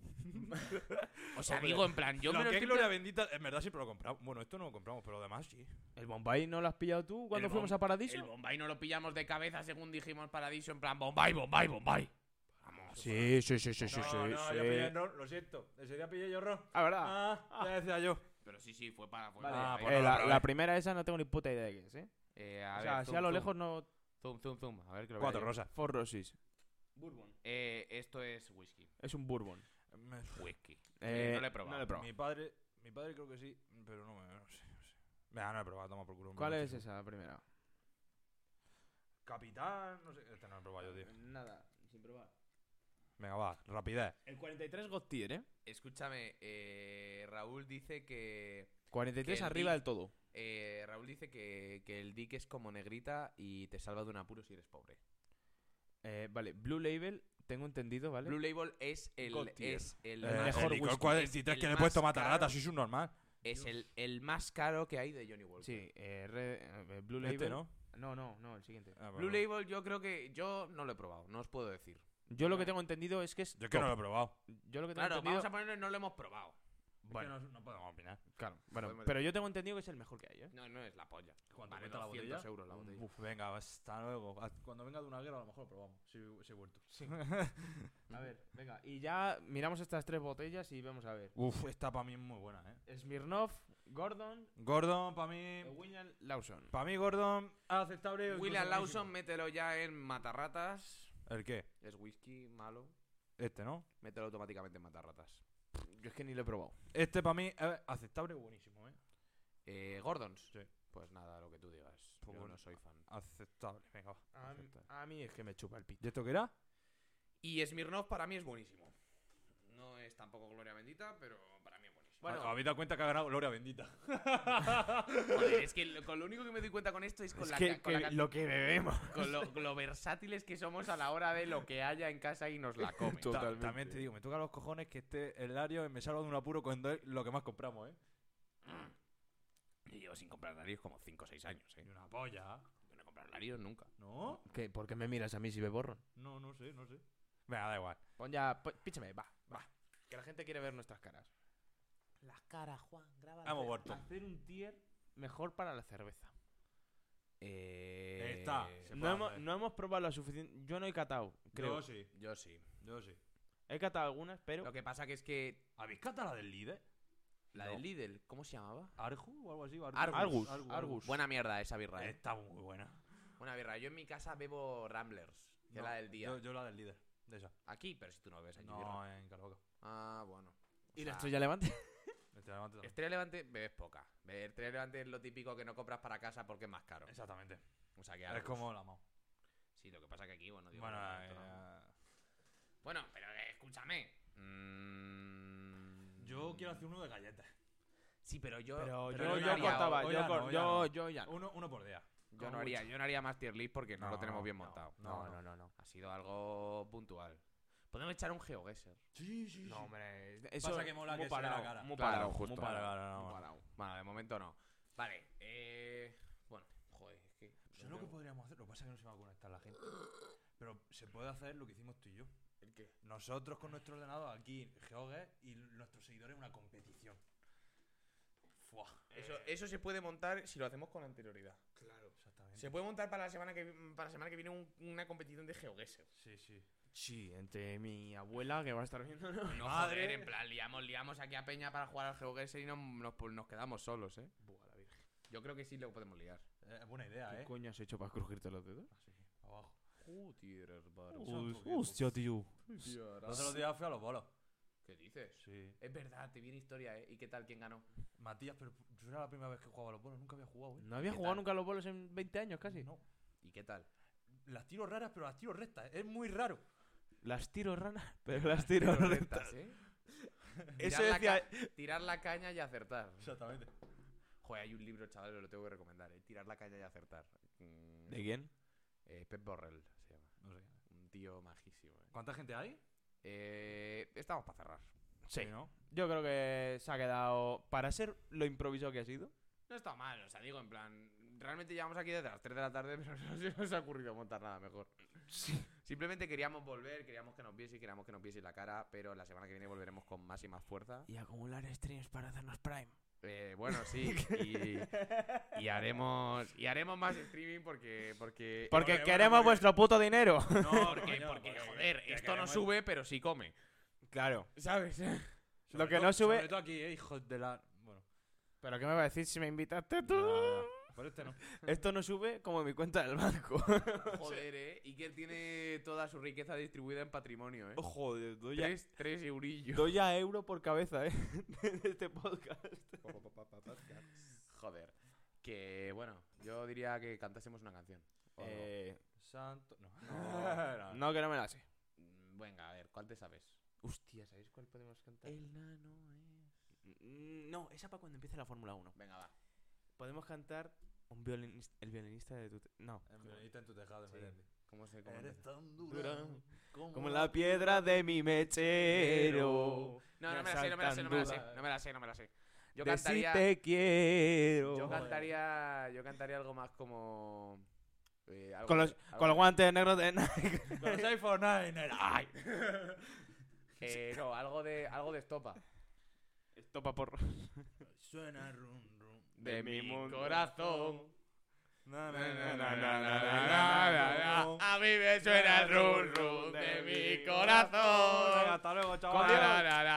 Speaker 3: o sea,
Speaker 2: Hombre,
Speaker 3: digo, en plan, yo
Speaker 2: lo
Speaker 3: me lo
Speaker 2: que es
Speaker 3: estoy
Speaker 2: Gloria
Speaker 3: plan-
Speaker 2: Bendita, en verdad siempre lo compramos. Bueno, esto no lo compramos, pero lo demás sí.
Speaker 1: ¿El Bombay no lo has pillado tú cuando
Speaker 3: El
Speaker 1: fuimos
Speaker 3: Bom-
Speaker 1: a Paradiso?
Speaker 3: El Bombay no lo pillamos de cabeza según dijimos Paradiso, en plan, Bombay, Bombay, Bombay. Vamos.
Speaker 1: Sí, sí, sí, sí, sí, sí. sí.
Speaker 2: ron, lo siento. Ese día pillé yo ron.
Speaker 1: Ah, ¿verdad?
Speaker 2: Ah, ya decía yo.
Speaker 3: Pero sí, sí, fue para... Fue
Speaker 1: Vale.
Speaker 3: para-
Speaker 2: Ah,
Speaker 3: ahí.
Speaker 2: pues
Speaker 1: Eh,
Speaker 2: nada,
Speaker 1: la,
Speaker 2: otra
Speaker 1: la
Speaker 2: vez.
Speaker 1: primera esa no tengo ni puta idea de qué es, ¿eh?
Speaker 3: Eh, a
Speaker 1: o
Speaker 3: ver,
Speaker 1: sea, así
Speaker 3: zoom,
Speaker 1: a lo
Speaker 3: zoom.
Speaker 1: lejos no...
Speaker 3: Zoom, zoom, zoom. A ver, que lo
Speaker 2: Cuatro
Speaker 3: vea yo.
Speaker 2: rosas.
Speaker 1: Four Roses.
Speaker 8: Bourbon.
Speaker 3: Eh, esto es whisky.
Speaker 1: Es un bourbon.
Speaker 2: Me-
Speaker 3: Whisky.
Speaker 1: Eh,
Speaker 3: Eh, no lo he probado.
Speaker 1: no lo he probado.
Speaker 2: Mi padre, mi padre creo que sí, pero no me. No sé, no sé. Venga, no he probado, toma por culo. hombre,
Speaker 1: ¿Cuál
Speaker 2: no
Speaker 1: es
Speaker 2: sé.
Speaker 1: esa la primera?
Speaker 2: Capitán, no sé. Este no lo he probado yo, tío.
Speaker 8: Nada, sin probar.
Speaker 2: Venga, va, rapidez.
Speaker 1: El 43 Gotier, ¿eh?
Speaker 3: Escúchame, eh, Raúl dice que...
Speaker 1: 43
Speaker 3: Que el
Speaker 1: arriba
Speaker 3: Dick-
Speaker 1: del todo.
Speaker 3: eh, Raúl dice que, que el dick es como negrita y te salva de un apuro si eres pobre.
Speaker 1: Eh, vale, Blue Label, tengo entendido, ¿vale?
Speaker 3: Blue Label es el,
Speaker 1: God tier.
Speaker 3: es el,
Speaker 2: Eh,
Speaker 3: más,
Speaker 1: mejor
Speaker 2: el licor
Speaker 1: whisky,
Speaker 2: 43
Speaker 3: el
Speaker 2: que le he
Speaker 3: más
Speaker 2: puesto matarrata,
Speaker 3: caro.
Speaker 2: soy un normal.
Speaker 3: es el, el más caro que hay de Johnny Walker.
Speaker 1: Sí, eh, Red- eh, Blue Label.
Speaker 2: Este, ¿no?
Speaker 1: No, no, no, el siguiente.
Speaker 2: Ah,
Speaker 3: Blue
Speaker 2: perdón.
Speaker 3: Label yo creo que yo no lo he probado, no os puedo decir.
Speaker 1: Yo lo que tengo entendido es que es.
Speaker 2: Yo es que
Speaker 1: top.
Speaker 2: no lo he probado.
Speaker 1: Yo lo que tengo
Speaker 3: Claro,
Speaker 1: entendido.
Speaker 3: vamos a ponerlo en no lo hemos probado.
Speaker 1: Bueno,
Speaker 2: Es que no, no podemos opinar.
Speaker 1: claro. Bueno,
Speaker 3: Podemos-
Speaker 1: pero yo tengo entendido que es el mejor que hay, ¿eh?
Speaker 3: No, no es la polla.
Speaker 2: ¿Cuánto
Speaker 3: vale,
Speaker 2: cuesta la
Speaker 3: 200
Speaker 2: botella?
Speaker 1: Mm.
Speaker 3: euros la botella.
Speaker 2: Uf, venga, hasta luego. Ah, Cuando venga de una guerra, a lo mejor lo probamos. Si si he vuelto.
Speaker 1: A ver, venga. Y ya miramos estas tres botellas y vemos a ver.
Speaker 2: Uf, esta para mí es muy buena, eh.
Speaker 1: Smirnov, Gordon,
Speaker 2: Gordon, para mí.
Speaker 1: eh, William Lawson.
Speaker 2: Para mí, Gordon, aceptable. o incluso
Speaker 3: William
Speaker 2: buenísimo.
Speaker 3: Lawson, mételo ya en matarratas.
Speaker 2: ¿El qué?
Speaker 3: Es whisky malo.
Speaker 2: Este, ¿no?
Speaker 3: Mételo automáticamente en matarratas.
Speaker 1: Yo es que ni lo he probado.
Speaker 2: Este para mí eh, aceptable o buenísimo, ¿eh?
Speaker 3: Eh, Gordons.
Speaker 2: Sí.
Speaker 3: Pues nada, lo que tú digas.
Speaker 2: Pues
Speaker 3: Yo
Speaker 2: bueno.
Speaker 3: no soy fan.
Speaker 2: Aceptable, venga. va.
Speaker 1: A,
Speaker 2: Aceptable.
Speaker 1: mí es que me chupa el pito.
Speaker 2: ¿Y esto qué era?
Speaker 3: Y Smirnoff para mí es buenísimo. No es tampoco gloria bendita, pero para mí es buenísimo.
Speaker 1: Bueno,
Speaker 2: Habéis dado cuenta que ha ganado Gloria Bendita.
Speaker 3: Joder, es que lo, con lo único que me doy cuenta con esto es con la, ca- con la can-
Speaker 1: lo que bebemos.
Speaker 3: con lo, con lo versátiles que somos a la hora de lo que haya en casa y nos la comen.
Speaker 2: Ta- También te digo, me toca los cojones que este el Lario me salva de un apuro cuando es lo que más compramos, ¿eh?
Speaker 3: Y yo sin comprar Larios como 5 o 6 años, ¿eh?
Speaker 2: Y una polla.
Speaker 3: Yo no he comprado Larios nunca.
Speaker 2: ¿No?
Speaker 8: ¿Qué? ¿Por qué me miras a mí si me borro?
Speaker 2: No, no sé, no sé. Venga, da igual.
Speaker 1: Pon ya, po- píchame, va, va. Que la gente quiere ver nuestras caras. Las caras, Juan, graba.
Speaker 2: Hemos vuelto.
Speaker 1: Hacer un tier mejor para la cerveza.
Speaker 3: Eh...
Speaker 2: Está. Se
Speaker 1: No
Speaker 2: puede
Speaker 1: hemos,
Speaker 2: hacer.
Speaker 1: no hemos probado lo suficiente. Yo no he catado, creo.
Speaker 2: Yo sí,
Speaker 3: Yo sí.
Speaker 2: yo sí.
Speaker 1: He catado algunas, pero.
Speaker 3: Lo que pasa que es que
Speaker 2: ¿Habéis catado la del líder?
Speaker 3: la
Speaker 2: No.
Speaker 3: del Lidl, ¿cómo se llamaba?
Speaker 2: ¿Arju o algo así?
Speaker 1: Argus.
Speaker 2: Argus.
Speaker 1: Argus.
Speaker 3: Buena mierda esa birra, ¿eh?
Speaker 2: Está muy buena.
Speaker 3: Buena birra. Yo en mi casa bebo Ramblers, que
Speaker 2: No,
Speaker 3: es la del día.
Speaker 2: Yo, yo la del líder. De esa.
Speaker 3: Aquí, pero si tú no bebes allí birra.
Speaker 2: No, en Caravaca.
Speaker 3: Ah, bueno. O
Speaker 1: ¿Y la
Speaker 3: sea,
Speaker 1: estrella levante?
Speaker 2: Este levante también.
Speaker 3: Estrella Levante bebes poca. Beber Estrella Levante es lo típico que no compras para casa porque es más caro.
Speaker 2: Exactamente.
Speaker 3: O sea que
Speaker 2: Es
Speaker 3: Argus.
Speaker 2: como la mao.
Speaker 3: Sí, lo que pasa que aquí, bueno, digo,
Speaker 2: Bueno,
Speaker 3: no,
Speaker 2: eh,
Speaker 3: esto no. Bueno, pero eh, escúchame. Mm.
Speaker 2: yo quiero hacer uno de galletas.
Speaker 3: Sí, pero yo.
Speaker 1: Pero
Speaker 3: no
Speaker 1: yo, yo
Speaker 3: haría-
Speaker 1: cortaba,
Speaker 2: hoy
Speaker 1: yo,
Speaker 2: ya no,
Speaker 1: cor-
Speaker 2: hoy ya
Speaker 1: yo,
Speaker 2: no.
Speaker 1: yo ya. no.
Speaker 2: Uno, uno por día.
Speaker 3: Yo no haría, yo no haría más tier list porque no,
Speaker 2: No,
Speaker 3: lo tenemos
Speaker 2: no,
Speaker 3: bien
Speaker 2: no,
Speaker 3: montado.
Speaker 1: No, no, no, no.
Speaker 3: Ha sido algo puntual. Podemos echar un GeoGuessr.
Speaker 2: Sí, sí, sí.
Speaker 1: No, hombre. Eso
Speaker 2: Pasa que mola
Speaker 1: muy
Speaker 2: que sea la
Speaker 1: parado,
Speaker 2: cara.
Speaker 1: Muy
Speaker 3: Claro,
Speaker 1: parado,
Speaker 3: justo.
Speaker 1: muy parado.
Speaker 2: Claro, no,
Speaker 3: Un
Speaker 2: no.
Speaker 3: parado. Bueno, de momento no. Vale, eh. Bueno, joder, es que.
Speaker 2: Yo lo que podríamos hacer, lo que pasa es que no se va a conectar la gente. Pero se puede hacer lo que hicimos tú y yo.
Speaker 3: ¿El qué?
Speaker 2: Nosotros con nuestro ordenador aquí, Geogues, y nuestros seguidores una competición. Fuah.
Speaker 3: Eso, eso se puede montar si lo hacemos con anterioridad.
Speaker 2: Claro. Exactamente.
Speaker 3: Se puede montar para la semana que, vi- para la semana que viene un- una competición de GeoGuessr.
Speaker 2: Sí, sí.
Speaker 1: Sí, entre mi abuela, que va a estar viendo, ¿no?
Speaker 3: No,
Speaker 2: Madre.
Speaker 3: joder, en plan, liamos, liamos aquí a Peña para jugar al GeoGuessr y nos, nos, pues, nos quedamos solos, eh.
Speaker 1: Buah, la virgen.
Speaker 3: Yo creo que sí lo podemos liar.
Speaker 2: Eh, buena idea,
Speaker 1: ¿Qué
Speaker 2: ¿eh?
Speaker 1: coño has hecho para crujirte los dedos?
Speaker 2: Así, abajo.
Speaker 3: Joder, hermano.
Speaker 2: Hostia,
Speaker 1: tío.
Speaker 2: Los otros días fui a los bolos.
Speaker 3: ¿Qué dices?
Speaker 2: Sí.
Speaker 3: Es verdad, te viene historia, ¿eh? ¿Y qué tal? ¿Quién ganó?
Speaker 2: Matías, pero yo era la primera vez que jugaba a los bolos, nunca había jugado, ¿eh?
Speaker 1: No había
Speaker 3: ¿Qué
Speaker 1: jugado
Speaker 3: tal?
Speaker 1: nunca a los bolos en 20 años casi.
Speaker 2: No.
Speaker 3: ¿Y qué tal?
Speaker 2: Las tiro raras, pero las tiro rectas. ¿eh? Es muy raro.
Speaker 1: Las tiro ranas, [LAUGHS] pero las tiro rectas.
Speaker 3: Acertas, [LAUGHS] ¿eh?
Speaker 1: Eso
Speaker 3: Tirar la
Speaker 1: decía.
Speaker 3: ca- Tirar la caña y acertar.
Speaker 2: Exactamente.
Speaker 3: Joder, hay un libro, chaval, lo tengo que recomendar, ¿eh? Tirar la caña y acertar. Mm,
Speaker 1: ¿De quién?
Speaker 3: eh, Pep Borrell se llama.
Speaker 2: No sé.
Speaker 3: Un tío majísimo, ¿eh?
Speaker 2: ¿Cuánta gente hay?
Speaker 3: Eh, estamos para cerrar.
Speaker 1: Sí.
Speaker 2: ¿no?
Speaker 1: Yo creo que se ha quedado. Para ser lo improvisado que ha sido.
Speaker 3: No está mal, o sea, digo, en plan... Realmente llevamos aquí desde las 3 de la tarde, [LAUGHS] pero no se nos ha ocurrido montar nada mejor. Simplemente queríamos volver, queríamos que nos viese, queríamos que nos viese la cara, pero la semana que viene volveremos con más y más fuerza.
Speaker 1: Y acumular streams para hacernos Prime.
Speaker 3: Eh, bueno, [LAUGHS] sí, y, y haremos y haremos más streaming porque porque
Speaker 1: Porque
Speaker 2: Vale, vale,
Speaker 1: queremos
Speaker 2: muy bien.
Speaker 1: vuestro puto dinero.
Speaker 2: [LAUGHS] No,
Speaker 3: porque, porque, joder, esto no sube, pero sí come.
Speaker 1: Claro.
Speaker 3: ¿Sabes?
Speaker 1: Lo que no sube-
Speaker 2: Sobre todo aquí, eh, hijos de la. Bueno.
Speaker 1: ¿Pero qué me va a decir si me invitaste tú?
Speaker 2: Por este no.
Speaker 1: [LAUGHS] Esto no sube como mi cuenta del banco. [LAUGHS]
Speaker 3: Joder, eh. Y que él tiene toda su riqueza distribuida en patrimonio, eh.
Speaker 1: Oh, Joder, doy a,
Speaker 3: Tres, tres eurillos.
Speaker 1: doy a euro por cabeza, ¿eh? [LAUGHS] De este podcast.
Speaker 3: Joder. Que bueno, yo diría que cantásemos una canción. O algo.
Speaker 1: Eh,
Speaker 2: Santo. [LAUGHS] No.
Speaker 1: No. Ah, no, que no me la sé.
Speaker 3: Mm, Venga, a ver, ¿cuál te sabes?
Speaker 1: Hostia, ¿sabéis cuál podemos cantar? No, esa para cuando empiece la Fórmula 1.
Speaker 3: Venga, va.
Speaker 1: Podemos cantar un violinista, el violinista de tu... te- No.
Speaker 2: En violinista en tu tejado, en Melendi.
Speaker 3: ¿Cómo se cómo empieza?
Speaker 2: tan
Speaker 1: Dura Como la piedra de mi mechero.
Speaker 3: No,
Speaker 1: Me
Speaker 3: no me la sé, no me la sé, no me la sé.
Speaker 1: asaltan
Speaker 3: No me la sé, no me la sé. Yo
Speaker 1: de si
Speaker 3: cantaría.
Speaker 1: te quiero.
Speaker 3: Yo cantaría, yo cantaría algo más como. eh, algo-
Speaker 1: Con los,
Speaker 3: algo-
Speaker 1: con los guantes negros de Nike.
Speaker 2: Los [LAUGHS] iPhone 9 [LAUGHS] ¡Ay!
Speaker 3: eh, no, algo de, algo de estopa.
Speaker 1: Topa por...
Speaker 2: Suena rum rum.
Speaker 3: De, mi corazón.
Speaker 2: Na,
Speaker 3: na, na, na, na, na, na, na, na. A mí me suena el run run de mi
Speaker 2: Venga,
Speaker 3: corazón.
Speaker 2: Hasta luego,
Speaker 3: Na,
Speaker 2: chaval.
Speaker 3: na, na,